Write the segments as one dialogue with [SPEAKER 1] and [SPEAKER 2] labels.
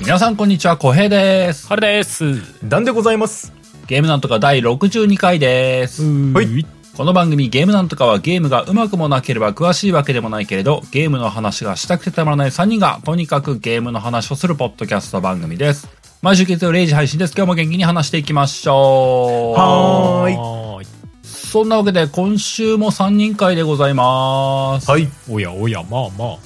[SPEAKER 1] 皆さんこんにちは、小平です。
[SPEAKER 2] 春です。
[SPEAKER 3] なんでございます。
[SPEAKER 1] ゲームなんとか第62回です。
[SPEAKER 3] はい。
[SPEAKER 1] この番組ゲームなんとかはゲームがうまくもなければ詳しいわけでもないけれど、ゲームの話がしたくてたまらない3人がとにかくゲームの話をするポッドキャスト番組です。毎週月曜0時配信です。今日も元気に話していきましょう。
[SPEAKER 3] はーい
[SPEAKER 2] はーい。
[SPEAKER 1] そんなわけで今週も3人会でございます。
[SPEAKER 3] はい。
[SPEAKER 2] おやおや、まあまあ。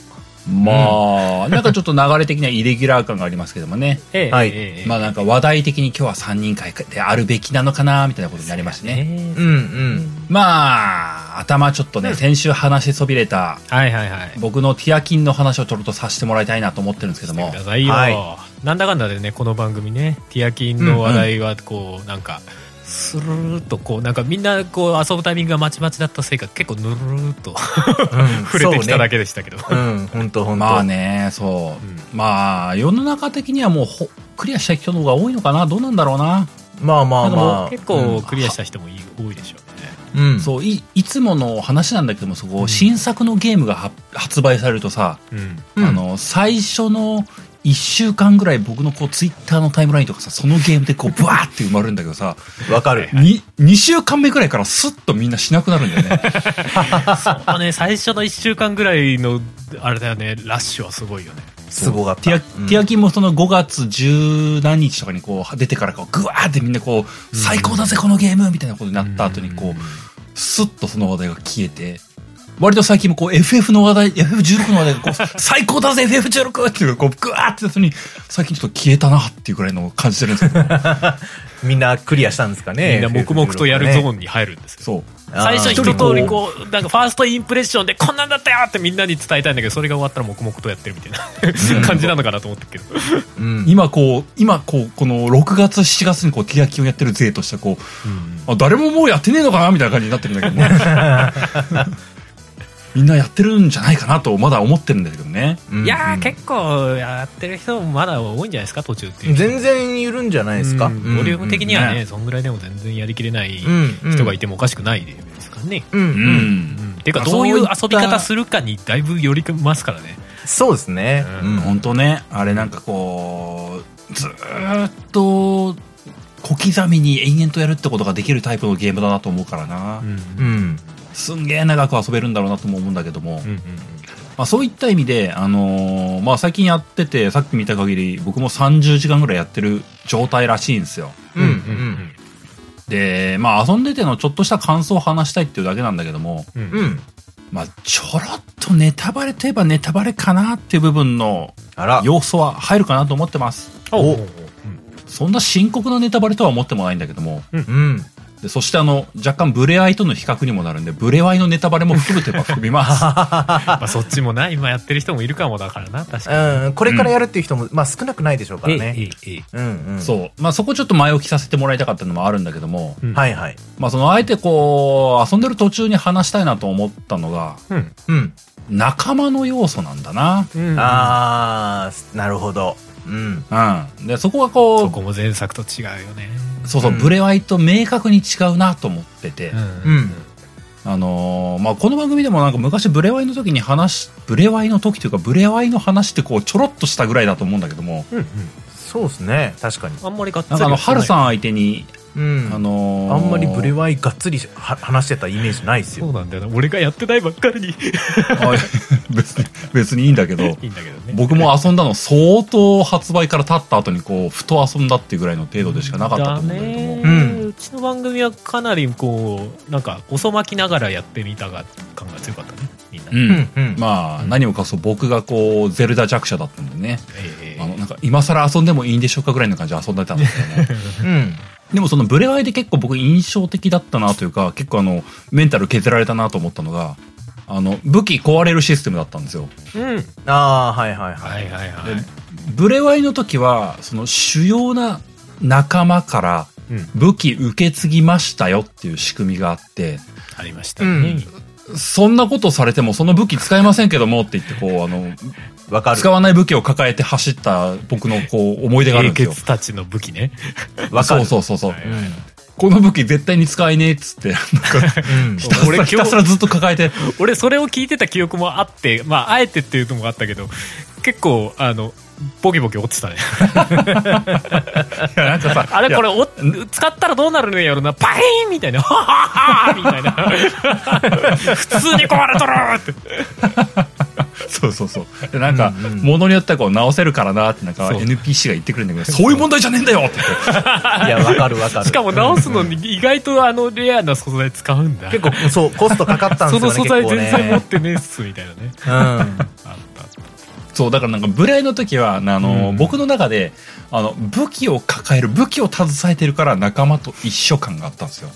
[SPEAKER 1] まあ、なんかちょっと流れ的にはイレギュラー感がありますけどもね。
[SPEAKER 2] ええ
[SPEAKER 3] はい
[SPEAKER 2] ええ
[SPEAKER 1] まあなんか話題的に今日は3人会であるべきなのかなみたいなことになりましたね。
[SPEAKER 2] え
[SPEAKER 3] うんうん。
[SPEAKER 1] まあ、頭ちょっとね、先週話しそびれた、
[SPEAKER 2] えはいはいはい。
[SPEAKER 1] 僕のティアキンの話をちょっとさせてもらいたいなと思ってるんですけど
[SPEAKER 2] 見
[SPEAKER 1] も
[SPEAKER 2] てく。ださいよ、
[SPEAKER 3] は
[SPEAKER 2] なんだかんだでねこの番組ねティアキンの話題はこうなんかスルーっとこうなんかみんなこう遊ぶタイミングがまちまちだったせいか結構ぬるーっと 触れてきただ
[SPEAKER 3] け。
[SPEAKER 2] けでしたけど、
[SPEAKER 3] うん、ほんとほんと。
[SPEAKER 1] まあ。ね、そうう。まあ、世の中的にはもうほクリアした人の方が多いのかなどうなんだろうな。
[SPEAKER 3] まあまあまあ。
[SPEAKER 2] 結構クリアした人もい多いでしょうね
[SPEAKER 3] うん、うん。
[SPEAKER 1] そう、い、いつもの話なんだけども、そこ、
[SPEAKER 2] うん
[SPEAKER 1] 新作のゲームがは発売されるとさ、
[SPEAKER 2] うん
[SPEAKER 3] うん
[SPEAKER 1] あの、最初の1週間ぐらい僕のこう、ツイッターのタイムラインとかさ、そのゲームでこう、ブワーって埋まるんだけどさ、
[SPEAKER 3] わかる。
[SPEAKER 1] に2週間目ぐらいからスッとみんなしなくなるんだよね。
[SPEAKER 2] まあね最初の1週間ぐらいのあれだよねラッシュはすごいよね
[SPEAKER 3] すごかった。
[SPEAKER 1] ティア、
[SPEAKER 3] うん
[SPEAKER 1] ティアキンもその5月十何日とかにこう出てからこうグワーってみんなこう、
[SPEAKER 2] うん
[SPEAKER 1] 最高だぜこのゲームみたいなことになった後にこ
[SPEAKER 2] ん
[SPEAKER 1] う、スッとその話題が消えて、割と最近もこう FF の話題、FF16 の話題がこう、最高だぜ FF16! っていうこうグワーってやつに、最近ちょっと消えたなっていうぐらいのを感じてるんですけど、
[SPEAKER 3] みんなクリアしたんですかね。
[SPEAKER 2] みんな黙々とやるゾ
[SPEAKER 3] ン。
[SPEAKER 2] ーンに入るんですよ
[SPEAKER 1] そう。
[SPEAKER 2] 最初一
[SPEAKER 1] 人
[SPEAKER 2] 通りこうなんかファーストインプレッションでこんなんだったよってみんなに伝えたいんだけどそれが終わったら黙々とやってるみたいな 感じなのかなと思ったけど
[SPEAKER 3] う。うん。
[SPEAKER 1] 今こう、今こう、この6月7月にこう、ティアキンをやってる勢としてこう、あ、誰ももうやってねえのかなみたいな感じになってるんだけどね。 みんなやってるんじゃないかなと、まだ思ってるんだけどね。
[SPEAKER 3] うん
[SPEAKER 2] いやー結構やってる人もまだ多いんじゃないですか途中っていう人
[SPEAKER 3] 全然いるんじゃないですか。
[SPEAKER 2] うんボリューム的には
[SPEAKER 1] うんね
[SPEAKER 2] ねそんぐらいでも全然やりきれない
[SPEAKER 3] うん
[SPEAKER 2] 人がいてもおかしくないですかね
[SPEAKER 3] うん。う。
[SPEAKER 1] うん
[SPEAKER 2] うん
[SPEAKER 1] ん。
[SPEAKER 2] ていうか
[SPEAKER 1] まあ
[SPEAKER 2] どういう
[SPEAKER 1] そういっ
[SPEAKER 2] 遊び
[SPEAKER 1] た
[SPEAKER 2] 方するかにだいぶ寄りますからね
[SPEAKER 3] そうですね。
[SPEAKER 2] う
[SPEAKER 3] うん
[SPEAKER 1] 本当ね、あれなんかこう、ずーっと、小刻みに延々とやるってことができるタイプのゲームだなと思うからな。
[SPEAKER 3] うん。うん。
[SPEAKER 1] すんげえ長く遊べるんだろうなとも思うんだけども。
[SPEAKER 2] うんうん
[SPEAKER 1] まあ、そういった意味で、あのーまあ、最近やってて、さっき見た限り、僕も30時間ぐらいやってる状態らしいんですよ。
[SPEAKER 3] うん。うん。
[SPEAKER 1] で、まあ、遊んでてのちょっとした感想を話したいっていうだけなんだけども、
[SPEAKER 2] うんうん
[SPEAKER 3] うん。
[SPEAKER 1] まあ、ちょろっとネタバレといえばネタバレかなっていう部分の
[SPEAKER 3] あら。
[SPEAKER 1] 要素は入るかなと思ってます。
[SPEAKER 2] お
[SPEAKER 3] お
[SPEAKER 1] そんな深刻なネタバレとは思ってもないんだけども、
[SPEAKER 3] うん。
[SPEAKER 1] でそしてあの、若干ブレワイとの比較にもなるんで、ブレワイのネタバレも含むといえば含みます。
[SPEAKER 2] まあそっちもな今やってる人もいるかもだからな確か
[SPEAKER 3] うん。これからやるっていう人も、まあ少なくないでしょうか
[SPEAKER 2] に
[SPEAKER 3] らね。
[SPEAKER 2] ええええ
[SPEAKER 3] うん うん。
[SPEAKER 1] そう。まあ、そこちょっと前置きさせてもらいたかったのもあるんだけども、
[SPEAKER 2] うん
[SPEAKER 3] はいはい。
[SPEAKER 1] まあ、その、あえてこう、遊んでる途中に話したいなと思ったのが、
[SPEAKER 2] うん
[SPEAKER 3] うん。
[SPEAKER 1] 仲間の要素なんだな。
[SPEAKER 2] うん
[SPEAKER 3] あー、なるほど。うん。
[SPEAKER 1] うん。で、そこがこう、
[SPEAKER 2] そこも前作と違うよね
[SPEAKER 1] そうそう、
[SPEAKER 3] うん
[SPEAKER 1] ブレワイと明確に違うなと思ってて、
[SPEAKER 3] うん。
[SPEAKER 1] あのーまあ、この番組でもなんか昔ブレワイの時に話し、ブレワイの時というか、ブレワイの話ってこう、ちょろっとしたぐらいだと思うんだけども、
[SPEAKER 2] うんうん
[SPEAKER 3] そうですね。確かに。
[SPEAKER 2] あんまりがっつり
[SPEAKER 1] なんかあの、
[SPEAKER 2] はして
[SPEAKER 1] ハ
[SPEAKER 2] な
[SPEAKER 1] ル
[SPEAKER 2] い
[SPEAKER 1] さん相手に、
[SPEAKER 3] うん。
[SPEAKER 1] あのー
[SPEAKER 3] あんまりブレワイがっつりは話してたイメージないです
[SPEAKER 2] そ
[SPEAKER 3] よ。
[SPEAKER 2] うなんだよな俺がやってないばっかりに
[SPEAKER 1] あ 別に、別にいいんだけど、
[SPEAKER 2] いいんだけどね
[SPEAKER 1] 僕も遊んだの相当発売から経った後にこう、ふと遊んだっていうぐらいの程度でしかなかったと思うんだけども
[SPEAKER 2] ね、
[SPEAKER 3] う
[SPEAKER 2] うんうちの番組はかなりこうなんか遅まきながらやってみたが感が強かったねみんな、
[SPEAKER 1] う
[SPEAKER 2] え
[SPEAKER 1] ん。
[SPEAKER 3] うん。
[SPEAKER 1] まあ、
[SPEAKER 2] うん
[SPEAKER 1] 何を隠そう僕がこう、ゼルダ弱者だったんでね、
[SPEAKER 2] え
[SPEAKER 1] あの、なんか今更遊んでもいいんでしょうかぐらいの感じで遊んでたんですけどね。
[SPEAKER 3] うん。
[SPEAKER 1] でもそのブレワイで結構僕印象的だったなというか、結構あの、メンタル削られたなと思ったのが、あの、武器壊れるシステムだったんですよ。
[SPEAKER 2] うん
[SPEAKER 3] ああ、はいはいは。
[SPEAKER 2] はいいはいは
[SPEAKER 1] で
[SPEAKER 2] い、
[SPEAKER 1] ブレワイの時は、その主要な仲間から
[SPEAKER 2] うん、
[SPEAKER 1] 武器受け継ぎましたよっていう仕組みがあって、
[SPEAKER 2] ありましたね、
[SPEAKER 1] そんなことされてもその武器使えませんけどもって言って、こう、あの、
[SPEAKER 3] わかる
[SPEAKER 1] 使。わない武器を抱えて走った僕のこう、思い出がある
[SPEAKER 2] 英
[SPEAKER 1] んですよ。
[SPEAKER 2] 傑たちの武器ね
[SPEAKER 3] わか
[SPEAKER 1] そう
[SPEAKER 3] る。
[SPEAKER 1] そうそうそう。
[SPEAKER 2] はい
[SPEAKER 3] うん
[SPEAKER 1] この武器絶対に使えねえっつって、なんか、
[SPEAKER 3] うん。
[SPEAKER 1] ひたす
[SPEAKER 2] 俺
[SPEAKER 1] ら
[SPEAKER 2] 今日
[SPEAKER 1] ひたすらずっと抱えて、
[SPEAKER 2] 俺それを聞いてた記憶もあってまああえてっていうのもあったけど結構あのボキボキ折ってたね
[SPEAKER 1] いやなんかさ
[SPEAKER 2] あれこれ
[SPEAKER 1] い
[SPEAKER 2] お使ったらどうなるのやろなパイーンみたいな「はははみ たいな普通に壊れとるって
[SPEAKER 1] やそうそうそうでなんか、
[SPEAKER 3] うんうん
[SPEAKER 1] ものによってはこう直せるからなってなんか
[SPEAKER 2] そう
[SPEAKER 1] NPC が言ってくるんだけどそういう問題じゃねえんだよって言って
[SPEAKER 3] いや、わかるわかる。
[SPEAKER 2] しかも直すのに意外とあのレアな素材使うんだ
[SPEAKER 3] 結構、そう、コストかかったんで
[SPEAKER 2] そ
[SPEAKER 3] すよ
[SPEAKER 2] の
[SPEAKER 3] ね。
[SPEAKER 2] 素
[SPEAKER 3] 結構
[SPEAKER 2] 材全
[SPEAKER 3] ね
[SPEAKER 2] 然持ってねえっすみたいなね
[SPEAKER 3] うん。
[SPEAKER 2] あったあった
[SPEAKER 1] そうだからなんか無礼の時はあの、
[SPEAKER 2] うん
[SPEAKER 1] 僕の中であの武器を抱える武器を携えてるから仲間と一緒感があったんですよ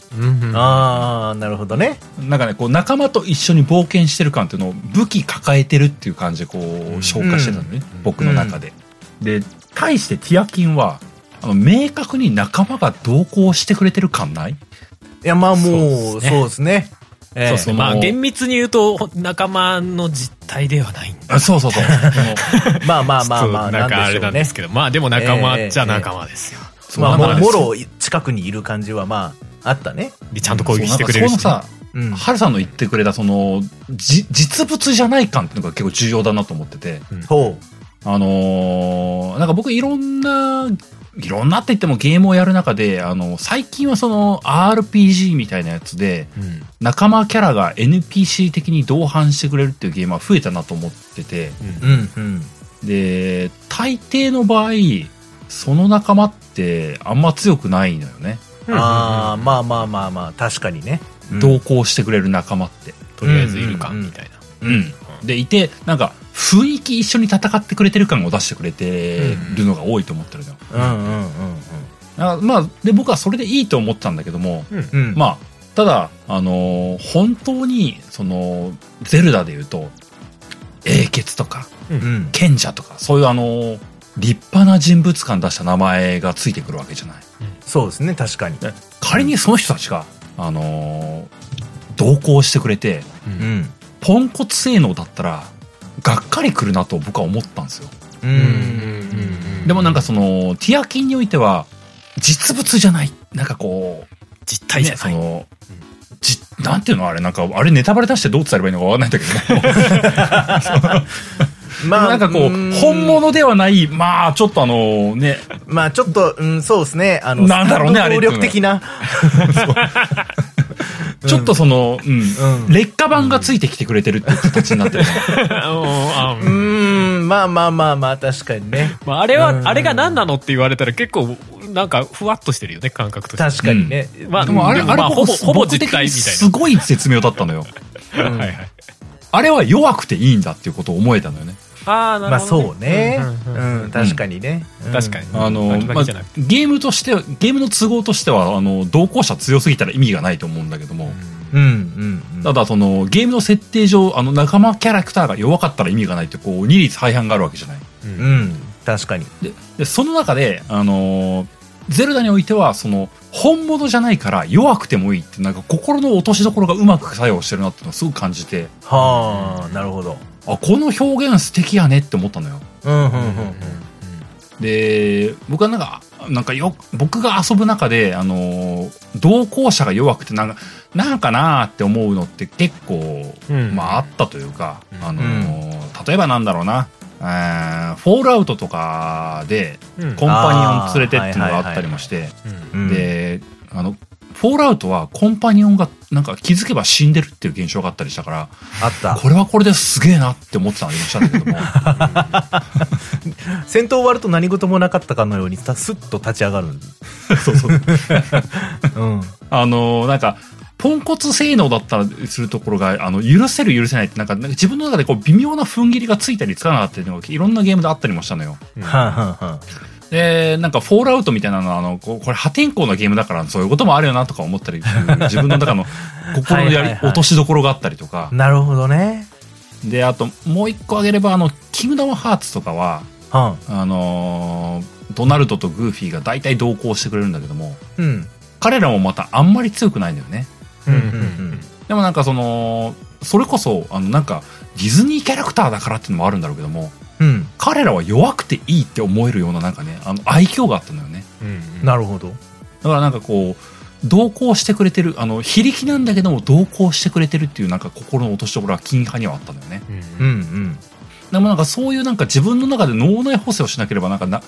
[SPEAKER 3] ああ、なるほどね。
[SPEAKER 1] なんかねこう仲間と一緒に冒険してる感っていうのを武器抱えてるっていう感じでこう消化してたのね、
[SPEAKER 2] うん
[SPEAKER 1] 僕の中で、で対してティアキンはあの明確に仲間が同行してくれてる感ない
[SPEAKER 3] いや、まあもう、
[SPEAKER 2] そうですね
[SPEAKER 3] そうですね。ええ
[SPEAKER 1] そうそう
[SPEAKER 2] まあ厳密に言うとほ仲間の実態ではないんだ
[SPEAKER 1] あそうそうそう
[SPEAKER 3] まあまあまあまあ、
[SPEAKER 2] ちょ
[SPEAKER 3] な
[SPEAKER 2] っとなんかあ
[SPEAKER 3] んでし
[SPEAKER 2] れ
[SPEAKER 3] ょ
[SPEAKER 2] な
[SPEAKER 3] うん
[SPEAKER 2] で
[SPEAKER 3] ね
[SPEAKER 2] す。けど、まあでも仲間っちゃ仲間ですよ、
[SPEAKER 1] そう
[SPEAKER 3] まあ、
[SPEAKER 1] なん
[SPEAKER 3] も
[SPEAKER 1] か
[SPEAKER 3] う
[SPEAKER 1] ね
[SPEAKER 3] もろ近くにいる感じは、まあ、あったね。
[SPEAKER 2] でちゃんと攻撃してくれるし、
[SPEAKER 1] そうなんかその
[SPEAKER 3] う
[SPEAKER 1] さ
[SPEAKER 3] ん。
[SPEAKER 1] ハルさんの言ってくれたそのじ実物じゃない感っていうのが結構重要だなと思ってて
[SPEAKER 3] ほ
[SPEAKER 1] あのーなんか僕いろんないろんなって言ってもゲームをやる中であの最近はその RPG みたいなやつで
[SPEAKER 2] うん
[SPEAKER 1] 仲間キャラが NPC 的に同伴してくれるっていうゲームは増えたなと思ってて
[SPEAKER 3] う。うん、うん。
[SPEAKER 1] で大抵の場合その仲間ってあんま強くないのよね、
[SPEAKER 3] ああ、まあまあまあまあ、確かにね。うん
[SPEAKER 1] 同行してくれる仲間って
[SPEAKER 2] とりあえずいるか
[SPEAKER 3] うんうんうん
[SPEAKER 2] みたいな、
[SPEAKER 1] うんでいてなんか雰囲気一緒に戦ってくれてる感を出してくれてるのが多いと思ってるのよ、
[SPEAKER 3] うんうんうん
[SPEAKER 1] あまあで僕はそれでいいと思ってたんだけども
[SPEAKER 3] うん。うん。
[SPEAKER 1] まあただあのー本当にそのゼルダで言うと英傑とか
[SPEAKER 3] うん。
[SPEAKER 1] 賢者とかそういうあのー立派な人物感出した名前がついてくるわけじゃない
[SPEAKER 3] そうですね、確かに。
[SPEAKER 1] で仮にその人たちがあのー同行してくれて
[SPEAKER 2] うん
[SPEAKER 3] うん。
[SPEAKER 1] ポンコツ性能だったらがっかりくるなと僕は思ったんですよ
[SPEAKER 3] う
[SPEAKER 2] う
[SPEAKER 3] ん。
[SPEAKER 2] んうん
[SPEAKER 1] でもなんかそのティアキンにおいては実物じゃないなんかこう
[SPEAKER 2] 実態じゃ
[SPEAKER 1] ねそ
[SPEAKER 2] ない、
[SPEAKER 1] のじなんていうのあれなんかあれネタバレ出してどう伝えればいいのかわかんないんだけど も
[SPEAKER 3] ま
[SPEAKER 1] なんかこう
[SPEAKER 3] ーん
[SPEAKER 1] 本物ではないまあちょっとあのね
[SPEAKER 3] まあちょっと、うん、そうですね。あの、
[SPEAKER 1] なんだろうねあれ
[SPEAKER 3] 能力的な。
[SPEAKER 1] ちょっとその、うん
[SPEAKER 3] うん
[SPEAKER 1] 劣化版がついてきてくれてる っていう形になってる、
[SPEAKER 2] あ
[SPEAKER 3] うーん、まあまあまあまあ、確かにね。
[SPEAKER 2] まあ、あれは、
[SPEAKER 3] うん
[SPEAKER 2] あれが何なのって言われたら結構なんかふわっとしてるよね感覚として
[SPEAKER 3] 確かにね。
[SPEAKER 2] まあ
[SPEAKER 1] でもあれ、
[SPEAKER 2] でも
[SPEAKER 1] あれ
[SPEAKER 2] まあ
[SPEAKER 1] 僕
[SPEAKER 2] ほぼほぼ
[SPEAKER 1] 僕的に
[SPEAKER 2] 実態みたいな
[SPEAKER 1] すごい説明だったのよ。
[SPEAKER 3] うん
[SPEAKER 2] はいはい
[SPEAKER 1] あれは弱くていいんだっていうことを思えたのよね。
[SPEAKER 2] ああな
[SPEAKER 3] ま
[SPEAKER 2] る
[SPEAKER 3] あ
[SPEAKER 2] ほど、ね、
[SPEAKER 3] そうね。
[SPEAKER 2] うんうん
[SPEAKER 3] うん、確かにね。うん
[SPEAKER 2] 確かに
[SPEAKER 1] あの、
[SPEAKER 2] バキ
[SPEAKER 1] ま
[SPEAKER 2] バ
[SPEAKER 1] あ
[SPEAKER 2] キじゃなく、
[SPEAKER 1] ゲームとして、ゲームの都合としては、あの、同行者強すぎたら意味がないと思うんだけども、
[SPEAKER 3] うん、うん、うん。
[SPEAKER 1] ただその、ゲームの設定上、あの、仲間キャラクターが弱かったら意味がないって、こう、二律背反があるわけじゃない。
[SPEAKER 2] うん
[SPEAKER 3] うん、確かに。
[SPEAKER 1] で、でその中で、あのーゼルダにおいては、その、本物じゃないから弱くてもいいって、なんか心の落としどころがうまく作用してるなっていうのをすごく感じて、
[SPEAKER 3] はあ、なるほど。
[SPEAKER 1] あ、この表現素敵やねって思ったのよ。
[SPEAKER 3] うん、うん、う
[SPEAKER 2] うんうん
[SPEAKER 3] ん。
[SPEAKER 1] で僕はなんかなんかよ僕が遊ぶ中であのー同行者が弱くてなんかなんかなーって思うのって結構、
[SPEAKER 2] うん
[SPEAKER 1] まああったというか、
[SPEAKER 2] うん
[SPEAKER 1] あのー例えばなんだろうなえーフォールアウトとかで
[SPEAKER 2] うんうん
[SPEAKER 1] コンパニオン連れてっていうのがあったりもして
[SPEAKER 2] うん
[SPEAKER 3] うん、
[SPEAKER 1] であのフォールアウトはコンパニオンがなんか気づけば死んでるっていう現象があったりしたから
[SPEAKER 3] あった。
[SPEAKER 1] これはこれですげえなって思ってたのありましたけども
[SPEAKER 3] 戦闘終わると何事もなかったかのように、さすっと立ち上がる。
[SPEAKER 1] そうそう
[SPEAKER 3] うん。
[SPEAKER 1] あのなんか、ポンコツ性能だったらするところが、あの、許せる許せないって、なんか、なんか自分の中でこう、微妙な踏ん切りがついたりつかなかったりっていうのが、いろんなゲームであったりもしたのよ。
[SPEAKER 3] はあ、はあ、はあ。
[SPEAKER 1] で、なんか、フォールアウトみたいなのは、あの、こうこれ破天荒なゲームだから、そういうこともあるよなとか思ったり、自分の中の心のや
[SPEAKER 3] はい
[SPEAKER 1] り
[SPEAKER 3] はい、はい
[SPEAKER 1] 落としどころがあったりとか。
[SPEAKER 3] なるほどね。
[SPEAKER 1] で、あと、もう一個挙げれば、あの、キングダムハーツとかは、
[SPEAKER 3] は
[SPEAKER 1] あのードナルドとグーフィーが大体同行してくれるんだけども、
[SPEAKER 3] あ。うん。
[SPEAKER 1] 彼らもまたあんまり強くないんだよね。
[SPEAKER 2] うんうん
[SPEAKER 1] でもなんかその、それこそ、あのなんか、ディズニーキャラクターだからっていうのもあるんだろうけども、
[SPEAKER 3] うん。
[SPEAKER 1] 彼らは弱くていいって思えるようななんかね、あの愛嬌があったのよね。
[SPEAKER 2] うん
[SPEAKER 3] なるほど。
[SPEAKER 1] だからなんかこう、同行してくれてる、あの、非力なんだけども同行してくれてるっていうなんか心の落とし所が金派にはあったんだよね。
[SPEAKER 2] うん
[SPEAKER 3] うん、うん。
[SPEAKER 1] でもなんかそういうなんか自分の中で脳内補正をしなければなんかな、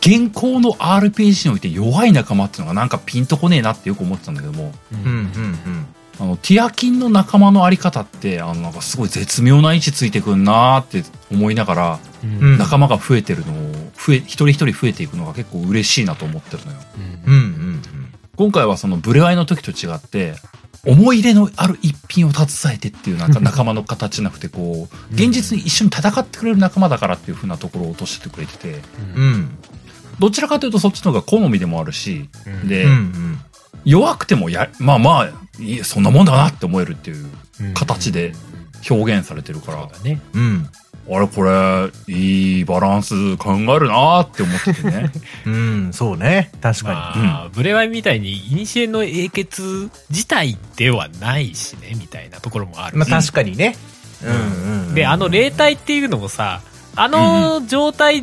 [SPEAKER 1] 現行の RPG において弱い仲間っていうのがなんかピンとこねえなってよく思ってたんだけども、
[SPEAKER 2] う
[SPEAKER 3] うんうんん
[SPEAKER 1] あの、ティアキンの仲間のあり方って、あのなんかすごい絶妙な位置ついてくんなーって思いながら、
[SPEAKER 2] うん
[SPEAKER 3] うん
[SPEAKER 1] 仲間が増えてるのを、増え、一人一人増えていくのが結構嬉しいなと思ってるのよ。
[SPEAKER 3] うんうんうん
[SPEAKER 1] 今回はそのブレワイの時と違って、思い入れのある一品を携えてっていう なんか仲間の形じゃなくてこう、現実に一緒に戦ってくれる仲間だからっていう風なところを落としててくれてて、
[SPEAKER 3] うんうん
[SPEAKER 1] どちらかというとそっちの方が好みでもあるし、
[SPEAKER 2] うん
[SPEAKER 1] で、
[SPEAKER 3] うん
[SPEAKER 1] 弱くてもや、まあまあ、いえそんなもんだなって思えるっていう形で表現されてるから、
[SPEAKER 2] そうだね
[SPEAKER 3] うん
[SPEAKER 1] あれこれ、いいバランス考えるなーって思っててね。
[SPEAKER 3] うんそうね確か
[SPEAKER 2] まあ、ブレワイみたいに古の英傑自体ではないしねみたいなところも
[SPEAKER 3] に
[SPEAKER 2] ある
[SPEAKER 3] ま
[SPEAKER 2] し
[SPEAKER 3] あ確かにねうんうん
[SPEAKER 2] であの霊体っていうのもさあの状態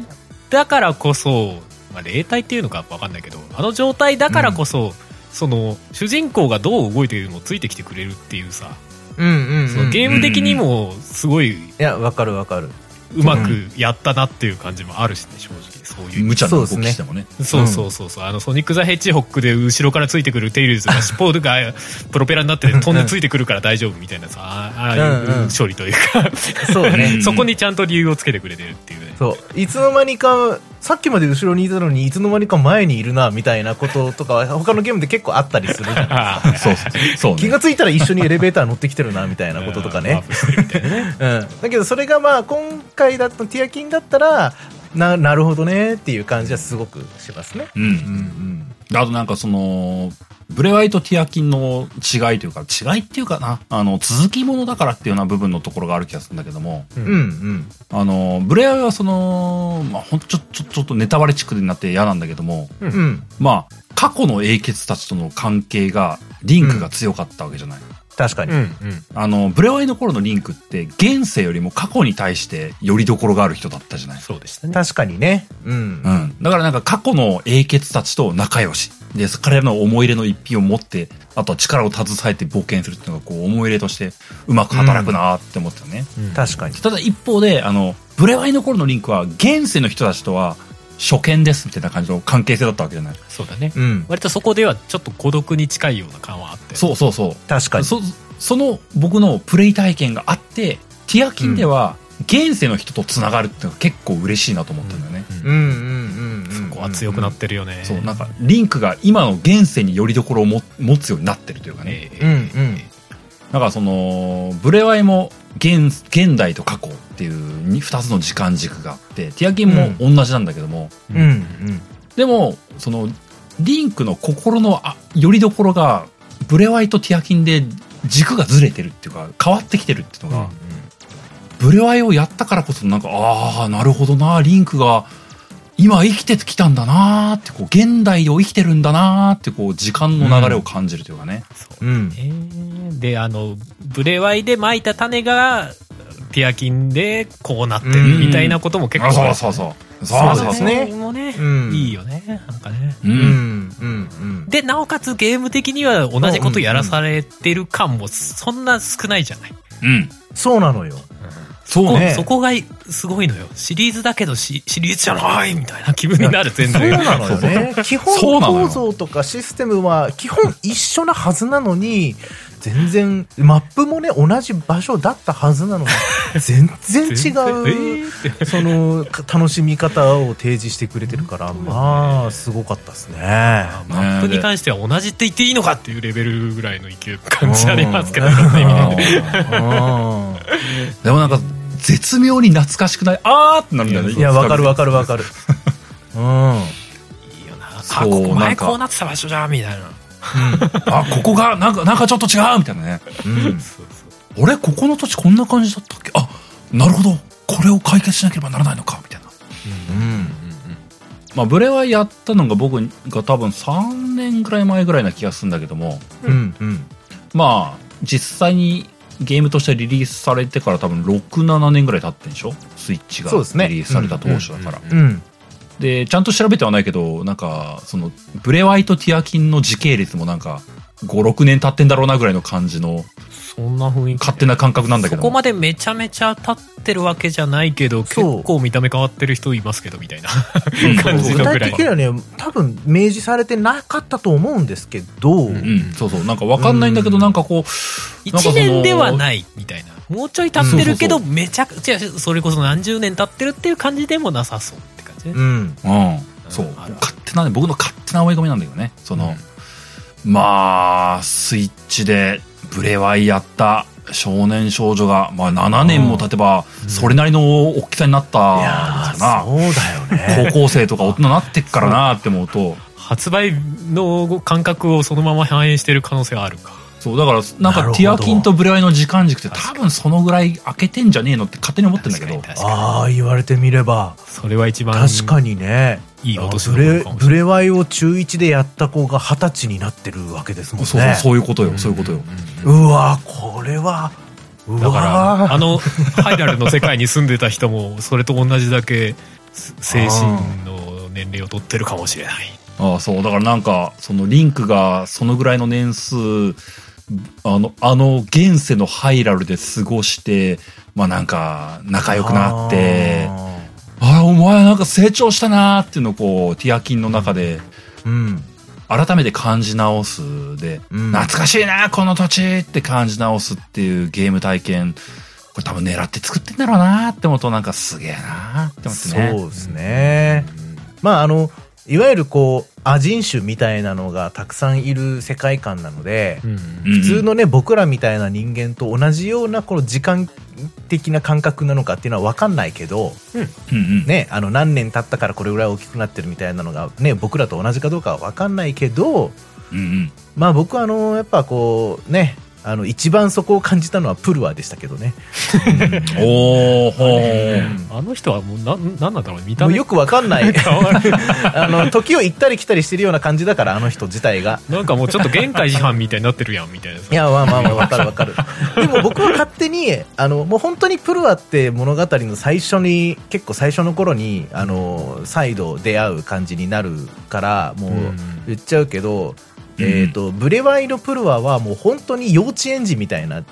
[SPEAKER 2] だからこそ、まあ、霊体っていうのか分かんないけどあの状態だからこそ、その主人公がどう動いているのもついてきてくれるっていうさ、
[SPEAKER 3] うんうんうん
[SPEAKER 2] そのゲーム的にもすごい
[SPEAKER 3] いやわかるわかる
[SPEAKER 2] うまくやったなっていう感じもあるしね正直そういう
[SPEAKER 1] 無茶な動きしてもね。
[SPEAKER 2] そうそうそうそう、あのソニック・ザ・ヘッジホックで後ろからついてくるテイルズが尻尾がプロペラになって飛んでついてくるから大丈夫みたいなさあ
[SPEAKER 3] う
[SPEAKER 2] あ
[SPEAKER 3] ん
[SPEAKER 2] いううん処理というか
[SPEAKER 3] そうね
[SPEAKER 1] ん
[SPEAKER 2] そこにちゃんと理由をつけてくれてるっていうね
[SPEAKER 3] そういつの間にかさっきまで後ろにいたのにいつの間にか前にいるなみたいなこととかは他のゲームで結構あったりするじ ゃん
[SPEAKER 2] あ
[SPEAKER 1] そうそう。そうね
[SPEAKER 3] 気がついたら一緒にエレベーター乗ってきてるなみたい
[SPEAKER 2] あ
[SPEAKER 3] なこととか
[SPEAKER 2] うんワ
[SPEAKER 3] ね
[SPEAKER 2] ープしてるみたいなね
[SPEAKER 3] うん、だけどそれがまあ今回だとティアキンだったらななるほどねっていう感じはすごくしますね。
[SPEAKER 1] う。
[SPEAKER 3] うんん
[SPEAKER 1] あとなんかその、ブレワイとティアキンの違いというか、違いっていうかな、あの、続きものだからっていうような部分のところがある気がするんだけども、
[SPEAKER 3] うん、うんうん
[SPEAKER 1] あの、ブレワイはその、まあ、ほんとちょ、ちょ、ちょっとネタバレチックになって嫌なんだけども、
[SPEAKER 3] うんうん
[SPEAKER 1] まあ、過去の英傑たちとの関係が、リンクが強かったわけじゃない。
[SPEAKER 3] 確かに、
[SPEAKER 2] うんうん
[SPEAKER 1] あの、ブレワイの頃のリンクって、現世よりも過去に対して、よりどころがある人だったじゃない。
[SPEAKER 2] そうでしたね
[SPEAKER 3] 確かにね。うん
[SPEAKER 1] う、ん。だからなんか過去の英傑たちと仲良し。で、彼らの思い入れの一品を持って、あとは力を携えて冒険するっていうのがこう思い入れとしてうまく働くなーって思ってたね。
[SPEAKER 3] 確かに。
[SPEAKER 1] ただ一方で、あの、ブレワイの頃のリンクは現世の人たちとは初見ですみたいな感じの関係性だったわけじゃない。
[SPEAKER 2] そうだね
[SPEAKER 3] うん、
[SPEAKER 2] 割とそこではちょっと孤独に近いような感はあって
[SPEAKER 1] そうそうそう。
[SPEAKER 3] 確かに。
[SPEAKER 1] そその僕のプレイ体験があって、ティアキンでは現世の人と繋がるっていうのが結構嬉しいなと思ったんだよね。
[SPEAKER 2] うん
[SPEAKER 3] うんうんうんうん。
[SPEAKER 2] そこは強くなってるよね、
[SPEAKER 1] そう、なんか、リンクが今の現世によりどころをも持つようになってるというかね。
[SPEAKER 2] ええ
[SPEAKER 3] うんうん。
[SPEAKER 1] なんかその、ブレワイも現、現代と過去っていうに二つの時間軸があって、ティアキンも同じなんだけども、
[SPEAKER 3] うんうん。
[SPEAKER 1] でも、その、リンクの心のあよりどころが、ブレワイとティアキンで軸がずれてるっていうか、変わってきてるっていうのが、ブレワイをやったからこそなんか、ああ、なるほどな、リンクが、今生きてきたんだなーって、こう、現代を生きてるんだなーって、こう、時間の流れを感じるというかね。
[SPEAKER 2] そう
[SPEAKER 3] うん
[SPEAKER 2] えーであのブレワイでまいた種がピアキンでこうなってるみたいなことも結構
[SPEAKER 1] あ
[SPEAKER 2] あ
[SPEAKER 1] そう
[SPEAKER 2] る
[SPEAKER 1] そうそう。
[SPEAKER 3] あ
[SPEAKER 1] そう
[SPEAKER 3] そう
[SPEAKER 1] そうそう。
[SPEAKER 3] ですね
[SPEAKER 2] それもね、
[SPEAKER 3] うん
[SPEAKER 2] いいよねなんかね
[SPEAKER 1] う。
[SPEAKER 3] うんんうんうん。
[SPEAKER 2] でなおかつゲーム的には同じことやらされてる感もそんな少ないじゃない、
[SPEAKER 1] うん。
[SPEAKER 3] そうなのよ。
[SPEAKER 1] そう
[SPEAKER 2] こ
[SPEAKER 1] ね。
[SPEAKER 3] ね
[SPEAKER 2] そこがすごいのよシリーズだけどシシリーズじゃないみたいな気分になる全
[SPEAKER 3] そう
[SPEAKER 2] 然
[SPEAKER 3] なのよね。基
[SPEAKER 1] そう
[SPEAKER 3] 本
[SPEAKER 1] なのよ
[SPEAKER 3] 構造とかシステムは基本一緒なはずなのに、全然、マップもね、同じ場所だったはずなの に、全然違う、
[SPEAKER 2] えーって
[SPEAKER 3] その、か楽しみ方を提示してくれてるから、まあ、すごかったですね。
[SPEAKER 2] マップに関しては同じって言っていいのかっていうレベルぐらいの勢い感じありますけどね
[SPEAKER 3] うん
[SPEAKER 2] みんな
[SPEAKER 1] あー
[SPEAKER 3] う
[SPEAKER 1] でもなんか、絶妙に懐かしくないあーってなるんだよね。
[SPEAKER 3] んいや、わかるわかるわかる。うん。
[SPEAKER 2] いいよな
[SPEAKER 1] そ
[SPEAKER 2] あ
[SPEAKER 1] う
[SPEAKER 2] ここ
[SPEAKER 1] なん
[SPEAKER 2] 前
[SPEAKER 1] か
[SPEAKER 2] こうなってた場所じゃんみたいな
[SPEAKER 1] あ、ここが、なんか、なんかちょっと違うみたいなね。
[SPEAKER 3] うん。
[SPEAKER 2] そうそう
[SPEAKER 1] あれここの土地こんな感じだったっけあ、なるほど。これを解決しなければならないのかみたいな。
[SPEAKER 3] うん。
[SPEAKER 1] まあ、ブレワイやったのが僕が多分3年ぐらい前ぐらいな気がするんだけども、
[SPEAKER 3] うん。うん。
[SPEAKER 1] まあ、実際にゲームとしてリリースされてから多分6、7年ぐらい経ってんでしょスイッチが
[SPEAKER 3] そうですね
[SPEAKER 1] リリースされた当初だから。
[SPEAKER 2] うんうんうん
[SPEAKER 3] うん。
[SPEAKER 1] で、ちゃんと調べてはないけど、なんか、その、ブレワイとティアキンの時系列もなんか、5、6年経ってんだろうなぐらいの感じの、
[SPEAKER 2] そんな雰囲気
[SPEAKER 1] 勝手な感覚なんだけ
[SPEAKER 2] そ
[SPEAKER 1] ど
[SPEAKER 2] こまでめちゃめちゃ立ってるわけじゃないけど結
[SPEAKER 3] そう
[SPEAKER 2] 構見た目変わってる人いますけどみたいな
[SPEAKER 1] うん
[SPEAKER 2] 感じ
[SPEAKER 3] 具
[SPEAKER 2] のぐ
[SPEAKER 3] 体
[SPEAKER 2] らい
[SPEAKER 3] 的にはね多分明示されてなかったと思うんですけど、
[SPEAKER 2] う
[SPEAKER 1] うん、そうそうなんかわかんないんだけど
[SPEAKER 3] うん
[SPEAKER 1] なんかこうなんかそ
[SPEAKER 2] 1
[SPEAKER 1] の
[SPEAKER 2] 年ではないみたいなもうちょい経ってるけどめちゃくちゃそれこそ何十年経ってるっていう感じでもなさそうって感じね
[SPEAKER 3] うん、
[SPEAKER 1] うん、そう
[SPEAKER 2] ある
[SPEAKER 1] 勝手なね僕の勝手な思い込みなんだけどねその、まあスイッチでブレワイやった少年少女が、まあ、7年も経てば
[SPEAKER 2] うん
[SPEAKER 1] それなりの大きさになった
[SPEAKER 3] い
[SPEAKER 1] ん
[SPEAKER 3] やー
[SPEAKER 1] ですかな、
[SPEAKER 3] そうだよね
[SPEAKER 1] 高校生とか大人になってっからなって思うと
[SPEAKER 2] 発売の感覚をそのまま反映してる可能性はあるか
[SPEAKER 1] そうだからなん
[SPEAKER 3] なる
[SPEAKER 1] か
[SPEAKER 3] ほど
[SPEAKER 1] ティアキンとブレワイの時間軸って
[SPEAKER 2] 確か
[SPEAKER 1] 多
[SPEAKER 2] に
[SPEAKER 1] 分そのぐらい開けてんじゃねえのって勝手に思ってんだ
[SPEAKER 2] 確
[SPEAKER 1] け
[SPEAKER 2] か
[SPEAKER 1] ど
[SPEAKER 2] に確かに
[SPEAKER 3] ああ言われてみれば
[SPEAKER 2] それは一番
[SPEAKER 3] 確かにね
[SPEAKER 2] いいお年
[SPEAKER 3] ブ
[SPEAKER 2] 頃
[SPEAKER 3] レ
[SPEAKER 2] かもし
[SPEAKER 3] ブ
[SPEAKER 2] れない
[SPEAKER 3] レワイを中1でやった子が二十歳になってるわけですもんね
[SPEAKER 1] そうそうそういうことよ、そういうことよ、
[SPEAKER 2] ん
[SPEAKER 3] うわーこれはうわ
[SPEAKER 2] だからあ
[SPEAKER 3] ー
[SPEAKER 2] のハイラルの世界に住んでた人もそれと同じだけす精神の年齢を取ってるかもしれない
[SPEAKER 1] ああそうだからなんかそのリンクがそのぐらいの年数あのあの現世のハイラルで過ごしてまあなんか仲良くなって
[SPEAKER 3] あ
[SPEAKER 1] ああお前なんか成長したなーっていうのをこうティアキンの中で
[SPEAKER 3] ーうん
[SPEAKER 1] 改めて感じ直すで、
[SPEAKER 3] うん
[SPEAKER 1] 懐かしいなこの土地って感じ直すっていうゲーム体験これ多分狙って作ってんだろうなーって思うとなんかすげえなーって思ってね
[SPEAKER 3] そうですね、まああのいわゆるこうア人種みたいなのがたくさんいる世界観なので、
[SPEAKER 2] うん
[SPEAKER 1] うん
[SPEAKER 3] 普通のね僕らみたいな人間と同じようなこの時間的な感覚なのかっていうのは分かんないけど、
[SPEAKER 1] うんうん
[SPEAKER 3] ね、あの何年経ったからこれぐらい大きくなってるみたいなのが、ね、僕らと同じかどうかは分かんないけど、
[SPEAKER 1] うんうん
[SPEAKER 3] まあ、僕はあのやっぱこうねあの一番そこを感じたのはプルワでしたけどね
[SPEAKER 1] おーほー
[SPEAKER 2] あの人はもうななんなんだろう見た
[SPEAKER 3] もう
[SPEAKER 2] 目
[SPEAKER 3] よく分か んない
[SPEAKER 2] 変わる
[SPEAKER 3] あの時を行ったり来たりしてるような感じだからあの人自体が。
[SPEAKER 2] なんかもうちょっと限界自販みたいになってるやんみたいない
[SPEAKER 3] やまあまあまあわかるわ かるでも僕は勝手にあのもう本当にプルワって物語の最初に結構最初の頃にあの再度出会う感じになるからもう
[SPEAKER 2] うん
[SPEAKER 3] 言っちゃうけど、
[SPEAKER 1] うん
[SPEAKER 3] えー、とブレワイのプルワはもう本当に幼稚園児みたいな
[SPEAKER 2] うん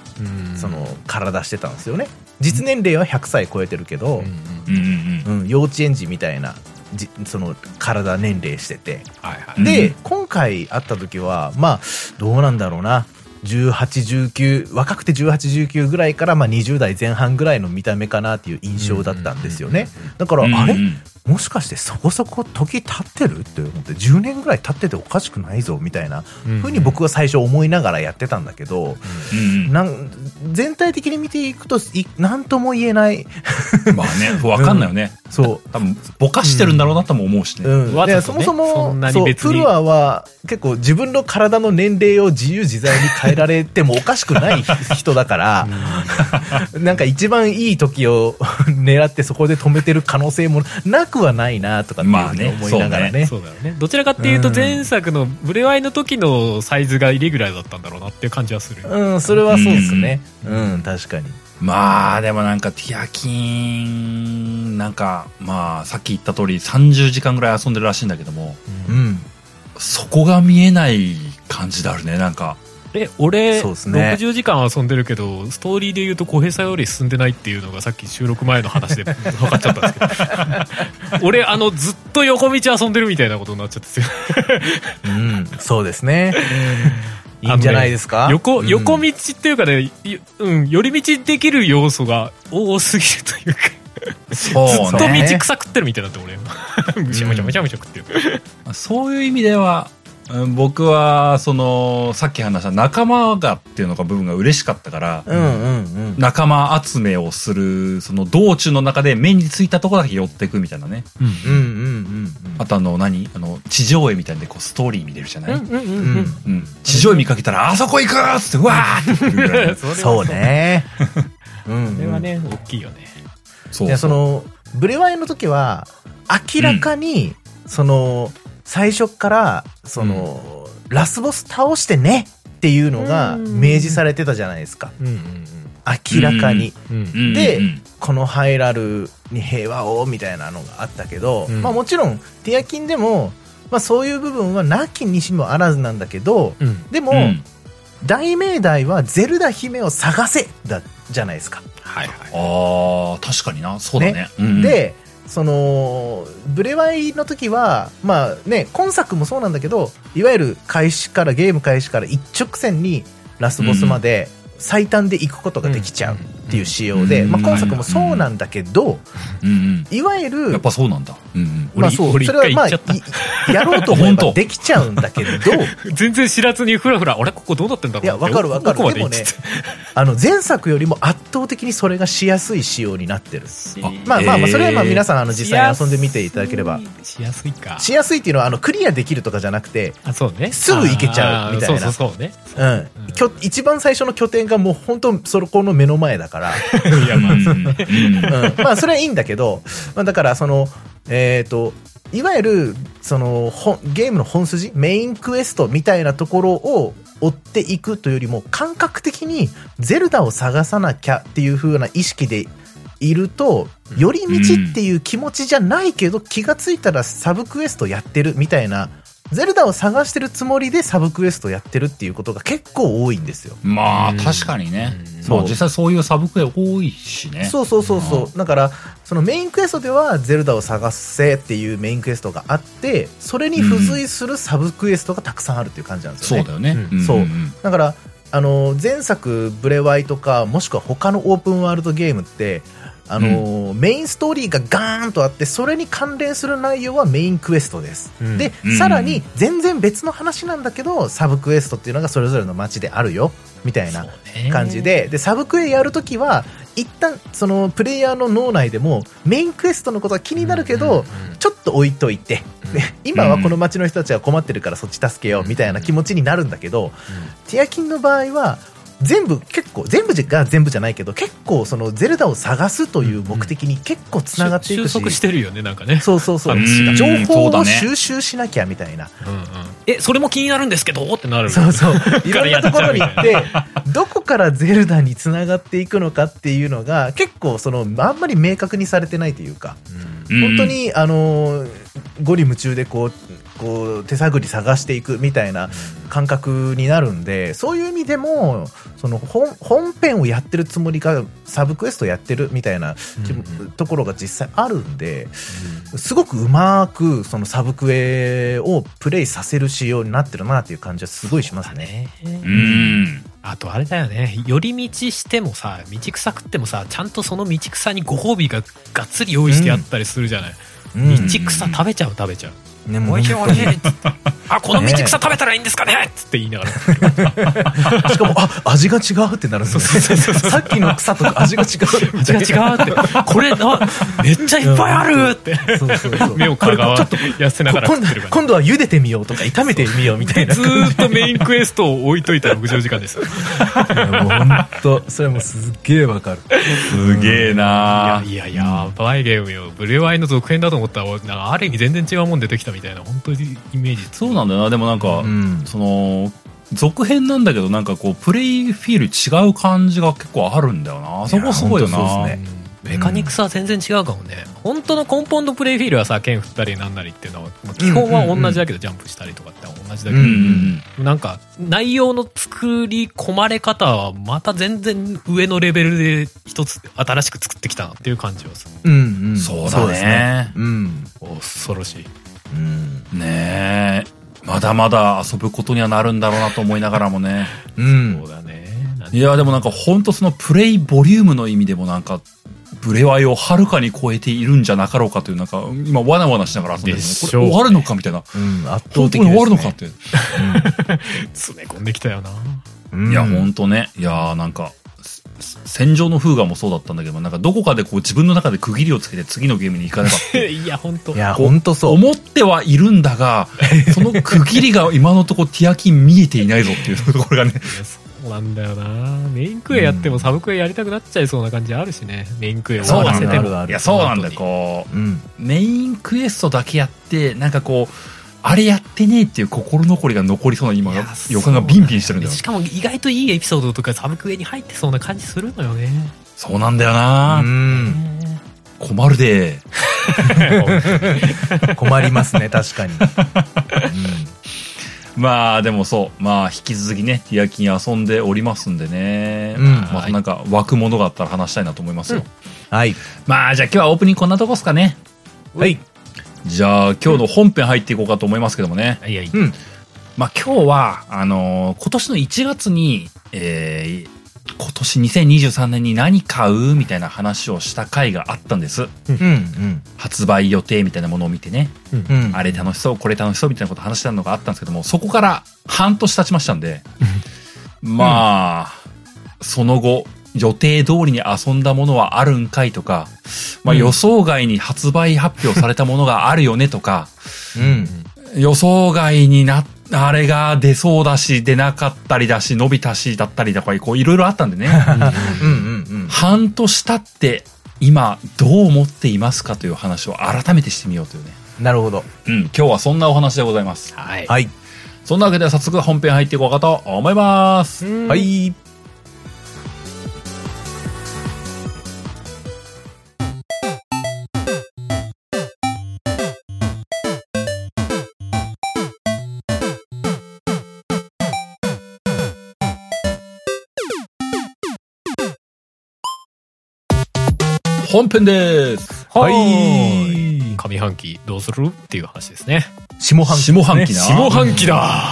[SPEAKER 3] その体してたんですよね実年齢は100歳超えてるけど
[SPEAKER 2] うん、
[SPEAKER 1] うんうんうん
[SPEAKER 3] うん幼稚園児みたいなじその体年齢してて
[SPEAKER 2] はいは
[SPEAKER 1] うん
[SPEAKER 2] い
[SPEAKER 3] で、今回会った時はまあどうなんだろうな1819若くて1819ぐらいから、まあ、20代前半ぐらいの見た目かなっていう印象だったんですよねだから、あれもしかしてそこそこ時経ってるって思って10年ぐらい経ってておかしくないぞみたいな
[SPEAKER 2] うん
[SPEAKER 3] ふうに僕は最初思いながらやってたんだけど、
[SPEAKER 1] うん
[SPEAKER 3] なん全体的に見ていくとい何とも言えない
[SPEAKER 1] うん、まあね分かんないよね、
[SPEAKER 3] そう
[SPEAKER 1] 多分ぼかしてるんだろうなとも思うしね、
[SPEAKER 3] うん、
[SPEAKER 2] わざ
[SPEAKER 3] でそ
[SPEAKER 2] とね
[SPEAKER 3] もそ
[SPEAKER 2] そんな
[SPEAKER 3] も
[SPEAKER 2] に
[SPEAKER 3] そう
[SPEAKER 2] 別
[SPEAKER 3] プ
[SPEAKER 2] に
[SPEAKER 3] ルアは結構自分の体の年齢を自由自在に変えられてもおかしく ない人だからなんか一番いい時を 狙ってそこで止めてる可能性もなくはないなとかっていう
[SPEAKER 1] ま
[SPEAKER 3] ふうに
[SPEAKER 1] あね
[SPEAKER 3] 思いながらね,、
[SPEAKER 2] そうだよねどちらかっていうと前作のブレワイの時のサイズがイレギュラーだったんだろうなっていう感じはする
[SPEAKER 3] ううんそれはそうですねうん、確かに
[SPEAKER 1] まあでもなんかティアキンなんかまあさっき言った通り30時間ぐらい遊んでるらしいんだけども
[SPEAKER 3] うん
[SPEAKER 1] そこが見えない感じであるねなんか
[SPEAKER 2] え俺、
[SPEAKER 3] そうっすね
[SPEAKER 2] 60時間遊んでるけどストーリーで言うと小平さんより進んでないっていうのがさっき収録前の話で分かっちゃったんですけど俺あのずっと横道遊んでるみたいなことになっちゃってて
[SPEAKER 3] うんそうですねいいんじゃないですか、
[SPEAKER 2] 横
[SPEAKER 3] うん
[SPEAKER 2] 横道っていうかね、いうん、寄り道できる要素が多すぎるというか
[SPEAKER 1] そ
[SPEAKER 2] ずっと
[SPEAKER 3] ね
[SPEAKER 2] 道草食ってるみたいになって俺むしゃむしゃむしゃむしゃ食ってる、
[SPEAKER 1] そういう意味ではうん僕はそのさっき話した仲間がっていうのが部分が嬉しかったから、
[SPEAKER 3] うんうんうん
[SPEAKER 1] 仲間集めをするその道中の中で目についたとこだけ寄ってくみたいなね
[SPEAKER 3] うんうんうん
[SPEAKER 1] あとあの何あの地上絵みたいんでこうストーリー見れるじゃない、うん
[SPEAKER 2] う
[SPEAKER 3] う
[SPEAKER 2] ん
[SPEAKER 3] んうん
[SPEAKER 1] 地上絵見かけたら「あそこ行く!」っつって「うわー!」って言ってくるぐらいの
[SPEAKER 2] それは
[SPEAKER 3] そう ねうん
[SPEAKER 2] それはね大きいよね
[SPEAKER 1] そう
[SPEAKER 3] いやそのブレワイの時は明らかに、その最初からその、ラスボス倒してねっていうのが
[SPEAKER 2] うん
[SPEAKER 3] 明示されてたじゃないですか
[SPEAKER 2] うんうん
[SPEAKER 3] 明らかに、
[SPEAKER 2] うんうん
[SPEAKER 1] うん
[SPEAKER 3] で
[SPEAKER 1] うん
[SPEAKER 3] このハイラルに平和をみたいなのがあったけど、
[SPEAKER 2] うん
[SPEAKER 3] まあ、もちろんティアキンでも、まあ、そういう部分はなきにしもあらずなんだけど
[SPEAKER 2] うん
[SPEAKER 3] でも、
[SPEAKER 1] うん
[SPEAKER 3] 大命題はゼルダ姫を探せだじゃないですか。
[SPEAKER 2] はいはい
[SPEAKER 1] ああ、確かにな。そうだね。
[SPEAKER 3] ね
[SPEAKER 1] うんうん、
[SPEAKER 3] でそのブレワイの時はまあね今作もそうなんだけどいわゆる開始からゲーム開始から一直線にラスボスまで最短で行くことができちゃうっていう仕様で、
[SPEAKER 1] うん
[SPEAKER 3] まあ、今作もそうなんだけど
[SPEAKER 1] うん
[SPEAKER 3] いわゆ
[SPEAKER 1] うん、やっ
[SPEAKER 3] る
[SPEAKER 1] ぱそうなんだ。うんうん、
[SPEAKER 2] 俺
[SPEAKER 3] まあそう
[SPEAKER 2] 俺
[SPEAKER 3] それは
[SPEAKER 2] 一回
[SPEAKER 3] まあ
[SPEAKER 2] 行っちゃった
[SPEAKER 3] いやろうと思え ば
[SPEAKER 1] 本当
[SPEAKER 3] できちゃうん だけど
[SPEAKER 2] 全然知らずにふらふらあれここどうなってんだろう
[SPEAKER 3] いやわかるわかる
[SPEAKER 2] どこまで
[SPEAKER 3] でもねあの前作よりも圧倒的にそれがしやすい仕様になってる。まあまあまあそれはまあ皆さんあの実際に遊んでみていただければ
[SPEAKER 2] しやすいか
[SPEAKER 3] しやすいっていうのはあのクリアできるとかじゃなくて
[SPEAKER 2] あそうね
[SPEAKER 3] すぐ行けちゃうみたいな
[SPEAKER 2] あーそうそうそうね
[SPEAKER 3] うん
[SPEAKER 2] うん、
[SPEAKER 3] きょ一番最初の拠点がもう本当そこの目の前だから、
[SPEAKER 2] いやまあ
[SPEAKER 1] うんうんうん
[SPEAKER 3] うん、まあそれはいいんだけど、まあ、だからそのえっ、といわゆるその本ゲームの本筋メインクエストみたいなところを追っていくというよりも感覚的にゼルダを探さなきゃっていう風な意識でいると寄り道っていう気持ちじゃないけど気がついたらサブクエストやってるみたいなゼルダを探してるつもりでサブクエストやってるっていうことが結構多いんですよ。
[SPEAKER 1] まあ確かにね、
[SPEAKER 2] うん
[SPEAKER 1] そう
[SPEAKER 3] そう
[SPEAKER 1] 実際そういうサブクエ多いしね
[SPEAKER 3] そうそうそうそうだからそのメインクエストでは「ゼルダを探せ」っていうメインクエストがあってそれに付随するサブクエストがたくさんあるっていう感じなんですよ
[SPEAKER 1] そう
[SPEAKER 3] ね
[SPEAKER 1] だよね、
[SPEAKER 2] うん
[SPEAKER 1] んんん
[SPEAKER 3] そうだからあの前作「ブレワイ」とかもしくは他のオープンワールドゲームってあの、メインストーリーがガーンとあってそれに関連する内容はメインクエストです、
[SPEAKER 2] うん
[SPEAKER 3] で
[SPEAKER 1] うん
[SPEAKER 3] さらに全然別の話なんだけどサブクエストっていうのがそれぞれの街であるよみたいな感じで、で、サブクエやるときは、一旦、その、プレイヤーの脳内でも、メインクエストのことは気になるけど、ちょっと置いといて、で 今はこの街の人たちは困ってるからそっち助けよう、みたいな気持ちになるんだけど、ティアキンの場合は、全部結構全部が全部じゃないけど結構そのゼルダを探すという目的に結構つながっていく
[SPEAKER 2] 収束
[SPEAKER 3] し
[SPEAKER 2] してるよねなんかね
[SPEAKER 3] そうそうそう
[SPEAKER 2] 話
[SPEAKER 1] が
[SPEAKER 3] 情報
[SPEAKER 1] そうだ
[SPEAKER 3] を
[SPEAKER 1] ね
[SPEAKER 3] 収集しなきゃみたいな
[SPEAKER 2] うんうんえそれも気になるんですけどってなる
[SPEAKER 3] そうそう。いろんなところに行
[SPEAKER 2] や
[SPEAKER 3] っ
[SPEAKER 2] っち
[SPEAKER 3] て、どこからゼルダにつながっていくのかっていうのが、結構その、あんまり明確にされてないというか、
[SPEAKER 1] うん
[SPEAKER 3] 本当に、あのー、ゴリ夢中でこう、こう、手探り探していくみたいな感覚になるんで、そういう意味でも、その本、本編をやってるつもりが、サブクエストやってるみたいな気も、
[SPEAKER 2] うんうん
[SPEAKER 3] ところが実際あるんで、すごくうまく、そのサブクエをプレイさせる仕様になってるなっていう感じはすごいしますね。
[SPEAKER 1] うんうん
[SPEAKER 2] あとあれだよね寄り道してもさ道草食ってもさちゃんとその道草にご褒美ががっつり用意してあったりするじゃない、
[SPEAKER 3] うん
[SPEAKER 2] 道草食べちゃう食べちゃう、
[SPEAKER 3] ね、
[SPEAKER 2] お
[SPEAKER 3] もう
[SPEAKER 2] いしい
[SPEAKER 3] 本
[SPEAKER 2] おいしいっつってあこの道草食べたらいいんですかねっつって言いながら
[SPEAKER 3] 当にしかも、あ、味が違うってなるんですね。さっきの草とか味が違う。
[SPEAKER 2] 違う違うってこれなめっちゃいっぱいあるって
[SPEAKER 3] そうそうそう。
[SPEAKER 2] 目をかがわ
[SPEAKER 3] これちょっと
[SPEAKER 2] 痩せながら
[SPEAKER 3] 今
[SPEAKER 2] 食っ
[SPEAKER 3] 度
[SPEAKER 2] てるから
[SPEAKER 3] 今度は茹でてみようとか炒めてみようみ たいな
[SPEAKER 2] ずーっとメインクエストを置いといた64時間 ですよ
[SPEAKER 3] もう本当それもすっげえわかる
[SPEAKER 1] すげえない
[SPEAKER 2] やいややばいゲームよブレワイの続編だと思ったらなんかある意味全然違うもん出てきたみたいな本当にイメージ
[SPEAKER 1] そうなんだよなでもなんか、
[SPEAKER 3] うん
[SPEAKER 1] その続編なんだけどなんかこうプレイフィール違う感じが結構あるんだよなそこすごいよ
[SPEAKER 3] いや本当そ
[SPEAKER 1] な
[SPEAKER 3] うっすね
[SPEAKER 2] メカニクスは全然違うかもね本当の根本のプレイフィールはさ剣振ったりなんなりっていうのはまあ基本は同じだけどジャンプしたりとかって同じだけ
[SPEAKER 1] う
[SPEAKER 2] ど
[SPEAKER 1] んうん
[SPEAKER 2] なんか内容の作り込まれ方はまた全然上のレベルで一つ新しく作ってきたなっていう感じはする
[SPEAKER 3] うんうん
[SPEAKER 1] そうだね
[SPEAKER 3] ですねうん
[SPEAKER 2] 恐ろしい
[SPEAKER 3] うん
[SPEAKER 1] うんねえまだまだ遊ぶことにはなるんだろうなと思いながらもね
[SPEAKER 3] うん
[SPEAKER 2] そうだね
[SPEAKER 1] いやでもなんかほんとそのプレイボリュームの意味でもなんかブレワイをはるかに超えているんじゃなかろうかというなんか今わなわなしながら遊んでるのね
[SPEAKER 2] でし
[SPEAKER 1] これ
[SPEAKER 2] ょう
[SPEAKER 1] 終わるのかみたいな
[SPEAKER 3] うん圧倒
[SPEAKER 1] 本当
[SPEAKER 3] 的
[SPEAKER 1] に
[SPEAKER 3] で
[SPEAKER 1] 終
[SPEAKER 3] すね
[SPEAKER 1] わるのかって、
[SPEAKER 2] 詰め込んできたよな
[SPEAKER 3] うん
[SPEAKER 1] いやほんとねいやーなんかすす戦場の風雅もそうだったんだけどなんかどこかでこう自分の中で区切りをつけて次のゲームに行かなかった
[SPEAKER 2] いや本当
[SPEAKER 3] いや本当そう
[SPEAKER 1] 思ってはいるんだが、その区切りが今のところティアキン見えていないぞっていうところがね。
[SPEAKER 2] いやそうなんだよなメインクエやってもサブクエやりたくなっちゃいそうな感じあるしねメインクエを終わらせ
[SPEAKER 3] そう
[SPEAKER 2] て
[SPEAKER 3] な
[SPEAKER 2] も
[SPEAKER 3] んだよある
[SPEAKER 1] いや、そうなんだよ。こう、
[SPEAKER 3] うん
[SPEAKER 1] メインクエストだけやって、なんかこう、あれやってねえっていう心残りが残りそうな今が
[SPEAKER 2] いや、
[SPEAKER 1] 予感がビンビンしてるんだよ
[SPEAKER 2] し。かも意外といいエピソードとかサブクエに入ってそうな感じするのよね
[SPEAKER 1] そうなんだよな、
[SPEAKER 3] うん
[SPEAKER 1] 困るで。
[SPEAKER 3] 困りますね確かにうん
[SPEAKER 1] まあでもそう、まあ引き続きね、ティアキン遊んでおりますんでね、
[SPEAKER 3] うん
[SPEAKER 1] またなんか湧くものがあったら話したいなと思いますよ。
[SPEAKER 3] はい。
[SPEAKER 1] まあじゃあ今日はオープニングこんなとこっすかね。
[SPEAKER 3] はい。
[SPEAKER 1] じゃあ今日の本編入っていこうかと思いますけどもね。
[SPEAKER 2] はいはい。
[SPEAKER 3] うん。
[SPEAKER 1] まあ今日は、あのー今年の1月に、えー今年2023年に何買うみたいな話をした回があったんです。
[SPEAKER 3] うん。
[SPEAKER 1] 発売予定みたいなものを見てね。
[SPEAKER 3] うん。うん。
[SPEAKER 1] あれ楽しそう、これ楽しそうみたいなこと話したのがあったんですけども、そこから半年経ちましたんで、まあ、その後、予定通りに遊んだものはあるんかいとか、まあ
[SPEAKER 3] うん
[SPEAKER 1] 予想外に発売発表されたものがあるよねと か、
[SPEAKER 3] うん。
[SPEAKER 1] 予想外にな、あれが出そうだし、出なかったりだし、伸びたしだったりとか、こういろいろあったんでね、
[SPEAKER 3] うん。うん。
[SPEAKER 1] 半年経って今どう思っていますかという話を改めてしてみようというね。
[SPEAKER 3] なるほど。
[SPEAKER 1] うん、今日はそんなお話でございます。
[SPEAKER 2] はい。
[SPEAKER 3] はい。
[SPEAKER 1] そんなわけで早速本編入っていこうかと思います。
[SPEAKER 2] うん
[SPEAKER 3] はい。
[SPEAKER 1] 本編です。
[SPEAKER 2] は
[SPEAKER 3] はい
[SPEAKER 2] 上半期どうするっていう話ですね。
[SPEAKER 3] 下半期。
[SPEAKER 1] 下半期な。
[SPEAKER 2] 下半期だ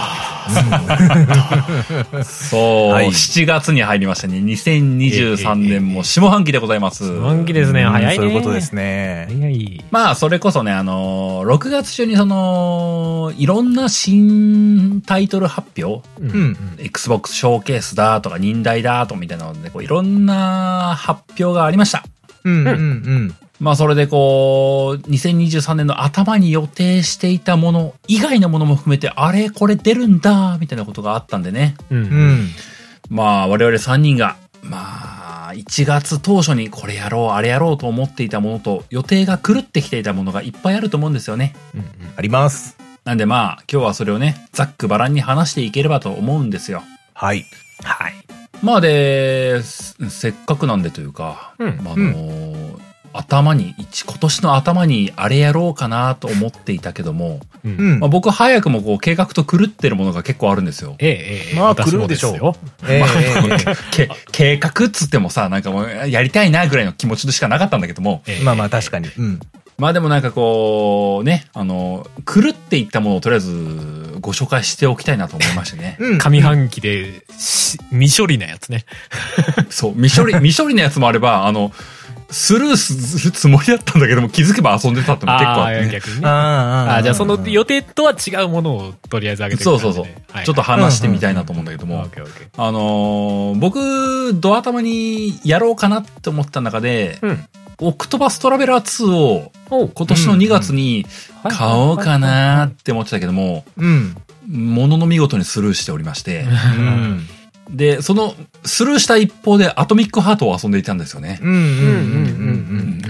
[SPEAKER 1] そう、
[SPEAKER 3] はい
[SPEAKER 1] 7月に入りましたね。2023年も下半期でございます。
[SPEAKER 2] 下半期ですね。
[SPEAKER 3] うん
[SPEAKER 2] 早いね。
[SPEAKER 3] そういうことですね。
[SPEAKER 2] 早い。
[SPEAKER 1] まあ、それこそね、あのー6月中にその、いろんな新タイトル発表、
[SPEAKER 2] うん
[SPEAKER 3] うん
[SPEAKER 1] Xbox ショーケースだとか、忍耐だとかみたいなので、こういろんな発表がありました。
[SPEAKER 3] うん。うん。うん。
[SPEAKER 1] まあそれでこう、2023年の頭に予定していたもの以外のものも含めて、あれこれ出るんだ、みたいなことがあったんでね。
[SPEAKER 2] う。
[SPEAKER 3] うんん。
[SPEAKER 1] まあ我々3人が、まあ1月当初にこれやろう、あれやろうと思っていたものと予定が狂ってきていたものがいっぱいあると思うんですよね。
[SPEAKER 3] あります。
[SPEAKER 1] なんでまあ今日はそれをね、ざっくばらんに話していければと思うんですよ。
[SPEAKER 3] はい。
[SPEAKER 2] はい。
[SPEAKER 1] まあで、せせっかくなんでというか、
[SPEAKER 2] うん
[SPEAKER 1] まああのー頭に、一今年の頭にあれやろうかなと思っていたけども、
[SPEAKER 2] う。
[SPEAKER 3] うんん
[SPEAKER 1] まあ、。僕早くもこう計画と狂ってるものが結構あるんですよ。
[SPEAKER 2] ええええ。
[SPEAKER 3] まあ
[SPEAKER 2] 私も
[SPEAKER 3] 来るでしょう
[SPEAKER 2] すよ
[SPEAKER 3] ええ
[SPEAKER 1] け計画っつってもさ、なんかもうやりたいなぐらいの気持ちでしかなかったんだけども、
[SPEAKER 2] え
[SPEAKER 3] え
[SPEAKER 2] え
[SPEAKER 3] えまあまあ確かに。うん。。
[SPEAKER 1] まあでもなんかこう、ね、あの、狂っていったものをとりあえずご紹介しておきたいなと思いましてね
[SPEAKER 3] うん。
[SPEAKER 2] 上半期でし未処理なやつね。
[SPEAKER 1] そう、未処理、未処理のやつもあれば、あの、スルーするつもりだったんだけども気づけば遊んでたってのも結構あって
[SPEAKER 2] ー
[SPEAKER 1] ね。
[SPEAKER 2] 逆にね。
[SPEAKER 3] あ
[SPEAKER 2] あーじゃあその
[SPEAKER 3] よ
[SPEAKER 2] 予定とは違うものをとりあえず上げて
[SPEAKER 1] そうそうそう。ちょっと
[SPEAKER 2] は
[SPEAKER 1] 話してみたいなと思うんだけども。
[SPEAKER 2] オッケーオッケー。
[SPEAKER 1] あのー僕、ドア頭にやろうかなって思った中で、
[SPEAKER 2] うん
[SPEAKER 1] オクトバストラベラー2を
[SPEAKER 2] お
[SPEAKER 1] 今年の2月に買おうかなって思ってたけども、
[SPEAKER 3] うん。
[SPEAKER 1] ものの見事にスルーしておりまして、
[SPEAKER 3] う。ん。
[SPEAKER 1] で、そのスルーした一方でアトミックハートを遊んでいたんですよね。
[SPEAKER 3] うん。うん。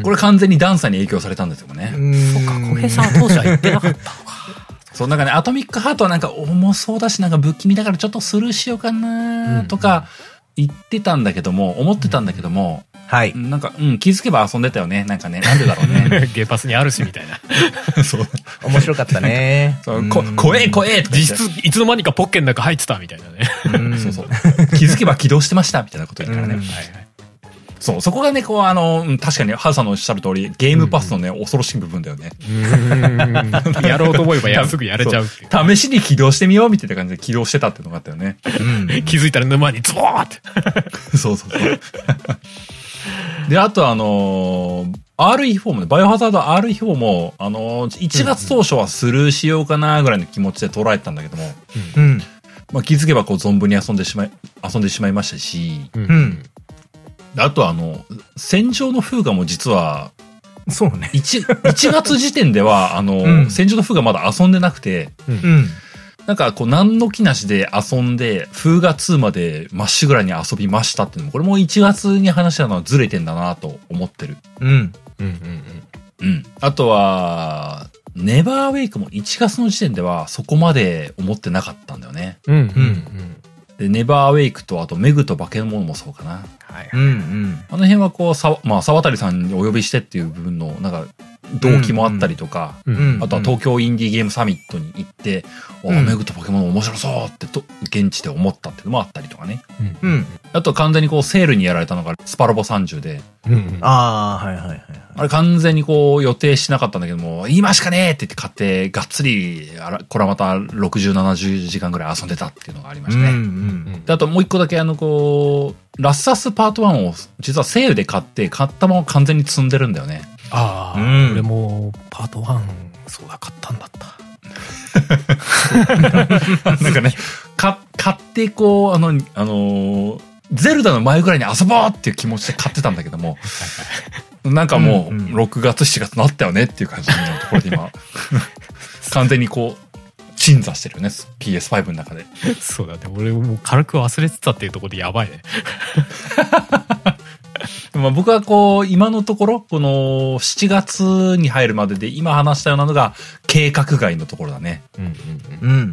[SPEAKER 2] ん
[SPEAKER 1] これ完全にダンサーに影響されたんですよね。
[SPEAKER 3] うん。うん。そっか、
[SPEAKER 2] 小平さんは当初は言ってなかった。
[SPEAKER 1] その中ね、アトミックハートはなんか重そうだし、なんか不気味だからちょっとスルーしようかなとか言ってたんだけども、思ってたんだけども、
[SPEAKER 3] はい。
[SPEAKER 1] なんか、うん、気づけば遊んでたよね。なんかね、なんでだろうね。
[SPEAKER 2] ゲーパスにあるしみた い な。
[SPEAKER 1] そう。
[SPEAKER 3] 面白かったね。
[SPEAKER 1] そうこ怖え怖えとか言って
[SPEAKER 2] 実質、いつの間にかポッケの中入ってたみたいなね。
[SPEAKER 3] うん
[SPEAKER 1] そうそう。気づけば起動してましたみたいなこと言ったから
[SPEAKER 3] うん
[SPEAKER 1] ね。そう、そこがね、こう、あの、うん確かに、ハルさんのおっしゃる通り、ゲームパスのね、恐ろしい部分だよね。
[SPEAKER 2] はい。 やろうと思えばやすぐやれちゃうっていう
[SPEAKER 1] 試しに起動してみようみたいな感じで起動してたっていうのがあったよね。
[SPEAKER 3] うん。
[SPEAKER 2] 気づいたら沼にズボーって。
[SPEAKER 1] そうそうそう。 で、あとあのー RE4 もね、バイオハザード RE4 も、あのー1月当初はスルーしようかなぐらいの気持ちで捉えてたんだけども、
[SPEAKER 3] うん。
[SPEAKER 1] まあ、気づけばこう存分に遊んでしまい、遊んでしまいましたし、
[SPEAKER 2] う
[SPEAKER 3] うん。
[SPEAKER 1] あとあの、戦場の風雅も実は、
[SPEAKER 3] そうね。
[SPEAKER 1] 1、1月時点では、あの、
[SPEAKER 3] うん
[SPEAKER 1] 戦場の風雅まだ遊んでなくて、
[SPEAKER 3] うん。
[SPEAKER 1] なんかこう、何の気なしで遊んで、風雅2までまっしぐらに遊びましたっていうのも、これも1月に話したのはずれてんだなと思ってる。
[SPEAKER 3] うん。
[SPEAKER 2] うんうん
[SPEAKER 1] うん。あとは、ネバーウェイクも1月の時点ではそこまで思ってなかったんだよね。
[SPEAKER 2] うん。うんうん。
[SPEAKER 1] で、ネバーウェイクと、あとメグと化け物もそうかな。
[SPEAKER 2] はい。
[SPEAKER 3] うん。
[SPEAKER 1] あの辺はこう、さ、まあ、沢渡さんにお呼びしてっていう部分の、なんか、動機もあったりとか、
[SPEAKER 2] うん
[SPEAKER 3] うん
[SPEAKER 1] あとは東京インディーゲームサミットに行って、お
[SPEAKER 3] うん
[SPEAKER 1] メグとポケモン面白そうってと、現地で思ったっていうのもあったりとかね。
[SPEAKER 3] うんうん
[SPEAKER 1] あと完全にこうセールにやられたのがスパロボ30で、
[SPEAKER 2] うん
[SPEAKER 3] ああはいはいはい
[SPEAKER 1] あれ完全にこう予定してなかったんだけども、今しかねえって言って買って、がっつり、あら、これはまた60、70時間ぐらい遊んでたっていうのがありましたね。
[SPEAKER 3] うん
[SPEAKER 1] で、あともう一個だけあの、こう、ラッサスパート1を実はセールで買って、買ったまま完全に積んでるんだよね。
[SPEAKER 2] ああ、
[SPEAKER 3] うん
[SPEAKER 2] 俺もパート1そうだ買ったんだ っ た
[SPEAKER 1] なんかね、か、買ってこう、あの、あのーゼルダの前ぐらいに遊ぼうっていう気持ちで買ってたんだけども、なんかもう、
[SPEAKER 3] うんうん
[SPEAKER 1] 6月7月になったよねっていう感じのところで今、完全にこう、鎮座してるよね、PS5 の中で。
[SPEAKER 2] そうだね俺もう軽く忘れてたっていうところでやばいね
[SPEAKER 1] まあ僕はこう、今のところ、この7月に入るまでで今話したようなのが計画外のところだね。
[SPEAKER 2] うんうん
[SPEAKER 3] うんうん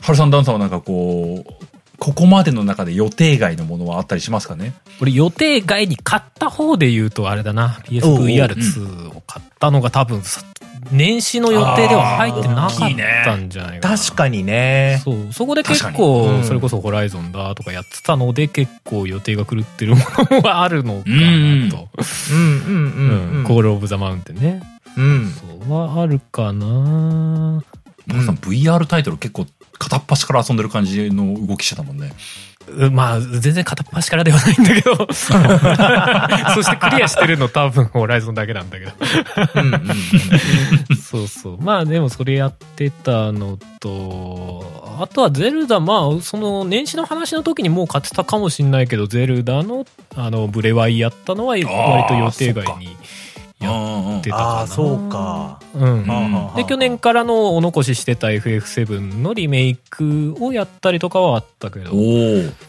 [SPEAKER 1] ハルさん、ダンさんはなんかこう、ここまでの中で予定外のものはあったりしますかね
[SPEAKER 2] 俺予定外に買った方で言うとあれだな
[SPEAKER 3] おうおう
[SPEAKER 2] PSVR2 を買ったのが多分さ年始の予定では入ってなかったんじゃないかな
[SPEAKER 3] 確かにね
[SPEAKER 2] そうそこで結
[SPEAKER 1] 確か
[SPEAKER 2] 構、
[SPEAKER 3] にうん
[SPEAKER 2] それこそ「ホライゾンだとかやってたので結構予定が狂ってるものはあるのかなと
[SPEAKER 3] うんうん
[SPEAKER 2] 「う
[SPEAKER 3] うんうん
[SPEAKER 2] んコール・オブ・ザ・マウンテンね」
[SPEAKER 3] うん
[SPEAKER 2] そうはあるかな
[SPEAKER 1] ハルさん、VR タイトル結構片っ端から遊んでる感じの動きしてたもんね。
[SPEAKER 2] うんまあ全然片っ端からではないん だけどそしてクリアしてるの多分「ホライゾンだけなんだけど
[SPEAKER 3] うんうん
[SPEAKER 2] そうそう。まあでもそれやってたのと、あとはゼルダ、まあその年始の話の時にもう買ってたかもしんないけど、ゼルダのあのブレワイやったのは割と予定外にや
[SPEAKER 1] っ
[SPEAKER 2] 出たかな。
[SPEAKER 3] ああそう。か
[SPEAKER 2] うん。
[SPEAKER 1] ん
[SPEAKER 2] で、去年からのお残ししてた FF7 のリメイクをやったりとかはあったけど、
[SPEAKER 1] お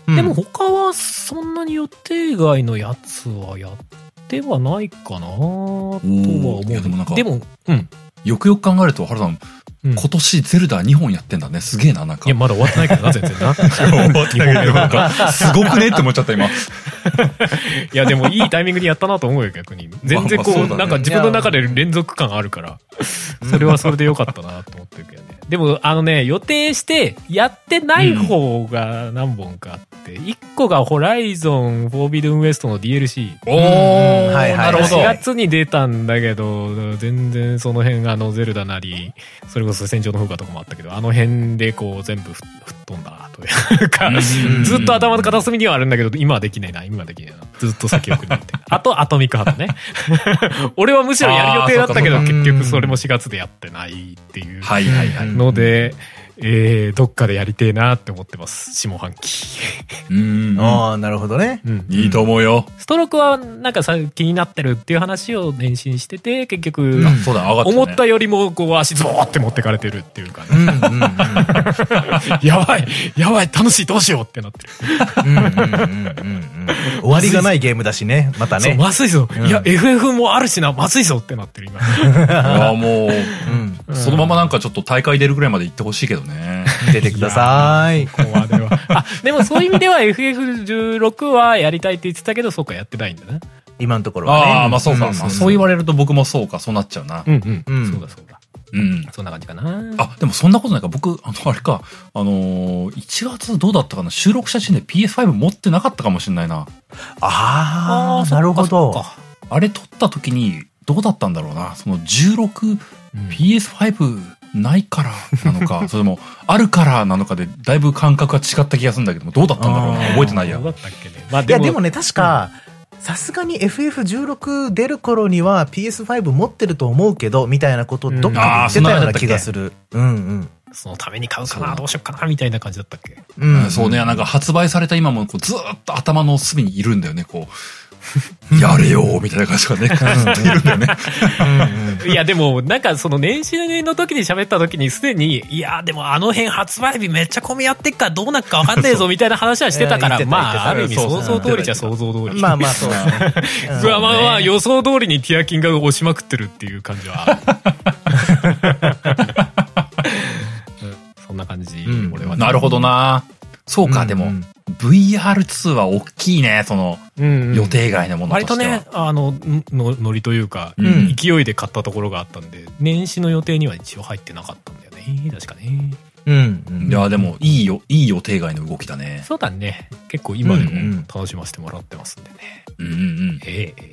[SPEAKER 1] お。
[SPEAKER 2] でも他はそんなに予定外のやつはやってはないかなとは思
[SPEAKER 1] おーいやでもなんか
[SPEAKER 2] う。でも、うん。
[SPEAKER 1] よくよく考えると、ハルさん、
[SPEAKER 2] うん
[SPEAKER 1] 今年ゼルダ2本やってんだね。すげえな、なん
[SPEAKER 2] い
[SPEAKER 1] か
[SPEAKER 2] や、。まだ終わってないけどな、全然 な。
[SPEAKER 1] なん か、すごくねって思っちゃった、 今。
[SPEAKER 2] いや、でもいいタイミングにやったなと思うよ、逆に。全然こ、
[SPEAKER 1] まあまあそううだね
[SPEAKER 2] なんか自分の中で連続感あるから、それはそれでよかったなと思ってるけどね。でも、あのね、予定してやってない方が何本かあって、1個がホライゾン、フォービドゥンウエストの DLC。
[SPEAKER 1] お
[SPEAKER 3] う
[SPEAKER 1] ー、
[SPEAKER 3] んはいはい
[SPEAKER 1] なるほ
[SPEAKER 2] 4
[SPEAKER 1] ど。
[SPEAKER 2] 月に出たんだけど、全然その辺、あの、ゼルダなり、それこそ戦場の風化とかもあったけど、あの辺でこう、全部吹っ飛んだ、というか、
[SPEAKER 1] うん
[SPEAKER 2] ずっと頭の片隅にはあるんだけど、今はできないな、今はできないな。ずっと先送りになってる。 あと、アトミックハートね。 俺はむしろやる予定だったけど、
[SPEAKER 3] あーそっかそっか
[SPEAKER 2] 結局それも4月でやってないっていう
[SPEAKER 1] はいはいはい。
[SPEAKER 2] ので、えー、どっかでやりてえなって思ってます。下半期。
[SPEAKER 1] うん。
[SPEAKER 3] ああなるほどね
[SPEAKER 2] うん
[SPEAKER 1] いいと思うよ。
[SPEAKER 2] ストロークはなんかさ、気になってるっていう話を返信してて、結局、
[SPEAKER 1] あそうだ、上がってね
[SPEAKER 2] 思ったよりもこう足ズボーって持ってかれてるっていうか、
[SPEAKER 3] う
[SPEAKER 2] ね、
[SPEAKER 3] んうんうんうん
[SPEAKER 2] やばい、やばい、楽しい、どうしようってなってる。
[SPEAKER 3] うんうんうん終わりがないゲームだしねまた
[SPEAKER 2] そう、
[SPEAKER 3] ね
[SPEAKER 2] まずいぞ。
[SPEAKER 3] うん
[SPEAKER 2] いや、FF もあるしな、まずいぞってなってる、今。
[SPEAKER 1] いや、もう、
[SPEAKER 3] うん
[SPEAKER 1] そのままなんかちょっと大会出るぐらいまで行ってほしいけど ね。
[SPEAKER 3] 出てください
[SPEAKER 2] ここまでは。 あ、でもそういう意味では FF16 はやりたいって言ってたけど、そうか、やってないんだな。
[SPEAKER 3] 今のところはね
[SPEAKER 1] ああ、まあそうか、
[SPEAKER 3] ん
[SPEAKER 1] まあそう言われると僕もそうか、そうなっちゃうな。
[SPEAKER 2] うん
[SPEAKER 3] うん
[SPEAKER 2] そうだ、そうだ。
[SPEAKER 1] うん。
[SPEAKER 2] そんな感じかな。
[SPEAKER 1] あ、でもそんなことないか。僕、あの、あれか、あのー、1月どうだったかな収録写真で PS5 持ってなかったかもしれないな。
[SPEAKER 3] あ
[SPEAKER 2] ー
[SPEAKER 3] あなるほど
[SPEAKER 2] そっかそっか
[SPEAKER 1] あれ撮った時に、どうだったんだろうな。その 16PS5 ないからなのか、それとも、あるからなのかで、だいぶ感覚が違った気がするんだけども、どうだったんだろうな。
[SPEAKER 3] あー
[SPEAKER 1] 覚えてないや
[SPEAKER 2] どう。だったっけね。まあ
[SPEAKER 3] い
[SPEAKER 2] で
[SPEAKER 3] や
[SPEAKER 2] も、
[SPEAKER 3] でもね確かさすがに FF16 出る頃には PS5 持ってると思うけどみたいなことどっかで言ってたような気がするうんうん
[SPEAKER 2] そのために買うか
[SPEAKER 1] そう
[SPEAKER 2] な、どうしようかな、みたいな感じだったっけ。
[SPEAKER 3] うん
[SPEAKER 1] うんそうね、なんか発売された今もこうずーっと頭の隅にいるんだよね、こう。やれよーみたいな感じがね、ずっといるんだよね。
[SPEAKER 3] うんうん
[SPEAKER 2] いや、でも、なんか、その年始の時に喋った時に、すでに、いや、でもあの辺発売日めっちゃ混み合ってっからどうなっかわかんねえぞ、みたいな話はしてたか
[SPEAKER 3] いや
[SPEAKER 2] ら、
[SPEAKER 3] 言ってた
[SPEAKER 2] まあ、あ
[SPEAKER 3] 言
[SPEAKER 2] る
[SPEAKER 3] っ
[SPEAKER 2] 意
[SPEAKER 3] て
[SPEAKER 2] 味
[SPEAKER 3] た
[SPEAKER 2] 想像通りじゃ
[SPEAKER 1] そう
[SPEAKER 2] 想像通り。
[SPEAKER 3] まあまあそうだねうん
[SPEAKER 2] まあまあまあ、予想通りにティアキンが押しまくってるっていう感じは。うんそんな感じ、
[SPEAKER 3] うん
[SPEAKER 2] 俺はね。
[SPEAKER 1] なるほどなそうか、
[SPEAKER 3] うん
[SPEAKER 1] でも
[SPEAKER 3] うん、
[SPEAKER 1] VR2 は大きいね、その、
[SPEAKER 2] うんうん
[SPEAKER 1] 予定外のものと
[SPEAKER 2] 割
[SPEAKER 1] して
[SPEAKER 2] と
[SPEAKER 1] は。
[SPEAKER 2] ね、あの、の、ノリというか、
[SPEAKER 1] うん
[SPEAKER 2] 勢いで買ったところがあったんで、年始の予定には一応入ってなかったんだよね。確かね。
[SPEAKER 3] うんう
[SPEAKER 1] い
[SPEAKER 3] ん。
[SPEAKER 1] や、でも、いいよ、いい予定外の動きだね。
[SPEAKER 2] そうだね。結構今で
[SPEAKER 3] うんうん
[SPEAKER 2] も楽しませてもらってますんでね。
[SPEAKER 1] うんうんうん。
[SPEAKER 2] ええ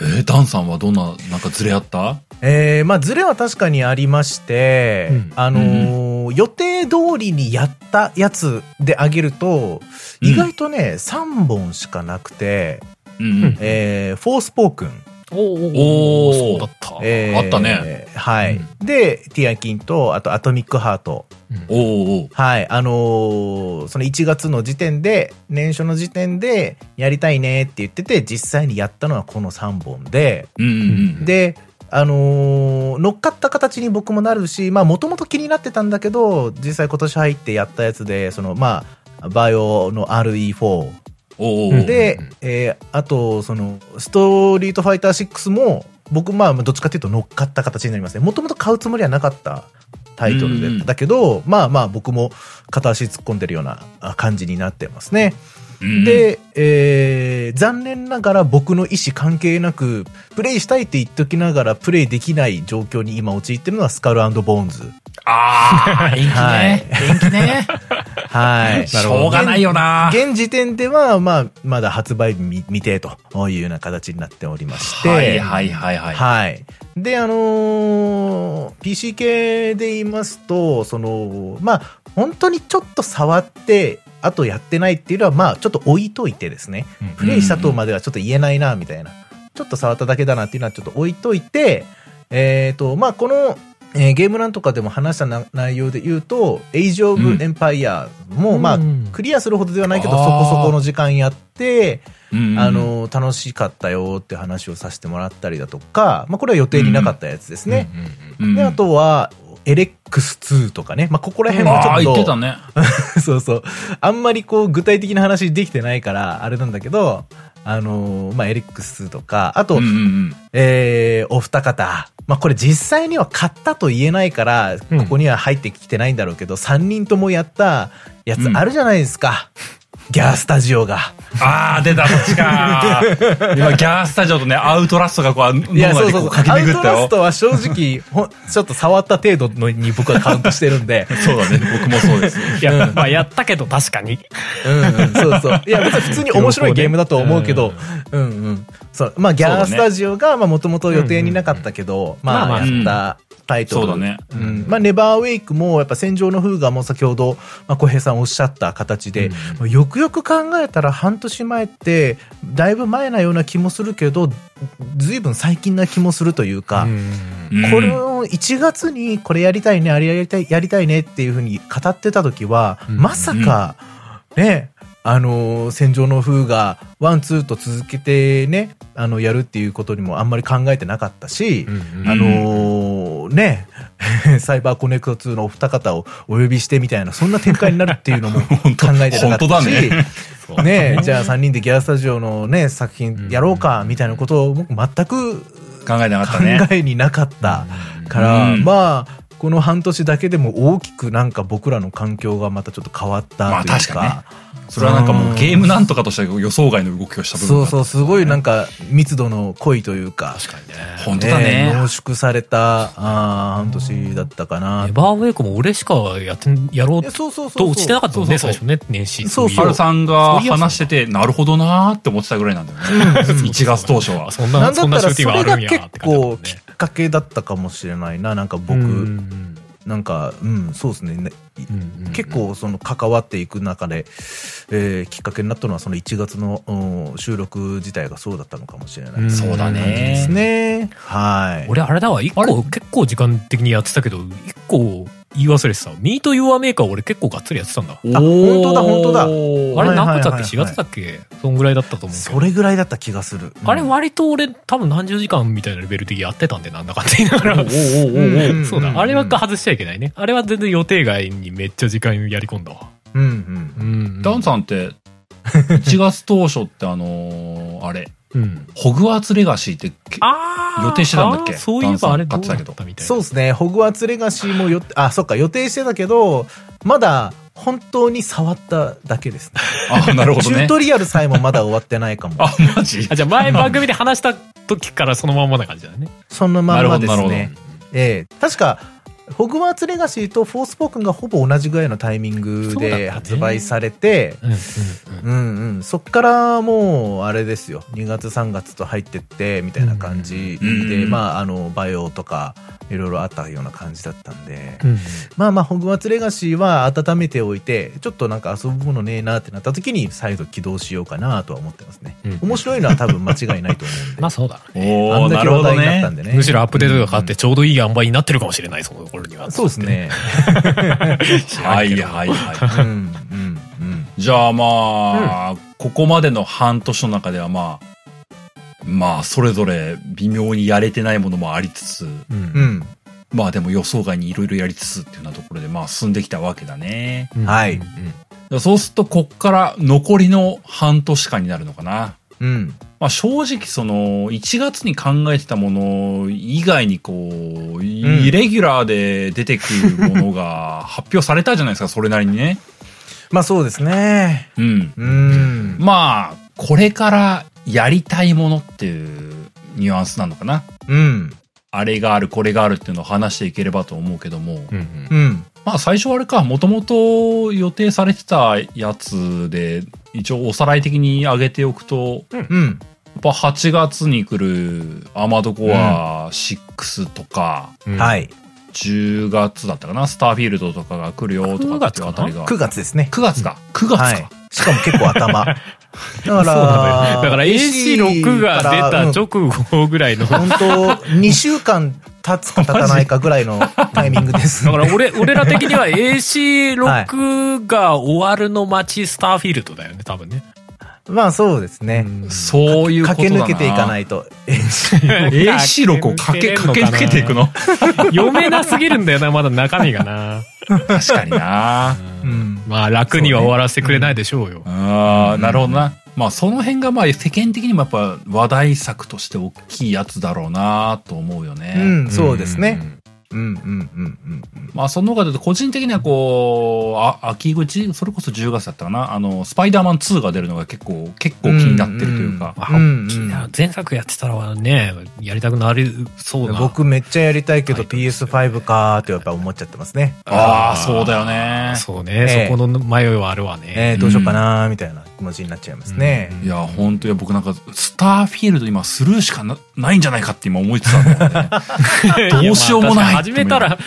[SPEAKER 1] えーダンさんはどんな、なんかずれあった
[SPEAKER 3] えー、まあ、ズレは確かにありまして、
[SPEAKER 2] うん
[SPEAKER 3] あのー予定通りにやったやつであげると、
[SPEAKER 1] うん
[SPEAKER 3] 意外とね、3本しかなくて、
[SPEAKER 1] うんうん。
[SPEAKER 3] えー、フォースポークン。
[SPEAKER 2] おー
[SPEAKER 1] おー
[SPEAKER 2] そうだった。
[SPEAKER 3] えー
[SPEAKER 1] あったね。
[SPEAKER 3] はい。
[SPEAKER 2] う
[SPEAKER 3] で、ティアキンと、あとアトミックハート。
[SPEAKER 2] うん
[SPEAKER 1] おうおう
[SPEAKER 3] はい。あのーその1月の時点で、年初の時点で、やりたいねって言ってて、実際にやったのはこの3本で、
[SPEAKER 1] うんうんうん。
[SPEAKER 3] で、あのー乗っかった形に僕もなるし、まあ、もともと気になってたんだけど、実際今年入ってやったやつで、その、まあ、バイオの RE4
[SPEAKER 1] おうおうおう。
[SPEAKER 3] で
[SPEAKER 2] うんうん、
[SPEAKER 3] えーあと、その、ストリートファイター6も、僕、まあ、どっちかっていうと乗っかった形になりますね。もともと買うつもりはなかったタイトルで、
[SPEAKER 1] うんうん
[SPEAKER 3] だけど、まあまあ、僕も片足突っ込んでるようなあ感じになってますね。
[SPEAKER 1] うん、
[SPEAKER 3] で、えー残念ながら僕の意思関係なく、プレイしたいって言っときながら、プレイできない状況に今陥ってるのはスカルボーンズ。
[SPEAKER 1] ああ、延期ね。延期ね。
[SPEAKER 3] はい。
[SPEAKER 1] しょうがないよな。
[SPEAKER 3] 現時点では、まあ、まだ発売日未未定というような形になっておりまして。
[SPEAKER 1] はいはいはいはい。
[SPEAKER 3] はい。で、あのー PC 系で言いますと、その、まあ、本当にちょっと触って、あとやってないっていうのは、まあ、ちょっと置いといてですね
[SPEAKER 2] うん。
[SPEAKER 3] プレイしたとまではちょっと言えないな、みたいな。ちょっと触っただけだなっていうのはちょっと置いといて、えっ、と、まあ、この、えーゲームなんとかでも話したな内容で言うと、エイジ・オブ・エンパイアも、
[SPEAKER 2] うん
[SPEAKER 3] まあ
[SPEAKER 2] うん、
[SPEAKER 3] クリアするほどではないけど、
[SPEAKER 1] あ
[SPEAKER 3] そ
[SPEAKER 1] ー
[SPEAKER 3] こそこの時間やって、
[SPEAKER 1] うんうん
[SPEAKER 3] あ、の、楽しかったよって話をさせてもらったりだとか、まあ、これは予定になかったやつですね。
[SPEAKER 2] うんうんうん
[SPEAKER 1] うん
[SPEAKER 3] で、あ、とは、エレックス2とかね。まあ、ここら辺
[SPEAKER 1] あ
[SPEAKER 3] は
[SPEAKER 1] あ、
[SPEAKER 3] ち
[SPEAKER 1] 言
[SPEAKER 3] ょっ
[SPEAKER 1] って
[SPEAKER 3] と、
[SPEAKER 1] たね。
[SPEAKER 3] そうそう。あんまりこう、具体的な話できてないから、あれなんだけど、あのーまあ、エレックス2とか、あと、
[SPEAKER 1] うんうん
[SPEAKER 3] えーお二方。まあ、これ実際には買ったと言えないから、
[SPEAKER 2] うん
[SPEAKER 3] ここには入ってきてないんだろうけど、3人ともやったやつあるじゃないです か。ギャースタジオが。
[SPEAKER 1] ああ、出た、そっち か。今、ギャースタジオとね、アウトラストがこう、脳
[SPEAKER 3] いや、
[SPEAKER 1] 内
[SPEAKER 3] そう
[SPEAKER 1] で
[SPEAKER 3] そう
[SPEAKER 1] こ
[SPEAKER 3] そう
[SPEAKER 1] う駆
[SPEAKER 3] ア
[SPEAKER 1] け
[SPEAKER 3] ウ
[SPEAKER 1] 巡
[SPEAKER 3] ト
[SPEAKER 1] った
[SPEAKER 3] ラス
[SPEAKER 1] よ。
[SPEAKER 3] トは正直、 ほんちょっと触った程度のに僕はカウントしてるんで。
[SPEAKER 1] そうだね、僕もそう です。
[SPEAKER 2] いや、まあやったけど確かに。
[SPEAKER 3] うん、うん、そうそう。いや、別に普 通に面白いゲームだと思うけど、うん、うん。そう。まあ、ギャースタジオが、まあ、もともと予定になかったけど、まあ、
[SPEAKER 2] まあまあ
[SPEAKER 3] やったタイトル。
[SPEAKER 1] そうだね
[SPEAKER 3] うん。まあ、ネバーウェイクも、やっぱ戦場の風がもう先ほど、まあ、小平さんおっしゃった形で、
[SPEAKER 2] うん
[SPEAKER 3] まあよくよく考えたら半年前って、だいぶ前なような気もするけど、ずいぶん最近な気もするというか、
[SPEAKER 2] うん
[SPEAKER 1] うん
[SPEAKER 3] これを1月にこれやりたいね、あれやりたい、やりたいねっていうふうに語ってた時は、
[SPEAKER 2] うん
[SPEAKER 3] まさか、ね、あのー戦場の風がワンツーと続けてね、あの、やるっていうことにもあんまり考えてなかったし、
[SPEAKER 2] うん
[SPEAKER 3] あのーね、 サイバーコネクト2のお二方をお呼びしてみたいな、そんな展開になるっていうのも考えてなか
[SPEAKER 1] 本当
[SPEAKER 3] った
[SPEAKER 1] だ
[SPEAKER 3] し、
[SPEAKER 1] ね。
[SPEAKER 2] そう
[SPEAKER 3] ねじゃあ3人でギャラスタジオのね、作品やろうか、みたいなことを僕全く
[SPEAKER 1] 考えなかったね。
[SPEAKER 3] 考えになかったから、
[SPEAKER 1] うん
[SPEAKER 3] まあこの半年だけでも大きくなんか僕らの環境がまたちょっと変わったと
[SPEAKER 1] まあ
[SPEAKER 3] いう
[SPEAKER 1] 確
[SPEAKER 3] か,、
[SPEAKER 1] かにねそれはなんかもうゲームなんとかとして予想外の動きをした部分。
[SPEAKER 3] そうそううすごいなんか密度の濃いというか
[SPEAKER 2] 確かにね。
[SPEAKER 1] 本当だ
[SPEAKER 3] え濃
[SPEAKER 1] ね。
[SPEAKER 3] 縮されたあー半年だったかな
[SPEAKER 2] エバーウェイクも俺しかやってん、やろう
[SPEAKER 3] えそうそうそうそう
[SPEAKER 2] と落ちてなかったもんね、
[SPEAKER 3] そう
[SPEAKER 2] 最
[SPEAKER 3] そ
[SPEAKER 2] 初ね、年始。
[SPEAKER 3] そうそう
[SPEAKER 1] ハ
[SPEAKER 2] い
[SPEAKER 1] ルさんが話してて、なるほどなーって思ってたぐらいなんだよね。1月当初は
[SPEAKER 2] あ。そん
[SPEAKER 3] な
[SPEAKER 2] な、
[SPEAKER 3] んだ
[SPEAKER 2] そん
[SPEAKER 3] った
[SPEAKER 2] なシ
[SPEAKER 3] ら
[SPEAKER 2] ューティ
[SPEAKER 3] そ
[SPEAKER 2] ング
[SPEAKER 3] れが
[SPEAKER 2] があるんや
[SPEAKER 3] 結
[SPEAKER 2] って感じだ
[SPEAKER 3] 構
[SPEAKER 2] もん
[SPEAKER 3] き
[SPEAKER 2] ね
[SPEAKER 3] っ。かけだったかもしれないななんか僕、
[SPEAKER 2] うん
[SPEAKER 3] なんかうんそうですねね
[SPEAKER 2] うんうん
[SPEAKER 3] 結構その関わっていく中で、えーきっかけになったのはその1月のうん収録自体がそうだったのかもしれないです
[SPEAKER 1] そうだ
[SPEAKER 3] で
[SPEAKER 1] ね
[SPEAKER 3] す。ね。はい。
[SPEAKER 2] 俺あれだわ、一
[SPEAKER 1] あれ
[SPEAKER 2] 個、結構時間的にやってたけど、一個言い忘れてたわ。ミートユアメーカー俺結構がっつりやってたんだわ。
[SPEAKER 1] おー
[SPEAKER 3] あ本当だ本当だ
[SPEAKER 2] あれ
[SPEAKER 3] はいはいはい
[SPEAKER 2] 何
[SPEAKER 3] はい
[SPEAKER 2] 月だっけ ?4 月だっけそんぐらいだったと思うけ
[SPEAKER 3] そ
[SPEAKER 2] ど。
[SPEAKER 3] れぐらいだった気がする。
[SPEAKER 2] あれ割と俺多分何十時間みたいなレベルでやってたんでなんだかって言いながら。
[SPEAKER 1] お
[SPEAKER 3] うん、うんうん
[SPEAKER 2] そうだ、あれは外しちゃいけないね。あれは全然予定外にめっちゃ時間やり込んだわ。
[SPEAKER 3] うんうん。
[SPEAKER 2] うん
[SPEAKER 1] ダンさん って、1月当初ってあのー、あれ、
[SPEAKER 2] ん。うん。
[SPEAKER 1] ホグワーツレガシーってけ
[SPEAKER 2] あー
[SPEAKER 1] 予定してたんだっけ
[SPEAKER 2] あーそういえばあれど
[SPEAKER 1] ダ
[SPEAKER 2] う
[SPEAKER 1] ンさん買ってたけ
[SPEAKER 2] だっ
[SPEAKER 1] ど
[SPEAKER 2] たみたいな。
[SPEAKER 3] そうですね。ホグワーツレガシーもよ、あ、そっか、予定してたけど、まだ本当に触っただけですね。
[SPEAKER 1] あ、なるほ
[SPEAKER 3] チ
[SPEAKER 1] ど
[SPEAKER 3] ュー
[SPEAKER 1] ね。
[SPEAKER 3] トリアルさえもまだ終わってないかも。
[SPEAKER 1] あ、マジ
[SPEAKER 2] あじゃあ前番組で話した時からそのまんまな感じだね。
[SPEAKER 3] そのまんまです
[SPEAKER 1] なるほどなる
[SPEAKER 3] ね。ええ確か、ホグワーツレガシーとフォースポークンがほぼ同じぐらいのタイミング
[SPEAKER 2] そうだったね
[SPEAKER 3] で発売されて、
[SPEAKER 2] うんうん
[SPEAKER 3] うんうん、そっからもうあれですよ2月3月と入ってってみたいな感じで、
[SPEAKER 1] うんうん
[SPEAKER 3] まああのバイオとかいろいろあったような感じだったんで、
[SPEAKER 2] うん。
[SPEAKER 3] まあまあホグワーツレガシーは温めておいてちょっとなんか遊ぶものねえなってなった時に再度起動しようかなとは思ってますね、
[SPEAKER 2] うん
[SPEAKER 3] 面白いのは多分間違いないと思うんで、
[SPEAKER 2] まあそうだろうね。
[SPEAKER 1] お
[SPEAKER 3] あ
[SPEAKER 1] ー
[SPEAKER 3] んだ
[SPEAKER 1] な
[SPEAKER 3] け
[SPEAKER 1] る
[SPEAKER 3] 話
[SPEAKER 1] ほど
[SPEAKER 3] 題になった
[SPEAKER 1] ね
[SPEAKER 3] ん。でね
[SPEAKER 2] むしろアップデートが変わってちょうどいい塩梅になってるかもしれない、その頃には。
[SPEAKER 3] そうですね
[SPEAKER 1] はいはいはい。
[SPEAKER 3] うんうんうん
[SPEAKER 1] じゃあまあ、ここまでの半年の中ではまあ、まあ、それぞれ微妙にやれてないものもありつつ、
[SPEAKER 2] う。
[SPEAKER 3] うんん
[SPEAKER 1] まあでも予想外にいろいろやりつつっていうようなところでまあ進んできたわけだね。
[SPEAKER 2] うん。
[SPEAKER 3] はい
[SPEAKER 2] うんうん
[SPEAKER 1] でそうするとこっから残りの半年間になるのかな。
[SPEAKER 3] うん
[SPEAKER 1] まあ正直その1月に考えてたもの以外にこう、イレギュラーで出てくるもの が発表されたじゃないですか、それなりにね。
[SPEAKER 3] まあそうですね
[SPEAKER 1] うん。
[SPEAKER 3] うん
[SPEAKER 1] まあ、これからやりたいものっていうニュアンスなのかな。
[SPEAKER 3] うん
[SPEAKER 1] あれがある、これがあるっていうのを話していければと思うけども。
[SPEAKER 2] うんうん
[SPEAKER 3] うん
[SPEAKER 1] まあ最初はあれか、もともと予定されてたやつで、一応おさらい的に上げておくと、
[SPEAKER 3] うん
[SPEAKER 1] やっぱ8月に来るアーマードコア6とか、
[SPEAKER 2] うん
[SPEAKER 3] はい。
[SPEAKER 1] 10月だったかな、スターフィールドとかが来るよとかっていうあたりが。
[SPEAKER 3] 9月ですね。
[SPEAKER 1] 9月か。9月か。
[SPEAKER 3] はい。しかも結構頭。だから、
[SPEAKER 2] そうなのよ。だから AC6 が出た直後ぐらいの。だ
[SPEAKER 3] 本当2週間経つか経たないかぐらいのタイミングです。
[SPEAKER 2] から 俺、俺ら的には AC6 が終わるの街スターフィールドだよね、多分ね。
[SPEAKER 3] まあそうですね。
[SPEAKER 1] そういうことだな。。
[SPEAKER 3] 駆け抜けていかないいと。
[SPEAKER 1] AC ロコ駆け、駆け抜けていくの
[SPEAKER 2] 読めなすぎるんだよな、まだ中身 がな。
[SPEAKER 1] 確かにな。
[SPEAKER 3] うん。
[SPEAKER 2] まあ楽には終わらせてくれないでしょうよ。
[SPEAKER 1] ああ、なるほどな。まあその辺がまあ世間的にもやっぱ話題作として大きいやつだろうなと思うよね。
[SPEAKER 3] うん、そうですね。うんうんうんうんうん。
[SPEAKER 1] まあその他で言うと個人的にはこう、あ、秋口、それこそ10月だったかな。あの、スパイダーマン2が出るのが結構、結構気になってるというか。
[SPEAKER 2] まあ
[SPEAKER 3] うんうん
[SPEAKER 2] 大きいな前作やってたらね、やりたくなりそうな。
[SPEAKER 3] 僕めっちゃやりたいけど PS5 かーってやっぱ思っちゃってますね。
[SPEAKER 1] ああ、そうだよね。
[SPEAKER 2] そうね、
[SPEAKER 3] ええ
[SPEAKER 2] そこの迷いはあるわね。
[SPEAKER 3] えー、どうしようかなーみたいな気持ちになっちゃいますね。
[SPEAKER 1] いや、本当いや、僕なんか、スターフィールド今スルーしかなないんじゃないかって今思ってたの、 ね。 どうしようもない
[SPEAKER 2] やまあ確かに始めたら、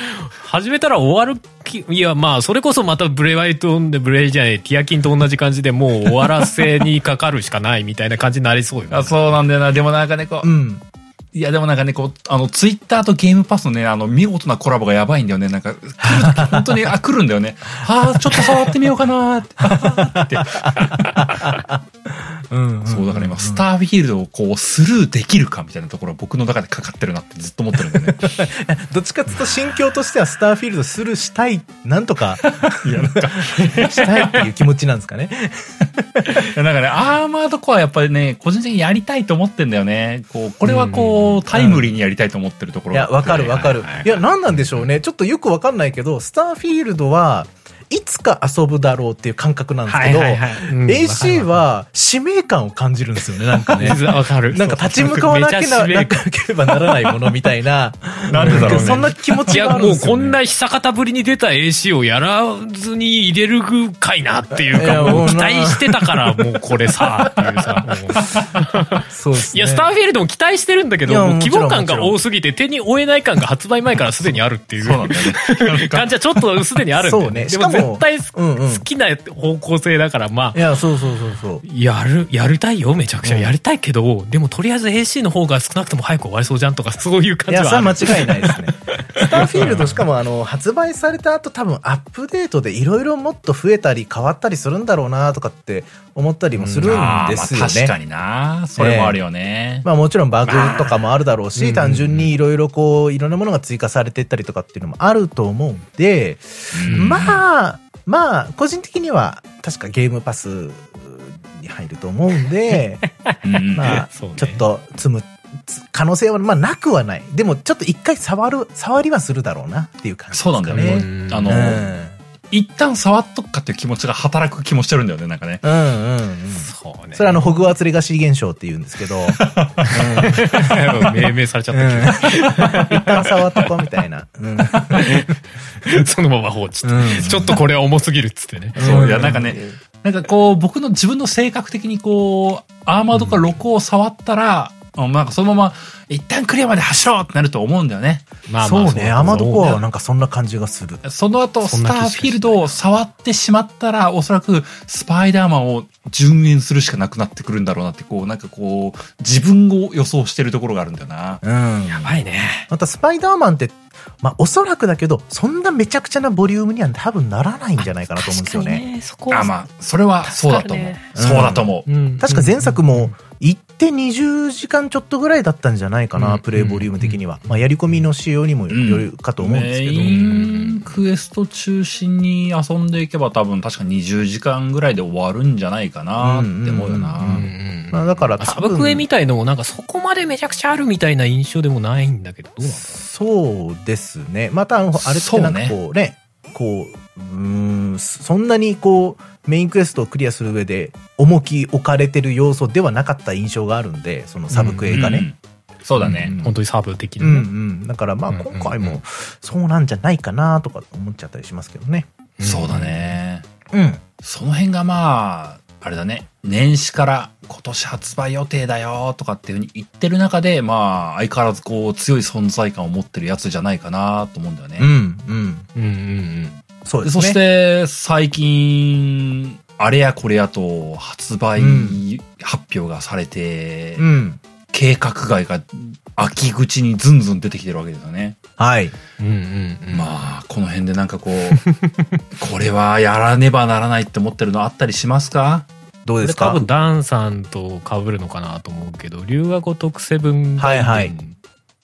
[SPEAKER 2] 始めたら終わる気、いやまあ、それこそまたブレワイトンでブレイじゃねえ、ティアキンと同じ感じでもう終わらせにかかるしかないみたいな感じになりそうよ。
[SPEAKER 1] あそうなんだよな。でもなんかね、こう
[SPEAKER 3] う、ん。
[SPEAKER 1] いや、でもなんかね、こう、あの、ツイッターとゲームパスのね、あの、見事なコラボがやばいんだよね。なんか、来る時本当に、あ、来るんだよね。あーちょっと触ってみようかなーってあーって。
[SPEAKER 3] うん。
[SPEAKER 1] そう、だから今、スターフィールドをこう、スルーできるかみたいなところは僕の中でかかってるなってずっと思ってるんだよね。
[SPEAKER 3] どっちかっていうと心境としてはスターフィールドスルーしたい、なんと か、したいっていう気持ちなんですかね。
[SPEAKER 1] いやなんかね、アーマードコアやっぱりね、個人的にやりたいと思ってんだよね。こう、これはこう、タイムリーにやりたいと思ってるとこ
[SPEAKER 3] い
[SPEAKER 1] ろがあ
[SPEAKER 3] や、
[SPEAKER 1] って。
[SPEAKER 3] わかるわかる
[SPEAKER 2] はいはいは。い
[SPEAKER 3] いや、なんなんでしょうね。ちょっとよくわかんないけど、スターフィールドはいつか遊ぶだろうっていう感覚なんですけど、
[SPEAKER 2] うん
[SPEAKER 3] AC は使命感を感じるんですよね、なんかね。
[SPEAKER 2] わかる。
[SPEAKER 3] なんか立ち向かわなけ
[SPEAKER 2] めちゃ使命
[SPEAKER 3] な
[SPEAKER 2] 感
[SPEAKER 3] ければならないものみたいな。
[SPEAKER 1] なんでだろうね
[SPEAKER 3] そんな気持
[SPEAKER 2] い
[SPEAKER 3] ちがあ
[SPEAKER 2] や、
[SPEAKER 3] るん
[SPEAKER 2] も
[SPEAKER 3] で
[SPEAKER 2] う
[SPEAKER 3] すよ、ね。
[SPEAKER 2] こんな久方ぶりに出た AC をやらずに入れるかいなっていう
[SPEAKER 3] い
[SPEAKER 2] か、
[SPEAKER 3] や
[SPEAKER 2] もう
[SPEAKER 3] もう
[SPEAKER 2] 期
[SPEAKER 3] な
[SPEAKER 2] 待してたから、もうこれさ、っていうさ。もう
[SPEAKER 3] そうです
[SPEAKER 2] い
[SPEAKER 3] ね。
[SPEAKER 2] や、スターフィールドも期待してるんだけ
[SPEAKER 3] いや
[SPEAKER 2] ど、もう
[SPEAKER 3] も
[SPEAKER 2] 希
[SPEAKER 3] ちろん
[SPEAKER 2] 望感が多すぎて手に負えない感が発売前からすでにあるっていう
[SPEAKER 1] そうなんだよね。
[SPEAKER 2] 感じはちょっとすでにあるんだよね。で
[SPEAKER 3] そう
[SPEAKER 2] も
[SPEAKER 3] ねしかも
[SPEAKER 2] 絶対す
[SPEAKER 3] うんうん
[SPEAKER 2] 好きな方向性だから、ま
[SPEAKER 3] い
[SPEAKER 2] あ、
[SPEAKER 3] や、そうそうそうそう。
[SPEAKER 2] やる、やりたいよ、めちゃくちゃ。
[SPEAKER 3] うん
[SPEAKER 2] やりたいけど、でもとりあえず AC の方が少なくとも早く終わりそうじゃんとか、そういう
[SPEAKER 3] い
[SPEAKER 2] 感じ
[SPEAKER 3] や、
[SPEAKER 2] は
[SPEAKER 3] さ
[SPEAKER 2] あ
[SPEAKER 3] あ
[SPEAKER 2] る。
[SPEAKER 3] 間違いないですね。スターフィールドしかもあの、発売された後多分アップデートでいろいろもっと増えたり変わったりするんだろうなとかって思ったりもするん
[SPEAKER 1] あー
[SPEAKER 3] で
[SPEAKER 1] まあ
[SPEAKER 3] すよ
[SPEAKER 1] 確か
[SPEAKER 3] ね。
[SPEAKER 1] にな。それもあるよね。
[SPEAKER 3] まあもちろんバグとかもあるだろうし、単純にいろいろこう、いろんなものが追加されてったりとかっていうのもあると思うんで、
[SPEAKER 1] うん
[SPEAKER 3] まあ、まあ、個人的には確かゲームパスに入ると思うん で、
[SPEAKER 1] うん
[SPEAKER 3] まあ、
[SPEAKER 2] そうね
[SPEAKER 3] ちょっと積むつ可能性は、まあ、なくはない。でも、ちょっと一回触る、触りはするだろうなっていう感じです
[SPEAKER 1] そう
[SPEAKER 3] か、ね。
[SPEAKER 1] なんだよね。
[SPEAKER 2] うん
[SPEAKER 1] あの、
[SPEAKER 3] うん
[SPEAKER 1] 一旦触っとくかっていう気持ちが働く気もしてるんだよね、なんかね。
[SPEAKER 3] うんうんうん。
[SPEAKER 2] そうね
[SPEAKER 3] それあの、ホグワーツレガシー現象って言うんですけど、
[SPEAKER 2] 命名されちゃっ
[SPEAKER 3] う
[SPEAKER 2] た
[SPEAKER 3] ん
[SPEAKER 2] け
[SPEAKER 3] 一旦触っとこうみたいな。うん
[SPEAKER 2] ど、そのまま放置って、
[SPEAKER 3] うん
[SPEAKER 2] ちょっとこれは重すぎるっつってね。
[SPEAKER 1] そう、いや、なんかね、なんかこう、僕の自分の性格的にこう、アーマードかロコを触ったら、うんなんかそのまま、一旦クリアまで走ろうってなると思うんだよね。
[SPEAKER 2] まあまあ
[SPEAKER 3] そうね、アマドコア
[SPEAKER 2] は
[SPEAKER 3] はなんかそんな感じがする。
[SPEAKER 1] その後、
[SPEAKER 2] そ
[SPEAKER 1] ス
[SPEAKER 2] んな
[SPEAKER 1] タ
[SPEAKER 2] 気
[SPEAKER 1] ー
[SPEAKER 2] しか
[SPEAKER 1] フィールドを触ってしまったら、おそらくスパイダーマンを順延するしかなくなってくるんだろうなって、こう、なんかこう、自分を予想してるところがあるんだよな。
[SPEAKER 3] うん。
[SPEAKER 2] やばいね。
[SPEAKER 3] またスパイダーマンって、まあおそらくだけど、そんなめちゃくちゃなボリュームには多分ならないんじゃないかなと思うんですよね。。
[SPEAKER 2] そこ
[SPEAKER 1] あ、まあ、それはそうだと思う。
[SPEAKER 2] 助か
[SPEAKER 1] そうだと思う。
[SPEAKER 2] うん
[SPEAKER 3] 確か前作も行って20時間ちょっとぐらいだったんじゃないかな、
[SPEAKER 1] うん
[SPEAKER 3] プレイボリューム的には。まあやり込みの仕様にも
[SPEAKER 1] うん
[SPEAKER 3] よるかと思うんですけど。
[SPEAKER 1] メインクエスト中心に遊んでいけば多分確か20時間ぐらいで終わるんじゃないかなって思うよな。
[SPEAKER 3] うん
[SPEAKER 2] うんうん
[SPEAKER 3] まあだから多
[SPEAKER 2] サ
[SPEAKER 3] 分
[SPEAKER 2] ブクエみたいのもなんかそこまでめちゃくちゃあるみたいな印象でもないんだけど、どうなんだ
[SPEAKER 3] そうですね。また、あのあれってなんかこうね、こう、うーん、そんなにこう、メインクエストをクリアする上で、重き置かれてる要素ではなかった印象があるんで、そのサブクエがね。
[SPEAKER 1] うんそうだね。
[SPEAKER 2] 本当にサブ的
[SPEAKER 3] う
[SPEAKER 2] なん
[SPEAKER 3] う
[SPEAKER 2] ね。
[SPEAKER 3] ん。だからまあ
[SPEAKER 2] うんうんうん
[SPEAKER 3] 今回も、そうなんじゃないかなとか思っちゃったりしますけどね。
[SPEAKER 2] うん
[SPEAKER 1] そうだ。ね。
[SPEAKER 3] うん。
[SPEAKER 1] その辺がまあ、あれだね。年始から今年発売予定だよとかっていうふうに言ってる中で、まあ、相変わらずこう強い存在感を持ってるやつじゃないかなと思うんだよね。
[SPEAKER 3] うん、うん。
[SPEAKER 2] うんうん
[SPEAKER 3] そう
[SPEAKER 1] で
[SPEAKER 3] です
[SPEAKER 1] そ
[SPEAKER 3] ね。
[SPEAKER 1] して、最近、あれやこれやと発売
[SPEAKER 3] うん
[SPEAKER 1] 発表がされて、
[SPEAKER 3] うん。
[SPEAKER 1] 計画外が秋口にずんずん出てきてるわけですよね。
[SPEAKER 3] はい。
[SPEAKER 2] うん。うんうんうん。
[SPEAKER 1] まあ、この辺でなんかこう、これはやらねばならないって思ってるのあったりしますか
[SPEAKER 3] どう
[SPEAKER 2] こ
[SPEAKER 3] で
[SPEAKER 2] れ
[SPEAKER 3] す
[SPEAKER 2] 多
[SPEAKER 3] か
[SPEAKER 2] 分ダンさんと被るのかなと思うけど、龍河如くセブン
[SPEAKER 3] はいはい。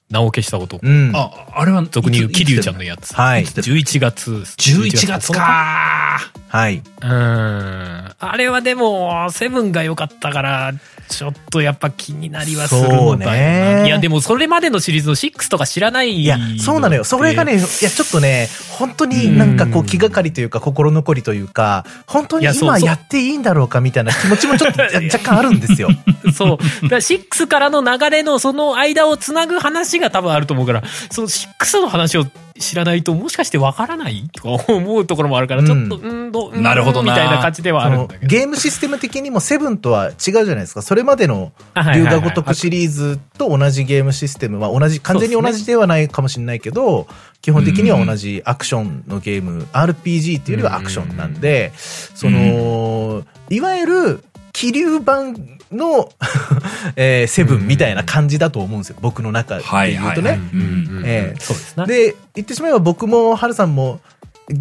[SPEAKER 2] 名を消した男
[SPEAKER 3] う。ん。
[SPEAKER 1] あ、あれは、
[SPEAKER 2] 俗に言う桐生ちゃんの
[SPEAKER 1] い
[SPEAKER 2] やつ。
[SPEAKER 3] はいい
[SPEAKER 1] つ。出てる。
[SPEAKER 2] 11月です。
[SPEAKER 1] 11月か
[SPEAKER 3] はい。
[SPEAKER 2] うーん。あれはでも、セブンが良かったから、ちょっとやっぱ気になりはするのだよ
[SPEAKER 3] そう
[SPEAKER 2] な。
[SPEAKER 3] ね
[SPEAKER 2] いや、でもそれまでのシリーズの6とか知らない。
[SPEAKER 3] いや、そうなのよ。それがね、いや、ちょっとね、本当になんかこ
[SPEAKER 2] う
[SPEAKER 3] うん気がかりというか心残りというか、本当
[SPEAKER 2] い
[SPEAKER 3] に
[SPEAKER 2] やそう
[SPEAKER 3] 今
[SPEAKER 2] そう
[SPEAKER 3] やっていいんだろうかみたいな気持ちもちょっと
[SPEAKER 2] いや
[SPEAKER 3] 若干あるんですよ。
[SPEAKER 2] そう。だから6からの流れのその間をつなぐ話が多分あると思うから、その6の話を知らないともしかしてわからないとか思うところもあるから、ちょっと、
[SPEAKER 3] う
[SPEAKER 2] うん、どううん
[SPEAKER 1] なるほどな
[SPEAKER 2] みたいな感じで はあるん
[SPEAKER 3] そ
[SPEAKER 2] だけ
[SPEAKER 3] の
[SPEAKER 2] ど。
[SPEAKER 3] ゲームシステム的にもセブンとは違うじゃないですか。それまでの龍が如くシリーズと同じゲームシステムは同じ、完全に
[SPEAKER 2] そう
[SPEAKER 3] 同
[SPEAKER 2] ですね
[SPEAKER 3] じではないかもしれないけど、基本的には同じアクションのゲーム、RPG っていうよりはアクションなんで、その、いわゆる、気流版の、 えーセブンみたいな感じだと思うんですよ。僕の中で
[SPEAKER 1] はい
[SPEAKER 3] 言
[SPEAKER 1] は
[SPEAKER 3] う
[SPEAKER 1] い
[SPEAKER 3] と
[SPEAKER 1] はい。う
[SPEAKER 3] ね。
[SPEAKER 1] んうん
[SPEAKER 3] ええ
[SPEAKER 2] そうですね。
[SPEAKER 3] で、言ってしまえば僕も、ハルさんも、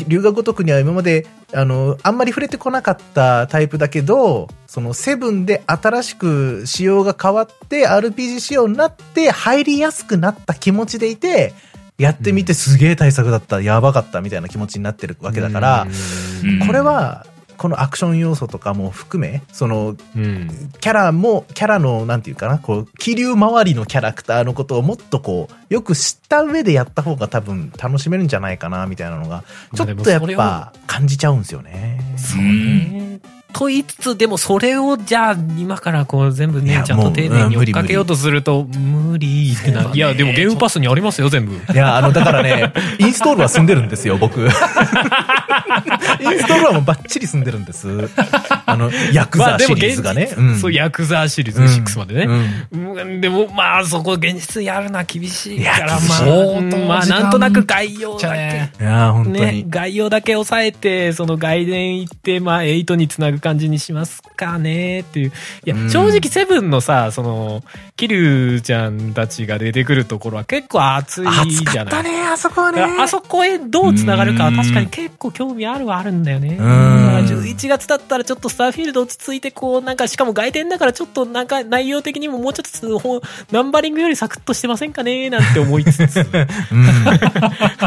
[SPEAKER 3] 留学ごとくには今まで、あの、あんまり触れてこなかったタイプだけど、その、セブンで新しく仕様が変わって、RPG 仕様になって、入りやすくなった気持ちでいて、やってみてすげえ対策だった、やばかったみたいな気持ちになってるわけだから、
[SPEAKER 1] うん
[SPEAKER 3] これは、このアクション要素とかも含め、その、
[SPEAKER 2] うん、うん
[SPEAKER 3] キャラも、キャラの、なんていうかな、こう、気流周りのキャラクターのことをもっとこう、よく知った上でやった方が多分楽しめるんじゃないかな、みたいなのが、ちょっとやっ
[SPEAKER 2] まあでもそれ
[SPEAKER 3] ぱ
[SPEAKER 2] は
[SPEAKER 3] 感じちゃうんですよね。
[SPEAKER 2] そうね。と言いつつ、でもそれをじゃあ今からこう全部姉ちゃんと丁寧
[SPEAKER 3] い
[SPEAKER 2] に
[SPEAKER 3] やもううん無
[SPEAKER 2] 追
[SPEAKER 3] 理
[SPEAKER 2] っかけようとすると無理っ
[SPEAKER 1] そ
[SPEAKER 2] て
[SPEAKER 1] うだ
[SPEAKER 2] な。
[SPEAKER 1] ね
[SPEAKER 2] いや、でもゲームパスにありますよ、全部。
[SPEAKER 3] いや、あの、だからね、インストールは済んでるんですよ、 僕。インストールはもうバッチリ済んでるんです。あの、ヤクザシリーズがね。ん
[SPEAKER 2] そう、ヤクザシリーズ
[SPEAKER 3] うん
[SPEAKER 2] 6までね。
[SPEAKER 3] うん
[SPEAKER 2] うんでもまあそこ現実やるのは厳しいからま
[SPEAKER 3] いや
[SPEAKER 2] あ
[SPEAKER 1] 相当
[SPEAKER 2] うんまあ
[SPEAKER 1] 時間
[SPEAKER 2] なんとなく概要
[SPEAKER 1] じゃ
[SPEAKER 2] だ
[SPEAKER 1] あ
[SPEAKER 2] け
[SPEAKER 1] ね。
[SPEAKER 3] いや、本当
[SPEAKER 2] ね
[SPEAKER 3] に。
[SPEAKER 2] 概要だけ抑えてその外伝行ってまあ8につなぐ感じにしますかねっていういや
[SPEAKER 3] うん
[SPEAKER 2] 正直セブンのさその桐生ちゃんたちが出てくるところは結構熱い
[SPEAKER 3] 熱
[SPEAKER 2] じ
[SPEAKER 3] か
[SPEAKER 2] ゃ
[SPEAKER 3] っ
[SPEAKER 2] ない
[SPEAKER 3] たね、あそこはね。
[SPEAKER 2] だからあそこへどうつながるかは
[SPEAKER 1] うん
[SPEAKER 2] 確かに結構興味あるはあるんだよね。だ
[SPEAKER 3] ん
[SPEAKER 2] から11月だったらちょっとスターフィールド落ち着いてこうなんかしかも外伝だからちょっとなんか内容的にももうちょっとほんナンバリングよりサクッとしてませんかねなんて思い つつ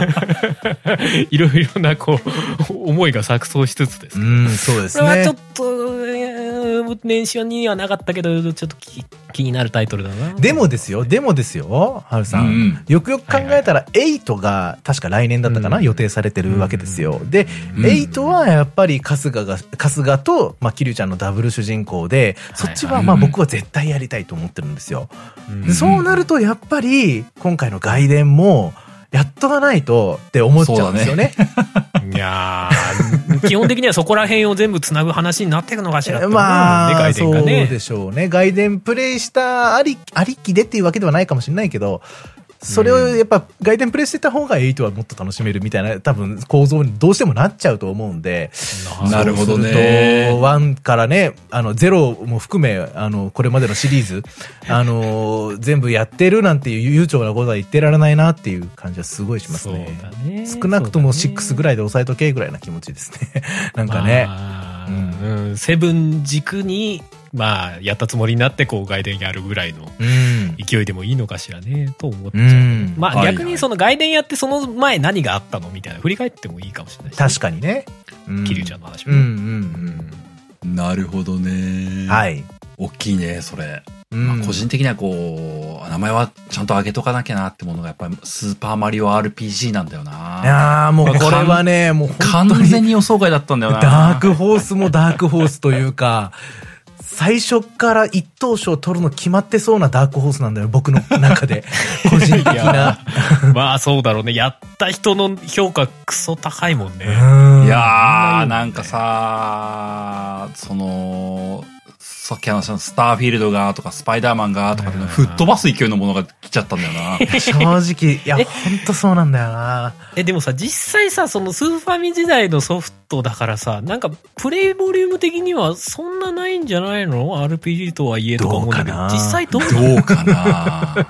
[SPEAKER 2] いろいろなこう思いが錯綜しつつです。
[SPEAKER 3] うん、うん、そうで
[SPEAKER 2] こ
[SPEAKER 3] す
[SPEAKER 2] れは
[SPEAKER 3] ね
[SPEAKER 2] ちょっ。と、えーも年少にはなかったけど、ちょっと気気になるタイトルだな。
[SPEAKER 3] でもですよ、でもですよ、ハルさん。
[SPEAKER 1] うんうん
[SPEAKER 3] よくよく考えたら、8が確か来年だったかな、
[SPEAKER 2] うん
[SPEAKER 3] 予定されてるわけですよ。で、
[SPEAKER 1] うん
[SPEAKER 3] 8はやっぱり春日が、春日と、まあ、キリュウちゃんのダブル主人公で、そっち
[SPEAKER 1] は
[SPEAKER 3] は、
[SPEAKER 1] い
[SPEAKER 3] まあ、
[SPEAKER 1] うん
[SPEAKER 3] 僕は絶対やりたいと思ってるんですよ。
[SPEAKER 2] うん
[SPEAKER 3] でそうなると、やっぱり、今回の外伝も、やっとかないとって思っちゃうんですよね。
[SPEAKER 2] いやー基本的にはそこら辺を全部つなぐ話になっていくのかしらって思うもん ね
[SPEAKER 3] まあ、
[SPEAKER 2] 外伝
[SPEAKER 3] そ
[SPEAKER 2] が
[SPEAKER 3] う
[SPEAKER 2] ね
[SPEAKER 3] でしょうね。外伝プレイしたありありきでっていうわけではないかもしれないけど、それをやっぱ外伝プレイしてた方が8はもっと楽しめるみたいな多分構造にどうしてもなっちゃうと思うんで。
[SPEAKER 1] なるほどね
[SPEAKER 3] そうすると、1からね、あの、0も含め、あの、これまでのシリーズ、あの、全部やってるなんていう悠長なことは言ってられないなっていう感じはすごいします
[SPEAKER 2] そう
[SPEAKER 3] ね。
[SPEAKER 2] だね
[SPEAKER 3] 少なくとも6ぐ
[SPEAKER 2] い
[SPEAKER 3] らいで抑えとけぐらいな気持ちですね。 なんかね。
[SPEAKER 2] うんうんセブン軸にまあやったつもりになってこう外伝やるぐらいの
[SPEAKER 3] うん。
[SPEAKER 2] 勢いでもいいのかしらねと思っち
[SPEAKER 3] う
[SPEAKER 2] ゃう、
[SPEAKER 3] ん。
[SPEAKER 2] ま
[SPEAKER 1] はい
[SPEAKER 2] あ
[SPEAKER 1] はい
[SPEAKER 2] 逆にその外伝やってその前何があったのみたいな振り返ってもいいかもしれないし、
[SPEAKER 3] 確かにね。うん
[SPEAKER 2] 桐生ちゃんの話
[SPEAKER 3] うん
[SPEAKER 2] も、
[SPEAKER 3] う
[SPEAKER 2] うんん
[SPEAKER 1] なるほどね。
[SPEAKER 3] うん。はい。
[SPEAKER 1] 大きいね、それ。
[SPEAKER 3] う
[SPEAKER 1] ま
[SPEAKER 3] ん
[SPEAKER 1] あ個人的にはこう、名前はちゃんと上げとかなきゃなってものがやっぱりスーパーマリオ RPG なんだよ
[SPEAKER 3] い
[SPEAKER 1] な。
[SPEAKER 3] やーもうこれはね、もう本
[SPEAKER 1] 完
[SPEAKER 3] 当
[SPEAKER 1] 全
[SPEAKER 3] に
[SPEAKER 1] に予想外だったんだよな。
[SPEAKER 3] ダークホースもダークホースというか、最初から一等賞取るの決まってそうなダークホースなんだよ、僕の中 で。個人的
[SPEAKER 2] いや
[SPEAKER 3] な。
[SPEAKER 2] まあそうだろうねやった人の評価クソ高いもんね、
[SPEAKER 3] うん
[SPEAKER 1] いやー、なんか
[SPEAKER 2] ね
[SPEAKER 1] さ、その、さっき話したスターフィールドがとかスパイダーマンがとかって
[SPEAKER 2] うん
[SPEAKER 1] 吹っ飛ばす勢いのものが来ちゃったんだよな。
[SPEAKER 3] 正直、いや、ほんとそうなんだよな。
[SPEAKER 2] えでもさ実際さそのスーファミ時代のソフトだからさなんかプレイボリューム的にはそんなないんじゃないの RPG とはいえとか思うんだけど
[SPEAKER 3] どうかな
[SPEAKER 2] 実際どう
[SPEAKER 1] どうかな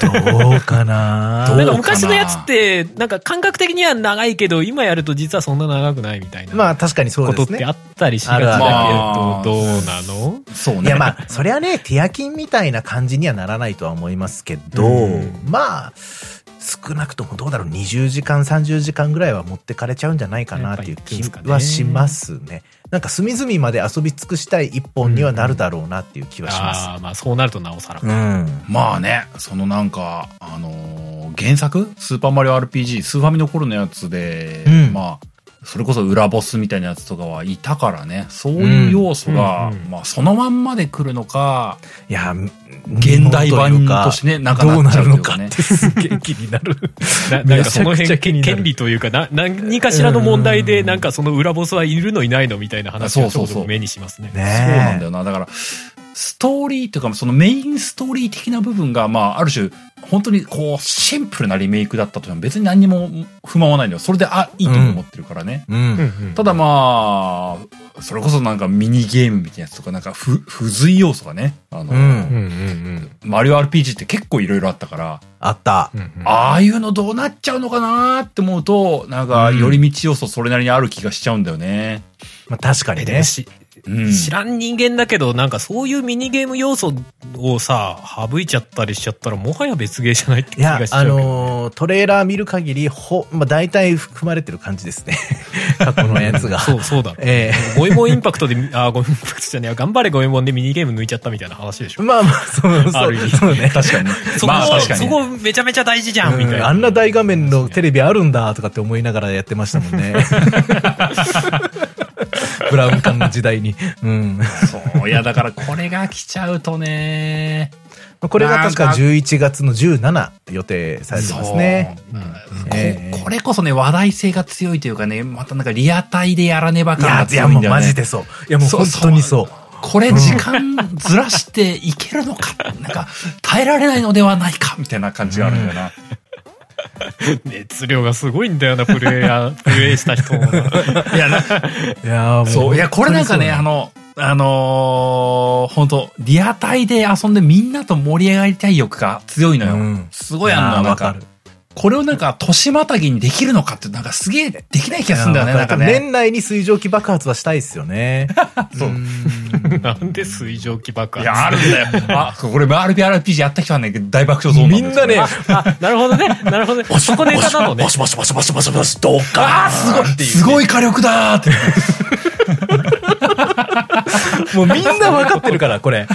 [SPEAKER 3] どうかな
[SPEAKER 1] どう
[SPEAKER 2] なんか昔のやつってなんか感覚的には長いけど今やると実はそんな長くないみたいな、
[SPEAKER 3] まあ確かにそう
[SPEAKER 2] こ
[SPEAKER 3] で
[SPEAKER 2] とっ
[SPEAKER 3] すね
[SPEAKER 2] てあ。ったりしがち
[SPEAKER 3] ある
[SPEAKER 1] ある
[SPEAKER 2] だけどどうなの
[SPEAKER 1] そう
[SPEAKER 3] い
[SPEAKER 1] ね。
[SPEAKER 3] やまあ、そりゃね、ティアキンみたいな感じにはならないとは思いますけど、
[SPEAKER 2] うん
[SPEAKER 3] まあ、少なくともどうだろう、20時間、30時間ぐらいは持ってかれちゃうんじゃないかなっていう気はしますね。なんか隅々まで遊び尽くしたい一本にはなるだろうなっていう気はします。
[SPEAKER 2] あーまあそうなるとなおさら、
[SPEAKER 3] うん。
[SPEAKER 1] まあね、そのなんか、あのー原作スーパーマリオ RPG、スーファミの頃のやつで、
[SPEAKER 3] うん
[SPEAKER 1] まあ、それこそ裏ボスみたいなやつとかはいたからね、そういう要素が、
[SPEAKER 2] うんうんうん
[SPEAKER 1] まあ、そのまんまで来るのか、
[SPEAKER 3] いや、
[SPEAKER 1] 現代版として
[SPEAKER 3] ね、
[SPEAKER 1] ね、なんか
[SPEAKER 3] どう
[SPEAKER 1] なっ
[SPEAKER 3] な
[SPEAKER 1] ちゃう
[SPEAKER 3] る
[SPEAKER 1] とい
[SPEAKER 3] の
[SPEAKER 1] う
[SPEAKER 3] か
[SPEAKER 1] か
[SPEAKER 3] っ
[SPEAKER 1] ね。
[SPEAKER 3] てすげえ気にな る。
[SPEAKER 2] ななんかその
[SPEAKER 3] めちゃくちゃ
[SPEAKER 2] 辺
[SPEAKER 3] 気に
[SPEAKER 2] 権
[SPEAKER 3] なる
[SPEAKER 2] 利というかな何かしらの問題でなんかその裏ボスはいるのいないのみたいな話をちょ
[SPEAKER 1] そう
[SPEAKER 2] っ
[SPEAKER 1] そうそう
[SPEAKER 2] と目にしますね
[SPEAKER 3] ね
[SPEAKER 1] そうなんだよな。だから、ストーリーというか、そのメインストーリー的な部分が、まあ、ある種、本当にこう、シンプルなリメイクだったというのは別に何にも不満はないのよ。それで、あ、いいと思ってるからね。
[SPEAKER 3] うん。
[SPEAKER 1] ただまあ、それこそなんかミニゲームみたいなやつとか、なんか不、不随要素がね、あの、
[SPEAKER 3] うん
[SPEAKER 2] うんうんうん
[SPEAKER 1] マリオ RPG って結構いろいろあったから、
[SPEAKER 3] あった。
[SPEAKER 2] うんうん
[SPEAKER 1] ああいうのどうなっちゃうのかなーって思うと、なんか、
[SPEAKER 3] うん
[SPEAKER 1] 寄り道要素それなりにある気がしちゃうんだよね。
[SPEAKER 3] まあ確かに
[SPEAKER 2] えで
[SPEAKER 3] ね
[SPEAKER 2] も。し
[SPEAKER 1] うん。
[SPEAKER 2] 知らん人間だけどなんかそういうミニゲーム要素をさ省いちゃったりしちゃったらもはや別ゲーじゃないって気
[SPEAKER 3] いや
[SPEAKER 2] がし、ちゃ
[SPEAKER 3] あ
[SPEAKER 2] うけど
[SPEAKER 3] のートレーラー見る限り、ほ、まあ、大体含まれてる感じですね。過去のやつが。
[SPEAKER 2] そうそうだろ
[SPEAKER 3] え
[SPEAKER 2] ゴイモンインパクトで あーゴイモンインパクトじゃねえや頑張れゴイモンでミニゲーム抜いちゃったみたいな話でし
[SPEAKER 3] え
[SPEAKER 2] ょ
[SPEAKER 3] まあまあ、そう、
[SPEAKER 2] あ
[SPEAKER 3] そう
[SPEAKER 2] る意味
[SPEAKER 3] そうね。
[SPEAKER 1] 確かにね
[SPEAKER 2] そこ、
[SPEAKER 1] まあ確かに
[SPEAKER 2] そ
[SPEAKER 1] ね。
[SPEAKER 2] こめちゃめちゃ大事じゃんみたい
[SPEAKER 3] うん
[SPEAKER 2] な
[SPEAKER 3] あんな大画面のテレビあるんだとかって思いながらやってましたもんね。ブラウン管の時代に。うん。
[SPEAKER 1] そう。いや、だからこれが来ちゃうとね。
[SPEAKER 3] これが確か
[SPEAKER 1] なんか
[SPEAKER 3] 11月の17予定されてますね。
[SPEAKER 1] そう。
[SPEAKER 3] ええ
[SPEAKER 1] ここれこそね、話題性が強いというかね、またなんかリアタイでやらねば
[SPEAKER 3] い
[SPEAKER 1] 感
[SPEAKER 3] や
[SPEAKER 1] が、
[SPEAKER 3] いや
[SPEAKER 1] 強い
[SPEAKER 3] も
[SPEAKER 1] ん
[SPEAKER 3] う
[SPEAKER 1] だよね。
[SPEAKER 3] マジでそう。いやもう
[SPEAKER 1] そう
[SPEAKER 3] 本当にそう。
[SPEAKER 1] これ時間ずらしていけるのか、なんか耐えられないのではないか、みたいな感じがあるんだよな。
[SPEAKER 2] 熱量がすごいんだよなプレイヤープレイした人も
[SPEAKER 1] いや、ない
[SPEAKER 3] やもう。
[SPEAKER 1] そう、いや、これなんかね、あの、あのー、本当リアタイで遊んでみんなと盛り上がりたい欲が強いのよ。
[SPEAKER 3] うん
[SPEAKER 1] すごいあ
[SPEAKER 3] いや
[SPEAKER 1] の、
[SPEAKER 3] ー
[SPEAKER 1] なん
[SPEAKER 3] わ
[SPEAKER 1] か
[SPEAKER 3] かる、
[SPEAKER 1] これをなんか、年またぎにできるのかって、なんかすげえできない気がするんだよね、
[SPEAKER 3] い
[SPEAKER 1] な
[SPEAKER 3] や
[SPEAKER 1] ん
[SPEAKER 3] わか
[SPEAKER 1] か
[SPEAKER 3] る
[SPEAKER 1] ね。
[SPEAKER 3] 年内に水蒸気爆発はしたいですよね。
[SPEAKER 1] そう
[SPEAKER 2] なんで水蒸気爆
[SPEAKER 1] い
[SPEAKER 2] 発
[SPEAKER 1] や、あるんだよ。 あ、これ、RPRPG やった人はね、大爆笑ゾーンなんですよ
[SPEAKER 3] みんなね
[SPEAKER 2] あなるほどねなるほどねそこネタなのね
[SPEAKER 3] バシバシバシバシバシバシ、どうか
[SPEAKER 1] あーすごいすごい火力だーって。
[SPEAKER 3] もうみんな分かってるから、これ。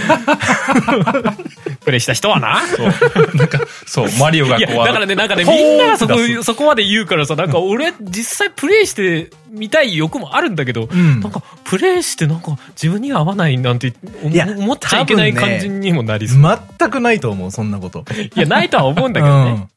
[SPEAKER 2] プレイした人はな。
[SPEAKER 1] そう。なんか、そう、マリオが
[SPEAKER 2] い
[SPEAKER 1] こ
[SPEAKER 2] や、
[SPEAKER 1] う、
[SPEAKER 2] だからね、なんかね、
[SPEAKER 1] ほー
[SPEAKER 2] みんながそこ
[SPEAKER 1] 出、す
[SPEAKER 2] そこまで言うからさ、なんか俺、実際プレイしてみたい欲もあるんだけど、
[SPEAKER 3] ん
[SPEAKER 2] なんか、プレイしてなんか、自分には合わないなんて思
[SPEAKER 3] いや
[SPEAKER 2] 思っちゃいけない
[SPEAKER 3] 多分ね
[SPEAKER 2] 感じにもなりそう。
[SPEAKER 3] 全くないと思う、そんなこと。
[SPEAKER 2] いや、ないとは思うんだけどね。
[SPEAKER 3] うん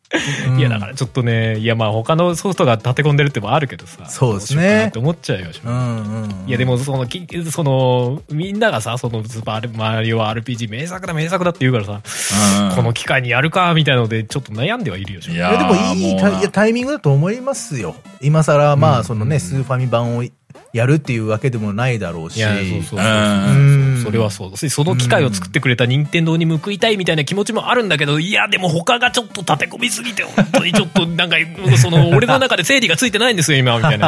[SPEAKER 2] いや、だからちょっとね、いや、まあ他のソフトが立て込んでるってもあるけどさ。
[SPEAKER 3] そうですね
[SPEAKER 2] どしよかなって思っちゃうよ。
[SPEAKER 3] うんうん。
[SPEAKER 2] いやでもそのきそのみんながさそのスーパーマリオ RPG 名作だ名作だって言うからさ、
[SPEAKER 1] うん
[SPEAKER 2] この機会にやるかみたいのでちょっと悩んではいるよ
[SPEAKER 1] い
[SPEAKER 3] い
[SPEAKER 1] や
[SPEAKER 3] やでもいいタイ
[SPEAKER 1] もう
[SPEAKER 3] いやタイミングだと思いますよ。今更、まあ、その
[SPEAKER 2] うん
[SPEAKER 3] ね、スーファミ版をやるっていうわけでもないだろうし。
[SPEAKER 2] いやそうそうそう
[SPEAKER 1] うん
[SPEAKER 3] うん
[SPEAKER 2] それはそうだしその機会を作ってくれた任天堂に報いたいみたいな気持ちもあるんだけどいやでも他がちょっと立て込みすぎて本当にちょっとなんかその俺の中で整理がついてないんですよ今みたい
[SPEAKER 1] い
[SPEAKER 2] な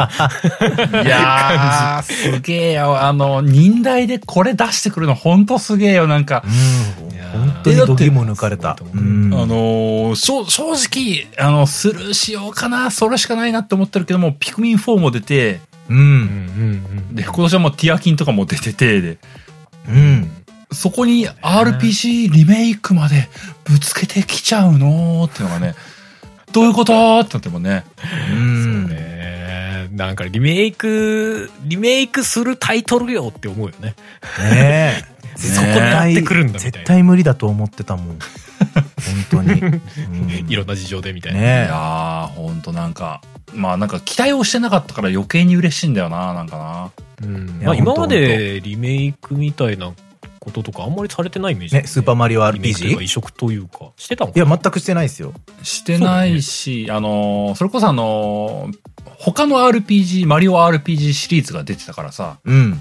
[SPEAKER 1] やー、すげえよ。あの、忍耐でこれ出してくるのほんとすげえよ。なんか、
[SPEAKER 3] うん
[SPEAKER 2] いや
[SPEAKER 3] 本当に度肝抜かれた。
[SPEAKER 2] だって
[SPEAKER 3] うん
[SPEAKER 1] あのーしょ正直、あの、スルーしようかな、それしかないなって思ってるけども、ピクミン4も出て、
[SPEAKER 3] うん
[SPEAKER 2] うんうん
[SPEAKER 1] で、今年はもうティアキンとかも出てて、で、
[SPEAKER 3] うん。
[SPEAKER 1] そこに RPG リメイクまでぶつけてきちゃうのーってのがね、どういうことってなってもね。
[SPEAKER 3] うん。
[SPEAKER 2] ねえなんかリメイクリメイクするタイトルよって思うよね
[SPEAKER 3] ねえ。
[SPEAKER 2] そこでやってくるんだみたいな
[SPEAKER 3] 絶対無理だと思ってたもん。本当 に。うん
[SPEAKER 2] いろんな事情でみたいな、
[SPEAKER 1] い
[SPEAKER 3] ね
[SPEAKER 1] やー、ほんとなんか、まあなんか期待をしてなかったから余計に嬉しいんだよな、なんかな。
[SPEAKER 2] う
[SPEAKER 3] い
[SPEAKER 2] ん
[SPEAKER 3] や
[SPEAKER 2] まあ、今ま
[SPEAKER 3] 本当
[SPEAKER 2] でリメイクみたいなこととかあんまりされてないイメージ
[SPEAKER 3] え。ね、スーパーマリオ
[SPEAKER 2] リメイクというか
[SPEAKER 3] RPG? い
[SPEAKER 2] 移植というかしてたもん
[SPEAKER 3] や、全くしてないですよ。
[SPEAKER 1] してないし、あのー、それこそあのー、他の RPG、マリオ RPG シリーズが出てたからさ、
[SPEAKER 3] うん。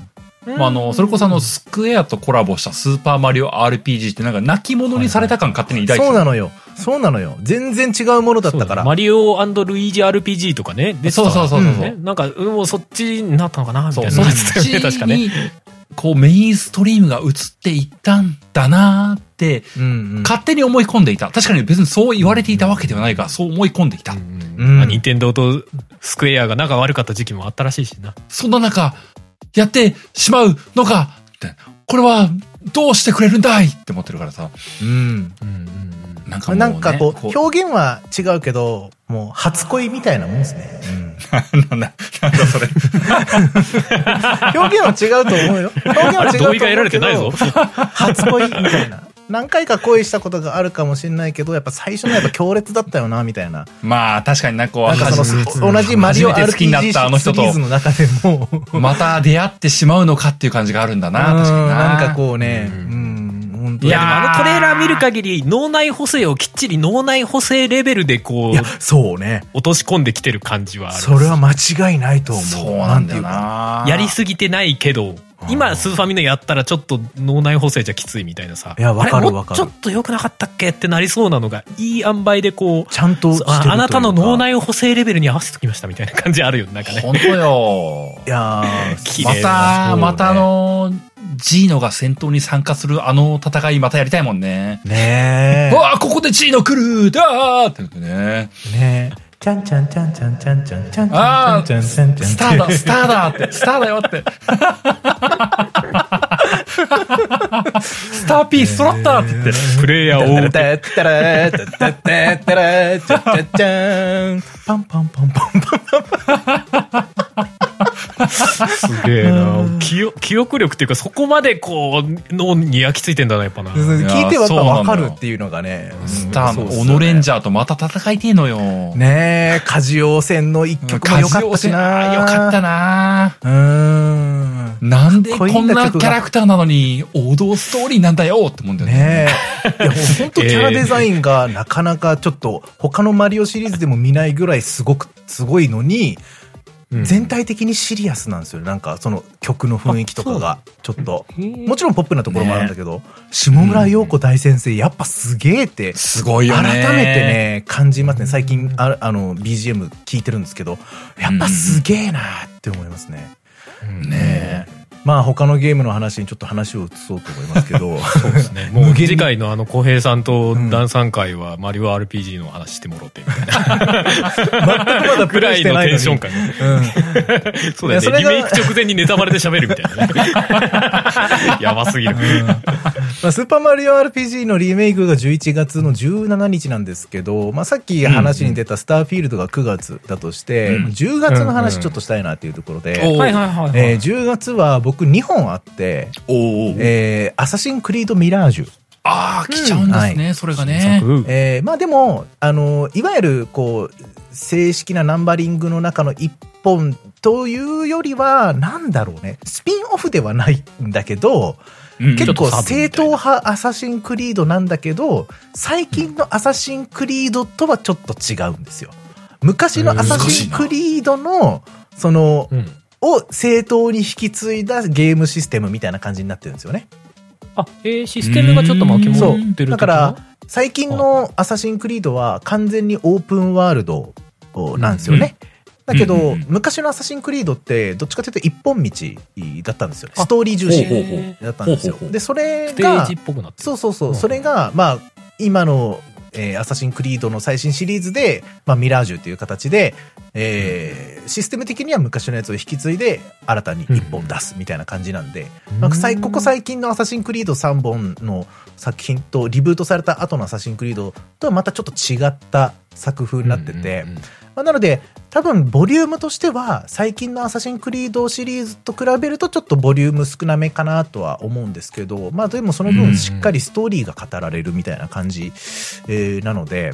[SPEAKER 1] まあ、あの、それこそあの、スクエアとコラボしたスーパーマリオ RPG ってなんか泣き物にされた感勝手に抱いて
[SPEAKER 3] そう
[SPEAKER 1] た
[SPEAKER 3] な。のよ。そうなのよ。全然違うものだったから。
[SPEAKER 2] そうだねマリオルイージ RPG とかね。出てた
[SPEAKER 1] そうそうそうそう。
[SPEAKER 3] うん
[SPEAKER 2] ねなんか、うんもうそっちになったのかなみたい
[SPEAKER 1] そう、そ
[SPEAKER 2] な。
[SPEAKER 1] っ
[SPEAKER 2] なってたよね確
[SPEAKER 1] ち
[SPEAKER 2] かね。
[SPEAKER 1] に、こうメインストリームが映っていったんだなーって、
[SPEAKER 3] うんうん。
[SPEAKER 1] 勝手に思い込んでいた。確かに別にそう言われていたわけではないが、そう思い込んでいた。
[SPEAKER 3] うん
[SPEAKER 2] まあ、任天堂とスクエアが仲悪かった時期もあったらしいしな。
[SPEAKER 1] そんな中、やってしまうのかって、これはどうしてくれるんだいって思ってるからさ。
[SPEAKER 3] うん。
[SPEAKER 1] なんかもう、ね、
[SPEAKER 3] なんかこう、
[SPEAKER 1] う
[SPEAKER 3] 表現は違うけど、もう初恋みたいなもんですね。
[SPEAKER 1] なんだ、なんだそれ。
[SPEAKER 3] 表現は違うと思うよ。表現は 違う
[SPEAKER 2] あ
[SPEAKER 3] と
[SPEAKER 2] れ、
[SPEAKER 3] 思
[SPEAKER 2] 同
[SPEAKER 3] う
[SPEAKER 2] 意が得られてないぞ。
[SPEAKER 3] けど。初恋みたいな。何回か恋したことがあるかもしれないけど、やっぱ最初のやっぱ強烈だったよな、みたいな。
[SPEAKER 1] まあ確かになんかこう、
[SPEAKER 3] なんかそ
[SPEAKER 1] 初
[SPEAKER 3] の、同じマリオ
[SPEAKER 1] 初めて好き
[SPEAKER 3] RPG
[SPEAKER 1] になったあの人
[SPEAKER 3] シ
[SPEAKER 1] と
[SPEAKER 3] リーズの中でも、
[SPEAKER 1] また出会ってしまうのかっていう感じがあるんだな、確かにな。
[SPEAKER 3] なんかこうね、
[SPEAKER 2] う
[SPEAKER 3] うん、本当
[SPEAKER 2] い
[SPEAKER 3] に
[SPEAKER 2] や、でもあのトレーラー見る限り、脳内補正をきっちり脳内補正レベルで
[SPEAKER 3] い
[SPEAKER 2] こ
[SPEAKER 3] うや、、そうね。
[SPEAKER 2] 落とし込んできてる感じはある。
[SPEAKER 3] それは間違いないと思う。
[SPEAKER 1] そうなんだよ
[SPEAKER 3] なんていうか。
[SPEAKER 1] な。
[SPEAKER 2] やりすぎてないけど、今、スーファミのやったらちょっと脳内補正じゃきついみたいなさ。
[SPEAKER 3] いやわかる
[SPEAKER 2] あれもう
[SPEAKER 3] わかる
[SPEAKER 2] ちょっと良くなかったっけってなりそうなのが、いい塩梅でこう、
[SPEAKER 3] ちゃんとしてるという
[SPEAKER 2] あ
[SPEAKER 3] か
[SPEAKER 2] あなたの脳内補正レベルに合わせてきましたみたいな感じあるよね、なん かね。
[SPEAKER 1] 本当よ。
[SPEAKER 3] いやー
[SPEAKER 2] 綺
[SPEAKER 1] ま
[SPEAKER 2] 麗な
[SPEAKER 1] た、
[SPEAKER 2] そうね
[SPEAKER 1] またあの、ジーノが戦闘に参加するあの戦いまたやりたいもんね。
[SPEAKER 3] ね
[SPEAKER 1] わあ、ここでジーノ来るだーって言ってね。
[SPEAKER 3] え。ねえ。ちゃんちゃんちゃんちゃんちゃんちゃんちゃんちゃ
[SPEAKER 1] あ
[SPEAKER 3] ん
[SPEAKER 1] ー
[SPEAKER 3] ちゃんちゃんちゃんちゃん
[SPEAKER 1] スターだ、スターだって、スターだよ って。スターピーストラッターって言って。
[SPEAKER 2] プレイヤーを追う
[SPEAKER 3] タッタラタッタッタッタラチャッチャッチャーンパンパンパンパンパン
[SPEAKER 2] すげえ な記憶記憶力っていうか、そこまでこう、脳に焼き付いてんだな、やっぱな。
[SPEAKER 3] 聞いてはやっぱ
[SPEAKER 1] そうなのよ
[SPEAKER 3] わかるっていうのがね
[SPEAKER 1] スターのオノレンジャーとまた戦いてえのよ。
[SPEAKER 3] ねえカジオ戦の一曲も良かったしな
[SPEAKER 1] よかったな
[SPEAKER 3] うーん
[SPEAKER 1] なんでこ
[SPEAKER 3] かっこいい
[SPEAKER 1] ん
[SPEAKER 3] んだ
[SPEAKER 1] なキ
[SPEAKER 3] 曲が
[SPEAKER 1] ャラクターなのに王道ストーリーなんだよって思うんだよね。
[SPEAKER 3] ねえいやもう 本当キャラデザインがなかなかちょっと他のマリオシリーズでも見ないぐらいすごくすごいのに
[SPEAKER 2] うん
[SPEAKER 3] 全体的にシリアスなんですよねなんかその曲の雰囲気とかがちょっともちろんポップなところもあるんだけど、下村陽子大先生やっぱすげえって
[SPEAKER 1] すごいよ
[SPEAKER 3] 改
[SPEAKER 1] ね。
[SPEAKER 3] めて。ね感じますね最近ああの BGM 聞いてるんですけどやっぱすげえなって思いますね。
[SPEAKER 1] ねえ。
[SPEAKER 3] まあ他のゲームの話にちょっと話を移そうと思いますけど、そうですね。
[SPEAKER 2] もう次回のあの小平さんと談さん会はマリオ RPG の話してもろてみた いな。
[SPEAKER 3] まだプ
[SPEAKER 2] ぐ
[SPEAKER 3] レ
[SPEAKER 2] ら
[SPEAKER 3] イし
[SPEAKER 2] い
[SPEAKER 3] て
[SPEAKER 2] の
[SPEAKER 3] ない
[SPEAKER 2] テ
[SPEAKER 3] の
[SPEAKER 2] ン
[SPEAKER 3] に
[SPEAKER 2] ション感。そう
[SPEAKER 3] い
[SPEAKER 2] だ
[SPEAKER 3] やそれ
[SPEAKER 2] よね。リ
[SPEAKER 3] が
[SPEAKER 2] メイク直前にネタバレで喋るみたいな ね。やばすぎる。
[SPEAKER 3] まあ、スーパーマリオ RPG のリメイクが11月の17日なんですけど、まあ、さっき話に出たスターフィールドが9月だとして、
[SPEAKER 1] うん
[SPEAKER 3] 10月の話ちょっとしたいなっていうところで、
[SPEAKER 1] お
[SPEAKER 2] はいはいはい。
[SPEAKER 3] えー10月は僕2本あって、
[SPEAKER 1] おー
[SPEAKER 3] えーアサシンクリードミラージュ。
[SPEAKER 1] ああ、来ちゃうんですね、それがね。
[SPEAKER 3] えーまあでも、あの、いわゆる、こう、正式なナンバリングの中の一本というよりは、なんだろうね、スピンオフではないんだけど、
[SPEAKER 1] うん
[SPEAKER 3] 結構
[SPEAKER 2] ちょっとサブみたい
[SPEAKER 3] 正
[SPEAKER 2] な
[SPEAKER 3] 統派アサシンクリードなんだけど、最近のアサシンクリードとはちょっと違うんですよ。昔のアサシンクリードの、その、
[SPEAKER 2] うん。
[SPEAKER 3] を正当に引き継いだゲームシステムみたいな感じになってるんですよね。
[SPEAKER 2] あ、えーシステムがちょっと巻き戻ってる
[SPEAKER 3] だから、最近のアサシンクリードは完全にオープンワールドなんですよね。だけ
[SPEAKER 1] うんうん
[SPEAKER 3] ど
[SPEAKER 1] うん、
[SPEAKER 3] 昔のアサシンクリードって、どっちかというと一本道だったんですよね。ストーリー重視
[SPEAKER 1] ほうほうほう
[SPEAKER 3] だったんですよ
[SPEAKER 1] ほうほうほ。う
[SPEAKER 3] で、それ
[SPEAKER 2] ステー
[SPEAKER 3] が
[SPEAKER 2] ジ、っぽくなってる。
[SPEAKER 3] そうそうそうう。
[SPEAKER 2] ん
[SPEAKER 3] それが、まあ、今の、えーアサシンクリードの最新シリーズで、まあ、ミラージュという形で、えーシステム的には昔のやつを引き継いで、新たに一本出すみたいな感じなんで、まあ、最ここ最近のアサシンクリード3本の作品と、リブートされた後のアサシンクリードとはまたちょっと違った作風になってて、
[SPEAKER 2] うんうんうん
[SPEAKER 3] まあ、なので、多分ボリュームとしては、最近のアサシンクリードシリーズと比べるとちょっとボリューム少なめかなとは思うんですけど、まあでもその
[SPEAKER 1] うんう
[SPEAKER 3] 分
[SPEAKER 1] ん
[SPEAKER 3] しっかりストーリーが語られるみたいな感じ、えーなので、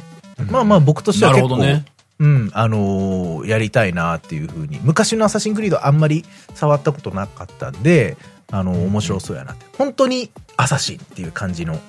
[SPEAKER 3] まあまあ僕としては
[SPEAKER 1] なる
[SPEAKER 3] 結
[SPEAKER 1] ほど
[SPEAKER 3] 構、
[SPEAKER 1] ね。
[SPEAKER 3] うん、あのーやりたいなっていうふうに、昔のアサシンクリードあんまり触ったことなかったんで、あのー面白そうやなって。本当にアサシンっていう感じの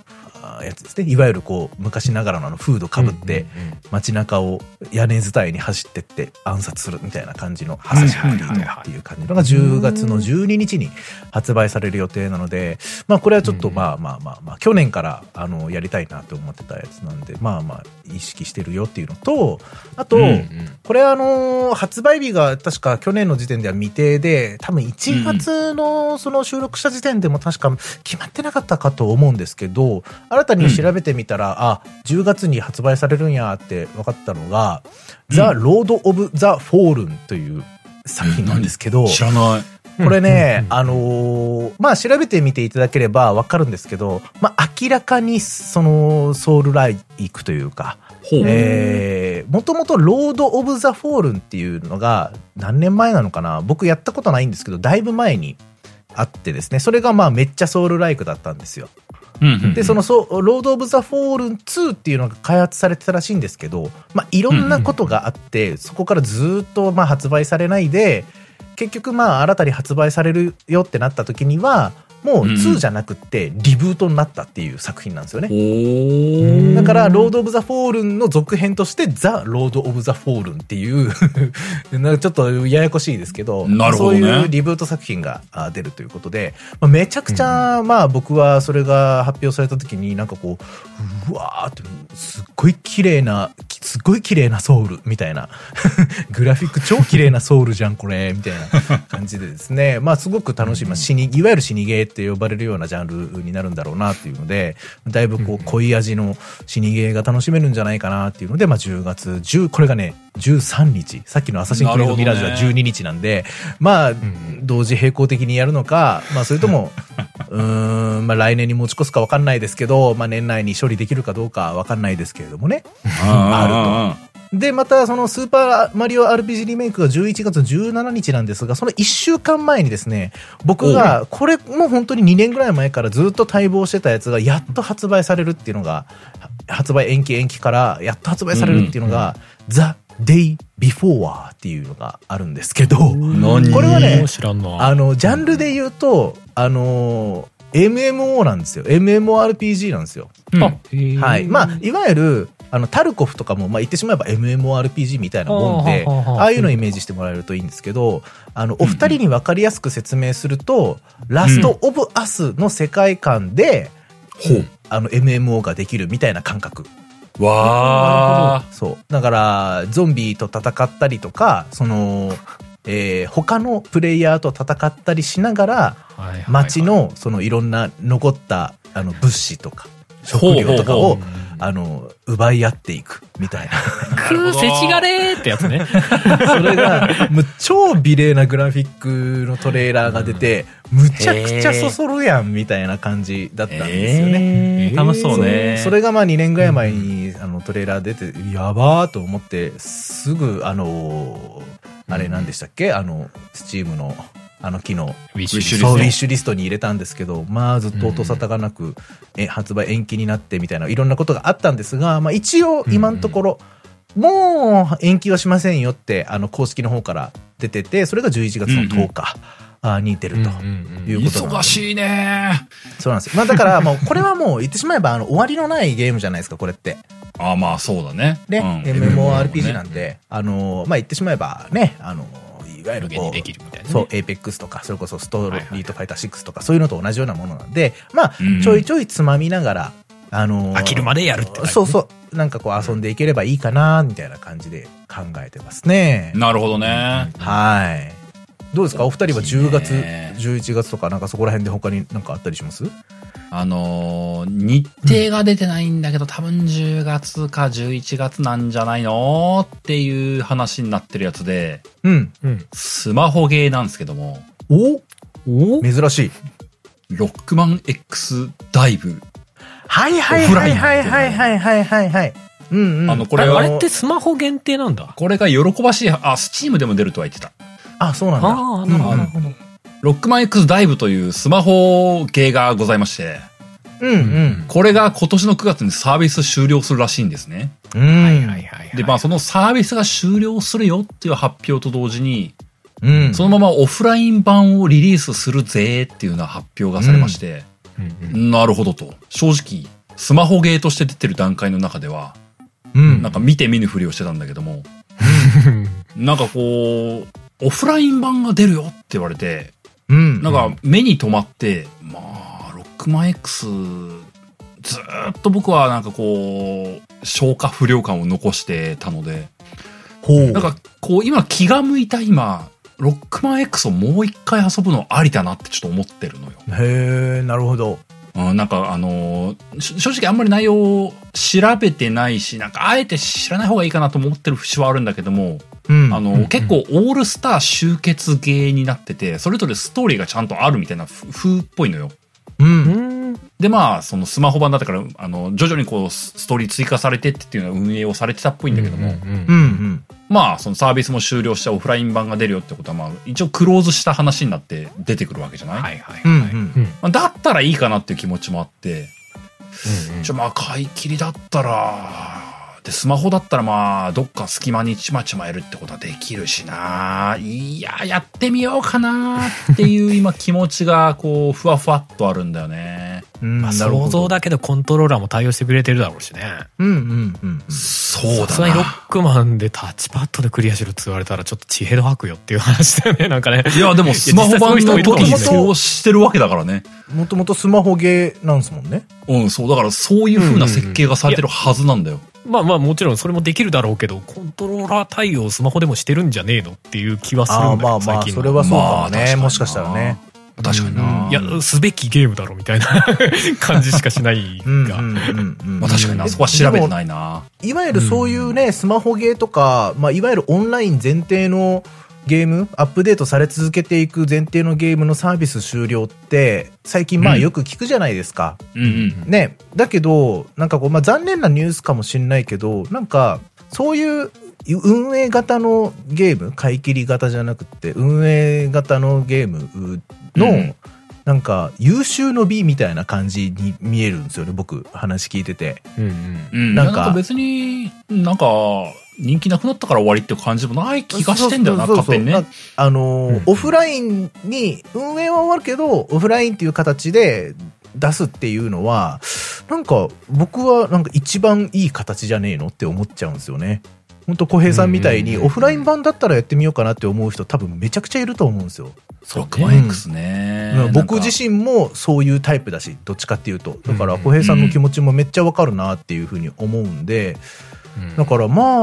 [SPEAKER 3] あーやつですね。いわゆるこう、昔ながらのあのフード被って、街中を屋根伝いに走ってって暗殺するみたいな感じの
[SPEAKER 1] い
[SPEAKER 3] 朝日フリードっていう感じのが10月の12日に発売される予定なので、まあこれはちょっと
[SPEAKER 2] うん
[SPEAKER 3] まあまあまあまあ、去年からあのやりたいなと思ってたやつなんで、まあまあ意識してるよっていうのと、あと、
[SPEAKER 1] うん
[SPEAKER 2] うん
[SPEAKER 3] これあのー発売日が確か去年の時点では未定で、多分1月のその収録した時点でも確か決まってなかったかと思うんですけど、新たに調べてみたら、あ、10月に発売されるんやって分かったのが、
[SPEAKER 1] うん
[SPEAKER 3] ザ・ロード・オブ・ザ・フォールンという作品なんですけど、
[SPEAKER 1] 知らない。
[SPEAKER 3] これね、
[SPEAKER 2] うんうん
[SPEAKER 3] あのーまあ、調べてみていただければわかるんですけど、まあ、明らかにそのソウルライクというか、
[SPEAKER 1] ほう。
[SPEAKER 3] えー、もともとロード・オブ・ザ・フォールンっていうのが何年前なのかな僕やったことないんですけど、だいぶ前にあってですね、それがまあめっちゃソウルライクだったんですよ。
[SPEAKER 1] うんうんうん
[SPEAKER 3] で、そのそうロード・オブ・ザ・フォールン2っていうのが開発されてたらしいんですけど、まあいろんなことがあって、そこからずーっとまあ発売されないで、結局まあ新たに発売されるよってなった時には、もう2じゃなくってリブートになったっていう作品なんですよね。
[SPEAKER 1] お
[SPEAKER 2] うん
[SPEAKER 1] ー。
[SPEAKER 3] だから、ロード・オブ・ザ・フォールンの続編として、ザ・ロード・オブ・ザ・フォールンっていう、 なんかちょっとややこしいですけど、
[SPEAKER 1] なるほどね
[SPEAKER 3] そういうリブート作品があ出るということで、まあ、めちゃくちゃ、まあ僕はそれが発表された時になんかこう、うわーって、すっごい綺麗な、きすっごい綺麗なソウルみたいな、グラフィック超綺麗なソウルじゃんこれ、みたいな感じでです ね、まあすごく楽しい、まあ死に、いわゆる死にゲーって呼ばれるようなジャンルになるんだろうなっていうので、だいぶこう濃い味の死にゲーが楽しめるんじゃないかなっていうので、まあ10月10、これがね、13日、さっきのアサシンクリードミラージュは
[SPEAKER 1] なるほどね
[SPEAKER 3] 12日なんで、まあ、同時並行的にやるのか、まあそれとも、 うーん、まあ来年に持ち越すかわかんないですけど、まあ年内に処理できるかどうかわかんないですけれどもね。
[SPEAKER 1] あ
[SPEAKER 3] で、また、そのスーパーマリオ RPG リメイクが11月17日なんですが、その1週間前にですね、僕が、これも本当に2年ぐらい前からずっと待望してたやつが、やっと発売されるっていうのが、は発売延期延期から、やっと発売されるっていうのが、ザ・デイ・ビフォーっていうのがあるんですけど、
[SPEAKER 1] 何
[SPEAKER 3] これはね
[SPEAKER 2] 知らんな。
[SPEAKER 3] あの、ジャンルで言うと、あのー MMO なんですよ。MMORPG なんですよ。
[SPEAKER 1] ーうん
[SPEAKER 2] あ、へー
[SPEAKER 3] はい。まあ、いわゆる、あの、タルコフとかも、まあ、言ってしまえば MMORPG みたいなもんで、
[SPEAKER 2] はあはあはあ
[SPEAKER 3] ああいうのをイメージしてもらえるといいんですけど、あの、お二人に分かりやすく説明すると、ラストオブアスの世界観で、
[SPEAKER 1] ほう。
[SPEAKER 3] あの、MMO ができるみたいな感覚。
[SPEAKER 1] わあ。
[SPEAKER 3] そう。だから、ゾンビと戦ったりとか、その、えー他のプレイヤーと戦ったりしながら、
[SPEAKER 2] はいはい
[SPEAKER 3] 街のそのいろんな残ったあの物資とか食料とか
[SPEAKER 1] ほうほう
[SPEAKER 3] を
[SPEAKER 1] ほ
[SPEAKER 3] あの奪い合っていくみたい
[SPEAKER 2] くーせちがれーってやつね
[SPEAKER 3] なそ れがもう超美麗なグラフィックのトレーラーが出てむちゃくちゃそそるやんみたいな感じだったんですよね。
[SPEAKER 1] えー楽しそうね。
[SPEAKER 3] それがまあ2年ぐらい前にあのトレーラー出てやばーと思ってすぐあのあれ何でしたっけあのスチームのあの機能
[SPEAKER 2] ウィッ
[SPEAKER 1] シュリスト
[SPEAKER 3] そうウィッシュリストに入れたんですけど、まあずっと音沙汰がなく、え発売延期になってみたいないろんなことがあったんですが、まあ一応今のところ、もう延期はしませんよって、あの公式の方から出てて、それが11月の10日あに出ると。いうことなんで
[SPEAKER 1] 忙しいね。
[SPEAKER 3] そうなんですよ。まあだからもう、これはもう言ってしまえば、あの、終わりのないゲームじゃないですか、これって。
[SPEAKER 1] あ、まあそうだね。
[SPEAKER 3] ね、MMORPG なん
[SPEAKER 1] で。
[SPEAKER 3] で、あの、まあ言ってしまえばね、あの、いわゆる
[SPEAKER 2] 無限
[SPEAKER 3] こ
[SPEAKER 2] に
[SPEAKER 3] う
[SPEAKER 2] で、きるみたいなね
[SPEAKER 3] そう、エイペックスとか、それこそスト
[SPEAKER 2] はい
[SPEAKER 3] リ
[SPEAKER 2] はい
[SPEAKER 3] ートファイター6とか、そういうのと同じようなものなんで、まあ
[SPEAKER 1] うん、
[SPEAKER 3] ちょいちょいつまみながら、あのー
[SPEAKER 2] 飽きるまでやるって感じ
[SPEAKER 3] そうそう。なんかこう遊んでいければいいかな、みたいな感じで考えてますね。
[SPEAKER 1] なるほどね。
[SPEAKER 3] はい。どうですかお二人は10月、
[SPEAKER 1] いいね
[SPEAKER 3] 11月とか、なんかそこら辺で他になんかあったりします
[SPEAKER 1] あのー日程が出てないんだけど、多分10月か11月なんじゃないのっていう話になってるやつで、
[SPEAKER 3] うん。
[SPEAKER 2] うん
[SPEAKER 1] スマホゲーなんですけども、
[SPEAKER 3] お
[SPEAKER 2] お
[SPEAKER 3] 珍しい。
[SPEAKER 1] ロックマン X ダイブ。
[SPEAKER 3] はいはいはいはいはいはいはいはいはい。うんうん。
[SPEAKER 1] あの、こ
[SPEAKER 2] こ
[SPEAKER 1] れ
[SPEAKER 2] れ
[SPEAKER 1] は
[SPEAKER 2] あれってスマホ限定なんだ
[SPEAKER 1] これが喜ばしい、あ、スチームでも出るとは言ってた。
[SPEAKER 3] あ、そうなんだ。
[SPEAKER 2] ああなるほどなるほど
[SPEAKER 1] ロックマン X ダイブというスマホゲーがございまして、
[SPEAKER 3] うんうん。
[SPEAKER 1] これが今年の9月にサービス終了するらしいんですね。
[SPEAKER 3] うん。
[SPEAKER 2] はいはいはいはい
[SPEAKER 1] で、まあそのサービスが終了するよっていう発表と同時に、
[SPEAKER 3] うん。
[SPEAKER 1] そのままオフライン版をリリースするぜっていうような発表がされまして、
[SPEAKER 2] うんうん
[SPEAKER 1] なるほどと。正直、スマホゲーとして出てる段階の中では、
[SPEAKER 3] うん。
[SPEAKER 1] なんか見て見ぬふりをしてたんだけども、なんかこう、オフライン版が出るよって言われて、
[SPEAKER 3] うん。
[SPEAKER 1] なんか目に留まって、まあ、ロックマン X、ずーっと僕はなんかこう、消化不良感を残してたので、
[SPEAKER 3] ほう。
[SPEAKER 1] なんかこう今気が向いた今、ロックマン X をもう一回遊ぶのありだなってちょっと思ってるのよ。
[SPEAKER 3] へえ、なるほど。
[SPEAKER 1] うん、なんかあのーし正直あんまり内容を調べてないし、なんかあえて知らない方がいいかなと思ってる節はあるんだけども、
[SPEAKER 3] うん。
[SPEAKER 1] あの、結構オールスター集結ゲーになってて、それぞれストーリーがちゃんとあるみたいなふ風っぽいのよ。
[SPEAKER 3] う。
[SPEAKER 2] うんん
[SPEAKER 1] で、まあ、そのスマホ版だったから、あの、徐々にこう、スストーリー追加されてってっていうような運営をされてたっぽいんだけども、
[SPEAKER 2] うん
[SPEAKER 3] うんうん。
[SPEAKER 1] まあ、そのサービスも終了したオフライン版が出るよってことは、まあ、一応クローズした話になって出てくるわけじゃない、
[SPEAKER 2] はいはい
[SPEAKER 3] うん
[SPEAKER 2] はい
[SPEAKER 3] うん
[SPEAKER 2] うん
[SPEAKER 1] まあだったらいいかなっていう気持ちもあって、
[SPEAKER 2] うん
[SPEAKER 1] ちょ、まあ、買い切りだったら、で、スマホだったらまあ、どっか隙間にちまちまやるってことはできるしな。いや、やってみようかなっていう今気持ちが、こう、ふわふわっとあるんだよね。
[SPEAKER 3] うん。
[SPEAKER 2] まあ、
[SPEAKER 3] なるほど
[SPEAKER 2] 想像だけどコントローラーも対応してくれてるだろうしね。
[SPEAKER 3] うんうんうん。
[SPEAKER 1] そう
[SPEAKER 2] さすがにロックマンでタッチパッドでクリアしろって言われたらちょっと血ヘド吐くよっていう話だよね、なん かね。
[SPEAKER 1] いや、でもスマホ版の時
[SPEAKER 2] い
[SPEAKER 1] に
[SPEAKER 2] や実際そう
[SPEAKER 1] そ
[SPEAKER 2] いう人もいると
[SPEAKER 1] うしてるわけだからね。
[SPEAKER 3] もともとスマホゲーなんですもんね。
[SPEAKER 1] うん、そう。だからそういう風な設計がされてるはずなんだよ。
[SPEAKER 2] まあまあもちろんそれもできるだろうけど、コントローラー対応スマホでもしてるんじゃねえのっていう気はするんだ
[SPEAKER 3] ああ
[SPEAKER 2] よ、
[SPEAKER 3] まあま
[SPEAKER 2] 最
[SPEAKER 3] あ、
[SPEAKER 2] 近
[SPEAKER 3] それはそうかも
[SPEAKER 1] まあ確か
[SPEAKER 3] ね。
[SPEAKER 1] にな
[SPEAKER 3] もしかしたらね。
[SPEAKER 1] 確かにな。
[SPEAKER 2] いや、すべきゲームだろみた いな感じしかしないが。
[SPEAKER 3] うんうんうんうん。
[SPEAKER 1] まあ確かにな。そこは調べてないな。
[SPEAKER 3] いわゆるそういうね、スマホゲーとか、まあ、いわゆるオンライン前提のゲーム、アップデートされ続けていく前提のゲームのサービス終了って、最近まあ
[SPEAKER 1] うん
[SPEAKER 3] よく聞くじゃないですか。
[SPEAKER 1] うんうん。
[SPEAKER 3] ね。だけど、なんかこう、まあ残念なニュースかもしんないけど、なんか、そういう運営型のゲーム、買い切り型じゃなくて、運営型のゲームの、
[SPEAKER 1] うん
[SPEAKER 3] なんか優秀の美みたいな感じに見えるんですよね、僕、話聞いてて。
[SPEAKER 2] うんうん
[SPEAKER 1] うん、
[SPEAKER 3] な
[SPEAKER 1] なんん
[SPEAKER 3] か
[SPEAKER 1] か別になんか人気なくなったから終わりっていう感じでもない気がしてんだよな
[SPEAKER 3] そうそう
[SPEAKER 1] 勝手に
[SPEAKER 3] そう
[SPEAKER 1] ね
[SPEAKER 3] なあのー
[SPEAKER 2] うん
[SPEAKER 3] オフラインに、運営は終わるけど、オフラインっていう形で出すっていうのは、なんか僕はなんか一番いい形じゃねえのって思っちゃうんですよね。本当小平さんみたいに、
[SPEAKER 2] うんうんうん
[SPEAKER 3] オフライン版だったらやってみようかなって思う人多分めちゃくちゃいると思うんですよ。
[SPEAKER 1] そうクマ X ね、なんか
[SPEAKER 3] 僕自身もそういうタイプだし、どっちかっていうと。だか
[SPEAKER 2] う
[SPEAKER 3] ら
[SPEAKER 2] ん
[SPEAKER 3] 小平さんの気持ちもめっちゃわかるなっていうふうに思うんで、
[SPEAKER 2] うん
[SPEAKER 3] だからまあ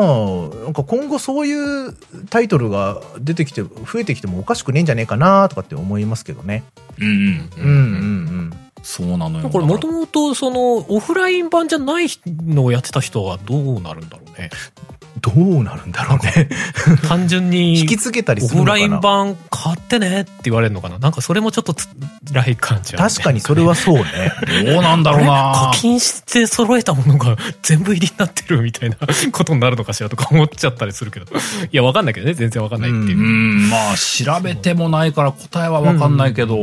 [SPEAKER 3] なんか今後そういうタイトルが出てきて増えてきてもおかしくねえんじゃねえかなとかって思いますけどね。
[SPEAKER 1] うんうん。
[SPEAKER 3] うんうんうん。
[SPEAKER 1] そうなのよ。
[SPEAKER 2] これ
[SPEAKER 1] だ
[SPEAKER 2] も
[SPEAKER 1] か
[SPEAKER 2] ともとそのオフライン版じゃないのをやってた人はどうなるんだろうね
[SPEAKER 3] どうなるんだろうね。
[SPEAKER 2] 単純に
[SPEAKER 3] 引きつけたり
[SPEAKER 2] オ
[SPEAKER 3] する
[SPEAKER 2] フ
[SPEAKER 3] のか
[SPEAKER 2] ラ
[SPEAKER 3] な。
[SPEAKER 2] イン版買ってねって言われるのかななんかそれもちょっと辛い感じあるね、
[SPEAKER 3] 確かにそれはそうね。
[SPEAKER 1] らどうなんだろうな
[SPEAKER 2] 課金して揃えたものが全部入りになってるみたいなことになるのかしらとか思っちゃったりするけど。いや、わかんないけどね。全然わかんないっていうう。
[SPEAKER 1] ん、まあ、調べてもないから答えはわかんないけど、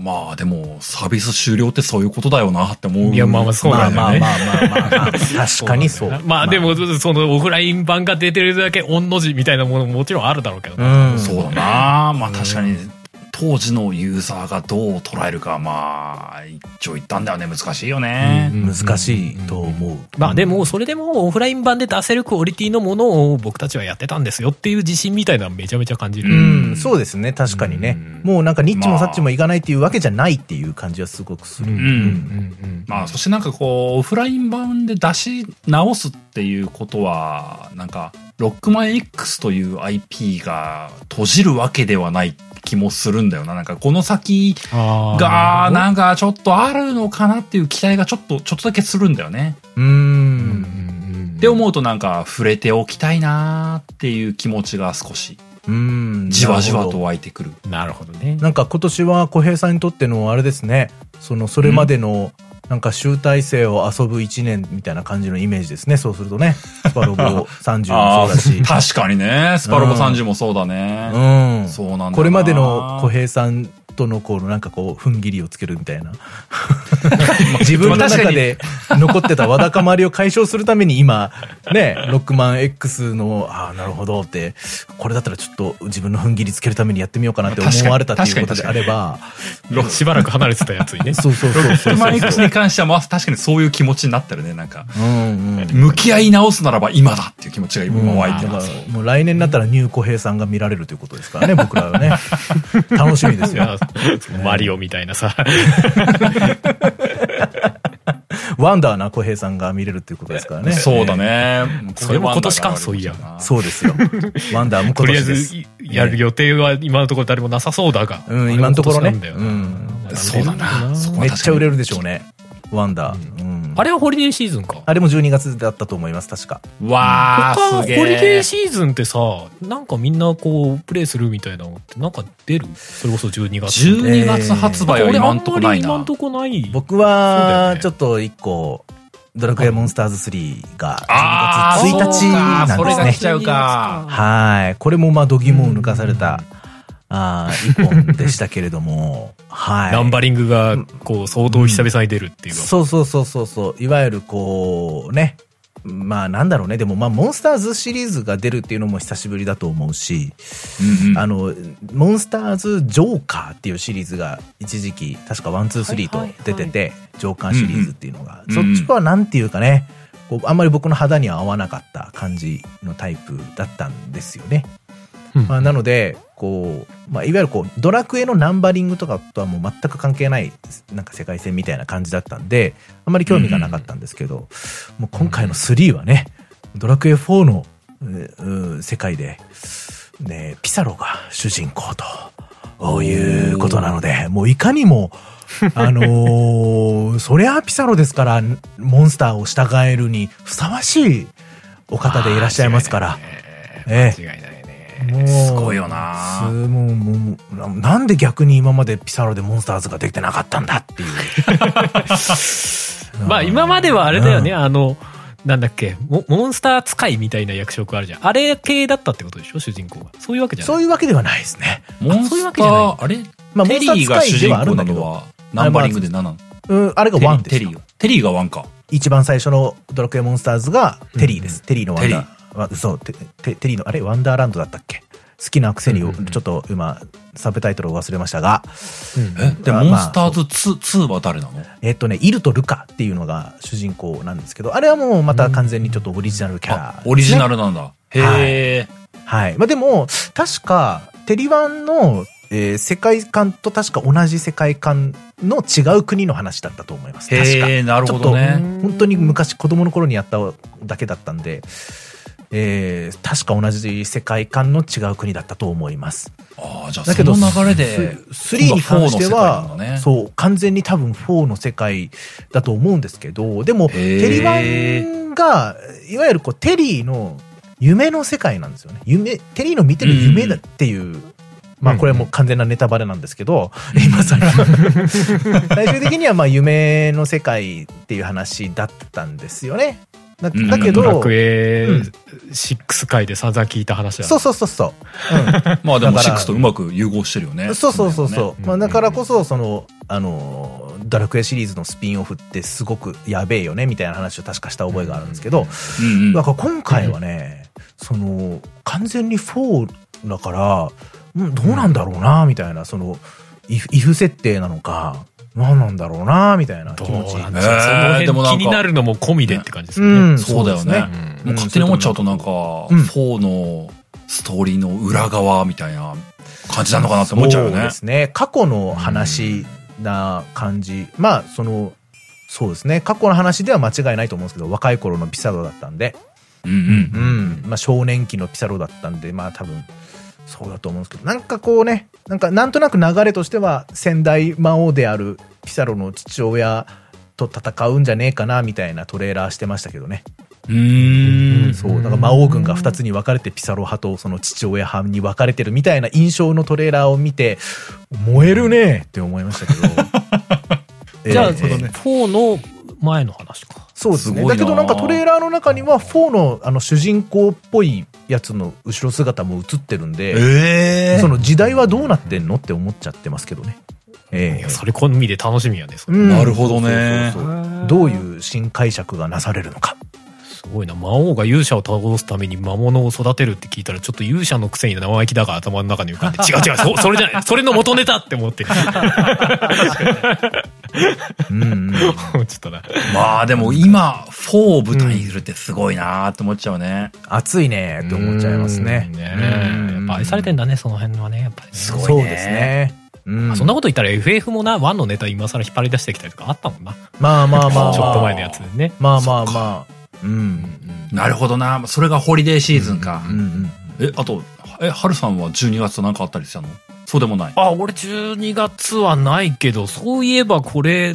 [SPEAKER 1] まあでも、サービス終了ってそういうことだよなって思う。
[SPEAKER 2] いや、まあまあそう
[SPEAKER 3] ま
[SPEAKER 2] な
[SPEAKER 3] あ
[SPEAKER 2] んだ
[SPEAKER 3] ま
[SPEAKER 2] よ
[SPEAKER 3] あまあ
[SPEAKER 2] ね。
[SPEAKER 3] まあまあまあ。確かにそう。
[SPEAKER 2] まあでも、そのオフライン版が出てるだけ、御の字みたいなものももちろんあるだろうけど
[SPEAKER 3] う
[SPEAKER 2] な。
[SPEAKER 3] ん。
[SPEAKER 1] そうだな。まあ確かに、当時のユーザーがどう捉えるか、まあ、一長一短だよね。難しいよね。
[SPEAKER 2] うん
[SPEAKER 3] 難しいと思う。
[SPEAKER 2] まあでも、それでもオフライン版で出せるクオリティのものを僕たちはやってたんですよっていう自信みたいなのはめちゃめちゃ感じる。
[SPEAKER 1] ん
[SPEAKER 3] うん、そうですね。確かにね
[SPEAKER 2] うん。
[SPEAKER 3] もうなんかニッチ
[SPEAKER 1] ま
[SPEAKER 3] も
[SPEAKER 1] あ
[SPEAKER 3] サッチもいかないっていうわけじゃないっていう感じはすごくす
[SPEAKER 2] うん
[SPEAKER 3] る。
[SPEAKER 2] うん
[SPEAKER 1] まあ、そしてなんかこう、オフライン版で出し直すっていうことは、なんか、ロックマン X という IP が閉じるわけではない気もするんだよな。なんか、この先
[SPEAKER 2] あー
[SPEAKER 1] が、
[SPEAKER 2] なる
[SPEAKER 1] なんかちょっとあるのかなっていう期待がちょっと、ちょっとだけするんだよね。
[SPEAKER 3] う
[SPEAKER 2] ほ
[SPEAKER 3] ん。
[SPEAKER 2] どうんうんうん
[SPEAKER 1] って思うとなんか、触れておきたいなーっていう気持ちが少し、
[SPEAKER 3] うん。
[SPEAKER 1] じわじわ
[SPEAKER 3] なるほ
[SPEAKER 1] と
[SPEAKER 3] ど。
[SPEAKER 1] 湧いてくる。
[SPEAKER 2] なるほどね。
[SPEAKER 3] なんか今年は小平さんにとってのあれですね。その、それまでの、なんか集大成を遊ぶ一年みたいな感じのイメージですね。そうするとね。スパロボ30も そうだし。
[SPEAKER 1] 確かにね。スパロボ
[SPEAKER 3] うん
[SPEAKER 1] 30もそうだね。
[SPEAKER 3] うん。
[SPEAKER 1] そうなんだよな
[SPEAKER 3] これまでの小平さんとのこうなんかこう踏ん切りをつけるみ たいな自分の中で残ってたわだかまりを解消するために今ねロックマン X のああなるほどってこれだったらちょっと自分の踏ん切りつけるためにやってみようかなって思われたっていうことであれば
[SPEAKER 2] しばらく離れてたやつに ね。
[SPEAKER 3] そうそうそうそう
[SPEAKER 1] ロックマン
[SPEAKER 3] そう
[SPEAKER 1] X に関しては、まあ確かにそういう気持ちになってるね。なんか、
[SPEAKER 3] うんうん
[SPEAKER 1] 向き合い直すならば今だっていう気持ちが今湧いて
[SPEAKER 3] だ
[SPEAKER 1] ま
[SPEAKER 3] から
[SPEAKER 1] す。
[SPEAKER 3] もう来年になったらニュー小平さんが見られるということですからね僕らはね楽しみです
[SPEAKER 2] い
[SPEAKER 3] よ
[SPEAKER 2] やそのマリオみたいな さ、
[SPEAKER 3] ワンダーな小平さんが見れるということですからね
[SPEAKER 1] そうだね。
[SPEAKER 2] それも今年かそういや
[SPEAKER 3] そうですよ。ワンダーも
[SPEAKER 2] と
[SPEAKER 3] 今
[SPEAKER 2] りあえ
[SPEAKER 3] 年で
[SPEAKER 2] ず
[SPEAKER 3] す。
[SPEAKER 2] いやる予定は今のところ誰もなさそうだが、
[SPEAKER 3] うん、今のところね。
[SPEAKER 2] あれ
[SPEAKER 3] う
[SPEAKER 2] も
[SPEAKER 3] ん。
[SPEAKER 2] 今年
[SPEAKER 1] そうだ
[SPEAKER 2] なんだよ
[SPEAKER 1] な。そこは
[SPEAKER 3] めっ
[SPEAKER 1] 確
[SPEAKER 3] ち
[SPEAKER 1] か
[SPEAKER 3] ゃ
[SPEAKER 1] に
[SPEAKER 3] 売れるでしょうね。ワンダー。うん
[SPEAKER 2] あれはホリデーシーズンか。
[SPEAKER 3] あれも12月だったと思います、確か。
[SPEAKER 1] わ
[SPEAKER 2] 他
[SPEAKER 1] あ、
[SPEAKER 2] ホ
[SPEAKER 1] す
[SPEAKER 2] リ
[SPEAKER 1] げえ。
[SPEAKER 2] デーシーズンってさ、なんかみんなこう、プレイするみたいなのって、なんか出るそれこそ12月。
[SPEAKER 1] 12月発売は
[SPEAKER 2] 俺
[SPEAKER 1] 今
[SPEAKER 2] あん
[SPEAKER 1] んとこ
[SPEAKER 2] ま
[SPEAKER 1] な
[SPEAKER 2] り
[SPEAKER 1] い
[SPEAKER 2] 今。
[SPEAKER 1] なん
[SPEAKER 2] とこない。
[SPEAKER 3] 僕
[SPEAKER 2] そうだよ
[SPEAKER 3] は
[SPEAKER 2] ね、
[SPEAKER 3] ちょっと一個、ドラクエモンスターズ3が
[SPEAKER 1] あー
[SPEAKER 3] 12月
[SPEAKER 1] そ
[SPEAKER 3] 1日
[SPEAKER 1] うかそ
[SPEAKER 3] な
[SPEAKER 1] れ
[SPEAKER 3] ん
[SPEAKER 1] が
[SPEAKER 3] で
[SPEAKER 1] 来
[SPEAKER 3] す
[SPEAKER 1] ち
[SPEAKER 3] ね。
[SPEAKER 1] ゃうか
[SPEAKER 3] はい。これもまあ、度肝を抜かされた、あー一本でしたけれども、はい。
[SPEAKER 2] ナンバリングが、こう、相当久々に出るっていうか。
[SPEAKER 3] そうそうそうそうそう。いわゆるこう、ね。まあなんだろうね。でもまあモンスターズシリーズが出るっていうのも久しぶりだと思うし、
[SPEAKER 1] うんうん
[SPEAKER 3] あの、モンスターズジョーカーっていうシリーズが一時期確かワン、ツー、スリーと出てて、ジョーカーシリーズっていうのが、
[SPEAKER 1] うんうん
[SPEAKER 3] そっちはなんていうかね、こうあんまり僕の肌には合わなかった感じのタイプだったんですよね。
[SPEAKER 2] うん
[SPEAKER 3] まあ、なので、こう、まあ、いわゆるこう、ドラクエのナンバリングとかとはもう全く関係ない、なんか世界線みたいな感じだったんで、あんまり興味がなかったんですけど、もう今回の3はね、ドラクエ4の、ううん世界で、ね、ピサロが主人公と、こういうことなので、もういかにも、 あのーそりゃあピサロですから、モンスターを従えるにふさわしいお方でいらっしゃいますから。ええ
[SPEAKER 2] 間違いないね。。
[SPEAKER 3] もう
[SPEAKER 1] すごいよな
[SPEAKER 3] すもうもうななんで逆に今までピサロでモンスターズができてなかったんだっていう
[SPEAKER 2] まあ今まではあれだよね、あの、なんだっけモ、モンスター使いみたいな役職あるじゃん。あれ系だったってことでしょ、主人公が。そういうわけじゃ
[SPEAKER 3] そ
[SPEAKER 2] な
[SPEAKER 3] う
[SPEAKER 2] い。
[SPEAKER 3] いうわけではないですね。
[SPEAKER 1] モン
[SPEAKER 2] そういう
[SPEAKER 1] ス
[SPEAKER 2] わ
[SPEAKER 1] タ
[SPEAKER 2] けじゃない
[SPEAKER 1] ー、あれ
[SPEAKER 3] まあ
[SPEAKER 1] テリーが
[SPEAKER 3] モンスタ
[SPEAKER 1] 主
[SPEAKER 3] ー使い
[SPEAKER 1] 人
[SPEAKER 3] ではある
[SPEAKER 1] 公
[SPEAKER 3] ん
[SPEAKER 1] な
[SPEAKER 3] だけ
[SPEAKER 1] の
[SPEAKER 3] ど、
[SPEAKER 1] は、ナンバリングで7なの
[SPEAKER 3] うん、あれがワンで
[SPEAKER 1] テリ
[SPEAKER 3] す
[SPEAKER 1] ー。テリーが1か。
[SPEAKER 3] 一番最初のドラクエモンスターズがテリーです。テリーのワンダー。わそうテテテリーの、あれワンダーランドだったっけ好きなくせに、
[SPEAKER 2] うんうんうん
[SPEAKER 3] ちょっと今、サブタイトルを忘れましたが、
[SPEAKER 2] うん
[SPEAKER 1] えで、
[SPEAKER 3] まあ
[SPEAKER 1] モンスターズ2、2は誰なの
[SPEAKER 3] えっとね、イルとルカっていうのが主人公なんですけど、あれはもうまた完全にちょっとオリジナルキャラ、
[SPEAKER 1] あ、オリジナルなんだ。へえ。
[SPEAKER 3] はい。まあ、でも、確か、テリワンのえー世界観と確か同じ世界観の違う国の話だったと思います。確か。
[SPEAKER 1] へえ、なるほど
[SPEAKER 2] ちょ
[SPEAKER 1] ね。
[SPEAKER 2] っ
[SPEAKER 3] 本当に昔子供の頃にやっただけだったんで、えー確か同じ世界観の違う国だったと思います。
[SPEAKER 1] ああ、じゃあ
[SPEAKER 3] だけ
[SPEAKER 1] そ
[SPEAKER 3] ど
[SPEAKER 1] の流れで、
[SPEAKER 3] 3に関して
[SPEAKER 1] 今度
[SPEAKER 3] は、
[SPEAKER 1] 4の世界なんだね
[SPEAKER 3] そう、完全に多分4の世界だと思うんですけど、でも、
[SPEAKER 1] へー
[SPEAKER 3] テリ版が、いわゆるこう、テリーの夢の世界なんですよね。夢、テリーの見てる夢だっていう、まあこれはもう完全なネタバレなんですけど、今更。 最終的にはまあ夢の世界っていう話だったんですよね。だ
[SPEAKER 1] うん
[SPEAKER 3] だけ
[SPEAKER 2] ド
[SPEAKER 3] ど、
[SPEAKER 2] ラクエ
[SPEAKER 3] うん
[SPEAKER 2] 6回で散々聞いた話だ
[SPEAKER 3] そうそうそうそう。
[SPEAKER 1] まあでも
[SPEAKER 3] だから
[SPEAKER 1] 6とうまく融合してるよね。
[SPEAKER 3] そうそうそうそう、
[SPEAKER 2] ね
[SPEAKER 3] まあ、だからこそそのあのドラクエシリーズのスピンオフってすごくやべえよねみたいな話を確かした覚えがあるんですけど、
[SPEAKER 1] う。うんうん。
[SPEAKER 3] なんか今回はね、その完全に4だから、うん、どうなんだろうなみたいなそのイフイフ設定なのか何なんだろうなみたいな
[SPEAKER 2] ど
[SPEAKER 3] 気
[SPEAKER 2] う
[SPEAKER 3] 持ち
[SPEAKER 2] なん
[SPEAKER 1] だ
[SPEAKER 2] でしょう
[SPEAKER 1] えー
[SPEAKER 2] その辺
[SPEAKER 1] でもなんか
[SPEAKER 2] 気になるのも込みでって感じです
[SPEAKER 3] う
[SPEAKER 2] よね、
[SPEAKER 3] ん、
[SPEAKER 1] そうだよね
[SPEAKER 3] です
[SPEAKER 2] うん
[SPEAKER 1] もう勝手に思っちゃうとなんか、
[SPEAKER 3] うん
[SPEAKER 1] 4のストーリーの裏側みたいな感じなのかなって思っちゃうよ
[SPEAKER 3] そう
[SPEAKER 1] ね
[SPEAKER 3] で。すね。過去の話な感じ。まあ、その、そうですね。過去の話では間違いないと思うんですけど、若い頃のピサロだったんで、
[SPEAKER 1] うんうん
[SPEAKER 3] う。ん。まあ、少年期のピサロだったんで、まあ、多分、そうだと思うんですけど、なんかこうね、なんか、なんとなく流れとしては、先代魔王であるピサロの父親と戦うんじゃねえかな、みたいなトレーラーしてましたけどね。
[SPEAKER 1] うーん。
[SPEAKER 3] そう、だから魔王軍が2つに分かれてピサロ派とその父親派に分かれてるみたいな印象のトレーラーを見て、燃えるねって思いましたけ ど。
[SPEAKER 2] じゃあ、
[SPEAKER 3] えー
[SPEAKER 2] その4の前の話か
[SPEAKER 3] そうです
[SPEAKER 1] す
[SPEAKER 3] ね。
[SPEAKER 1] ごいな
[SPEAKER 3] だけどなんかトレーラーの中には4のあの主人公っぽいやつの後ろ姿も映ってるんで、
[SPEAKER 1] ええ
[SPEAKER 3] その時代はどうなってんのって思っちゃってますけどね。え
[SPEAKER 2] い
[SPEAKER 3] え
[SPEAKER 2] やそれ込みで楽しみやねそれ
[SPEAKER 3] うん
[SPEAKER 1] なるほどね
[SPEAKER 3] そうそうそうどういう新解釈がなされるのか。
[SPEAKER 2] すごいな魔王が勇者を倒すために魔物を育てるって聞いたらちょっと勇者のくせに生意気だが頭の中に浮かんで違う違うそそれじゃないそれの元ネタって思ってちょ
[SPEAKER 3] うんうん。
[SPEAKER 2] っとな
[SPEAKER 1] まあでも今、4を舞台にするってすごいなーって思っちゃうね。
[SPEAKER 3] 熱いねって思っちゃいますね。
[SPEAKER 2] う
[SPEAKER 3] う
[SPEAKER 2] ん
[SPEAKER 3] ん
[SPEAKER 2] やっぱ愛されてんだねその辺はねやっぱりね
[SPEAKER 1] すごいね
[SPEAKER 3] そうですね。うん
[SPEAKER 2] あそんなこと言ったら FF もな1のネタ今更引っ張り出してきたりとかあったもんな
[SPEAKER 3] まあまあまあ。
[SPEAKER 2] ちょっと前のやつでね
[SPEAKER 3] まあまあまあ。うん。
[SPEAKER 1] なるほどな。それがホリデーシーズンか。
[SPEAKER 3] うんうん。
[SPEAKER 1] え、あと、え、はるさんは12月となんかあったりしたのそうでもない。
[SPEAKER 2] あ俺12月はないけどそういえばこれ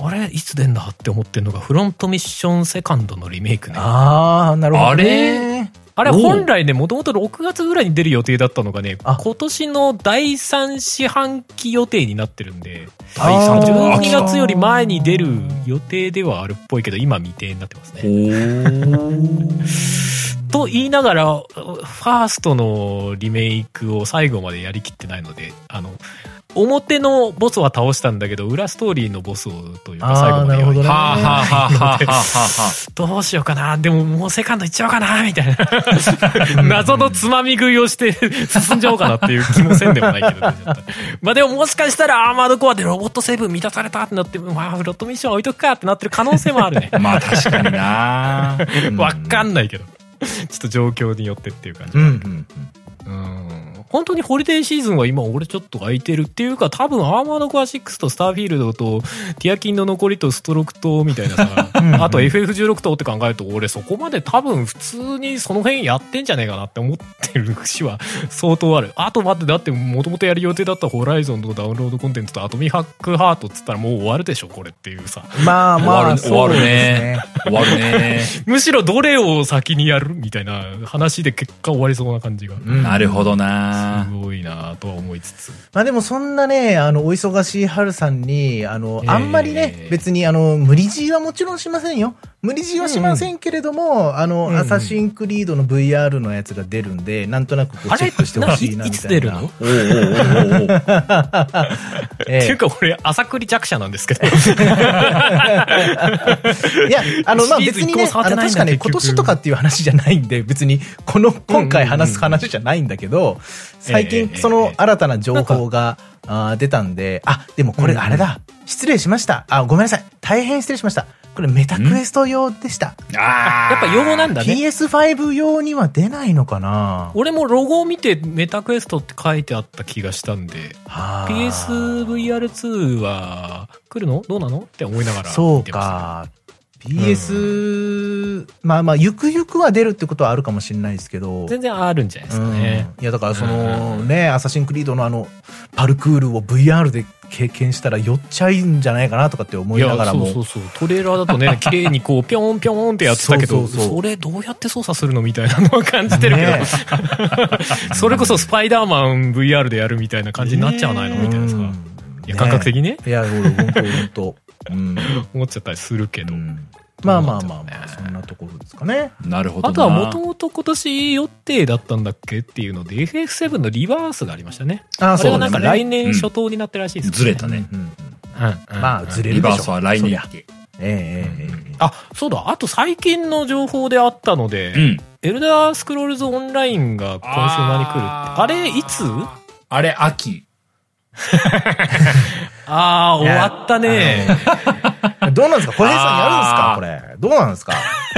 [SPEAKER 2] あれいつ出んだって思ってるのがフロントミッションセカンドのリメイクね
[SPEAKER 3] ああ、なるほど、ね。
[SPEAKER 2] あれ
[SPEAKER 1] おう
[SPEAKER 2] 本来ね、もともと6月ぐらいに出る予定だったのがね、
[SPEAKER 3] あ
[SPEAKER 2] 今年の第3四半期予定になってるんで、
[SPEAKER 1] 第3
[SPEAKER 3] あー
[SPEAKER 1] 弾。
[SPEAKER 2] 12月より前に出る予定ではあるっぽいけど、今未定になってますね。と言いながら、ファーストのリメイクを最後までやりきってないので、あの、表のボスは倒したんだけど、裏ストーリーのボスをというか最後
[SPEAKER 3] あーな
[SPEAKER 2] ま
[SPEAKER 3] る
[SPEAKER 2] でや
[SPEAKER 3] ほど
[SPEAKER 2] り
[SPEAKER 3] ね。
[SPEAKER 1] はあはあはあはあはあは
[SPEAKER 2] どうしようかな。でももうセカンド行っちゃおうかな、みたいな。謎のつまみ食いをして進んじゃおうかなっていう気もせんでもないけどね、ちょっとまあでももしかしたらアーマードコアでロボット成分満たされたってなって、まあフロットミッション置いとくかってなってる可能性もあるね
[SPEAKER 1] あ。。まあ確かになー
[SPEAKER 2] わかんないけど。ちょっと状況によってっていう感じ。
[SPEAKER 3] うんうん
[SPEAKER 2] うん本当にホリデーシーズンは今俺ちょっと空いてるっていうか多分アーマードコア6とスターフィールドとティアキンの残りとストロークとみたいな さ
[SPEAKER 3] ん
[SPEAKER 2] あと FF16 とって考えると俺そこまで多分普通にその辺やってんじゃねえかなって思ってる節は相 当あるあと待ってだってもともとやる予定だったホライゾンのダウンロードコンテンツとアトミハックハートっつったらもう終わるでしょこれっていうさ
[SPEAKER 3] うん。 まあまあ、
[SPEAKER 1] 終わる
[SPEAKER 3] そうです
[SPEAKER 1] 終わるね
[SPEAKER 2] むしろどれを先にやるみたいな話で結果終わりそうな感じが
[SPEAKER 3] うん
[SPEAKER 1] なるほどな
[SPEAKER 2] すごいなとは思いつつ
[SPEAKER 3] まあでもそんなね、あの、お忙しい春さんに、あの
[SPEAKER 2] え、え
[SPEAKER 3] あんまりね、別にあの、無理強いはもちろんしませんよ。無理強いはしませんけれども、あの、
[SPEAKER 2] うんうん
[SPEAKER 3] アサシンクリードの VR のやつが出るんで、なんとなくこうチェックしてほしいな、みたいな。
[SPEAKER 2] つ出るのっ
[SPEAKER 1] おうおうおうおう
[SPEAKER 3] ええ
[SPEAKER 2] ていうか俺朝栗弱者なんですけ ど
[SPEAKER 3] いや、あの、まあ
[SPEAKER 2] シリーズ
[SPEAKER 3] 別に
[SPEAKER 2] 一個も
[SPEAKER 3] ね、
[SPEAKER 2] 触っ
[SPEAKER 3] あの、
[SPEAKER 2] てないん
[SPEAKER 3] 確
[SPEAKER 2] だ
[SPEAKER 3] かね、
[SPEAKER 2] 結局
[SPEAKER 3] 今年とかっていう話じゃないんで、別に、この、今回話す話じゃないんだけど、最
[SPEAKER 2] え
[SPEAKER 3] 近、
[SPEAKER 2] え
[SPEAKER 3] そ
[SPEAKER 2] ええ
[SPEAKER 3] の新たな情報が、あー出たんで、あ、でもこれあれだ、失礼しました。あ、ごめんなさい。大変失礼しました。これメタクエスト用でした。
[SPEAKER 1] あ
[SPEAKER 2] やっぱ用語なんだね
[SPEAKER 3] PS5 用には出ないのかな
[SPEAKER 2] 俺もロゴを見てメタクエストって書いてあった気がしたんで
[SPEAKER 3] はあ
[SPEAKER 2] PSVR2 は来るのどうなのって思いながら
[SPEAKER 3] そ
[SPEAKER 2] 見
[SPEAKER 3] う
[SPEAKER 2] てました
[SPEAKER 3] か。PS、まあまあ、ゆくゆくは出るってことはあるかもしれないですけど。
[SPEAKER 2] 全然あるんじゃないですかね、
[SPEAKER 3] うんいやだからその
[SPEAKER 2] う
[SPEAKER 3] ね、アサシンクリードのあのパルクールを VR で経験したら寄っちゃいんじゃないかなとかって思いながらも
[SPEAKER 2] そうそうそうトレーラーだ とね綺麗にこうピョンピョンってやってたけ
[SPEAKER 3] そ
[SPEAKER 2] ど
[SPEAKER 3] うそうそう
[SPEAKER 2] それどうやって操作するのみたいなのは感じてるけど、
[SPEAKER 3] ね
[SPEAKER 2] それこそスパイダーマン VR でやるみたいな感じになっちゃわないのみたいなさ、
[SPEAKER 3] うん
[SPEAKER 2] いや感覚的にね
[SPEAKER 3] いや俺本当本 当うん
[SPEAKER 2] 思っちゃったりするけど、
[SPEAKER 3] うんまあまあまあまあそんなところですかね
[SPEAKER 1] あ。なるほどな。
[SPEAKER 2] あとはもともと今年予定だったんだっけっていうので FF7 のリバースがありましたね
[SPEAKER 3] あ
[SPEAKER 2] あ
[SPEAKER 3] そ
[SPEAKER 2] れ
[SPEAKER 3] う
[SPEAKER 2] が
[SPEAKER 3] だ
[SPEAKER 2] なんか
[SPEAKER 3] ね
[SPEAKER 2] 来年初頭になってるらしいです、ね、
[SPEAKER 1] ずれたね。
[SPEAKER 3] うんうん
[SPEAKER 2] うんうん
[SPEAKER 3] まあずれ
[SPEAKER 1] リ
[SPEAKER 3] るでしょ
[SPEAKER 1] バースは来
[SPEAKER 3] そり
[SPEAKER 1] 年
[SPEAKER 3] ゃ
[SPEAKER 1] 期。
[SPEAKER 3] ええええええ
[SPEAKER 2] あそうだあと最近の情報であったので、
[SPEAKER 1] うん。
[SPEAKER 2] エルダースクロールズオンラインが今週何来るってあれいつ
[SPEAKER 1] あれ、秋。
[SPEAKER 2] ああ終わったね
[SPEAKER 3] どうなんですか小平さんやるんですかこれ。どうなんですか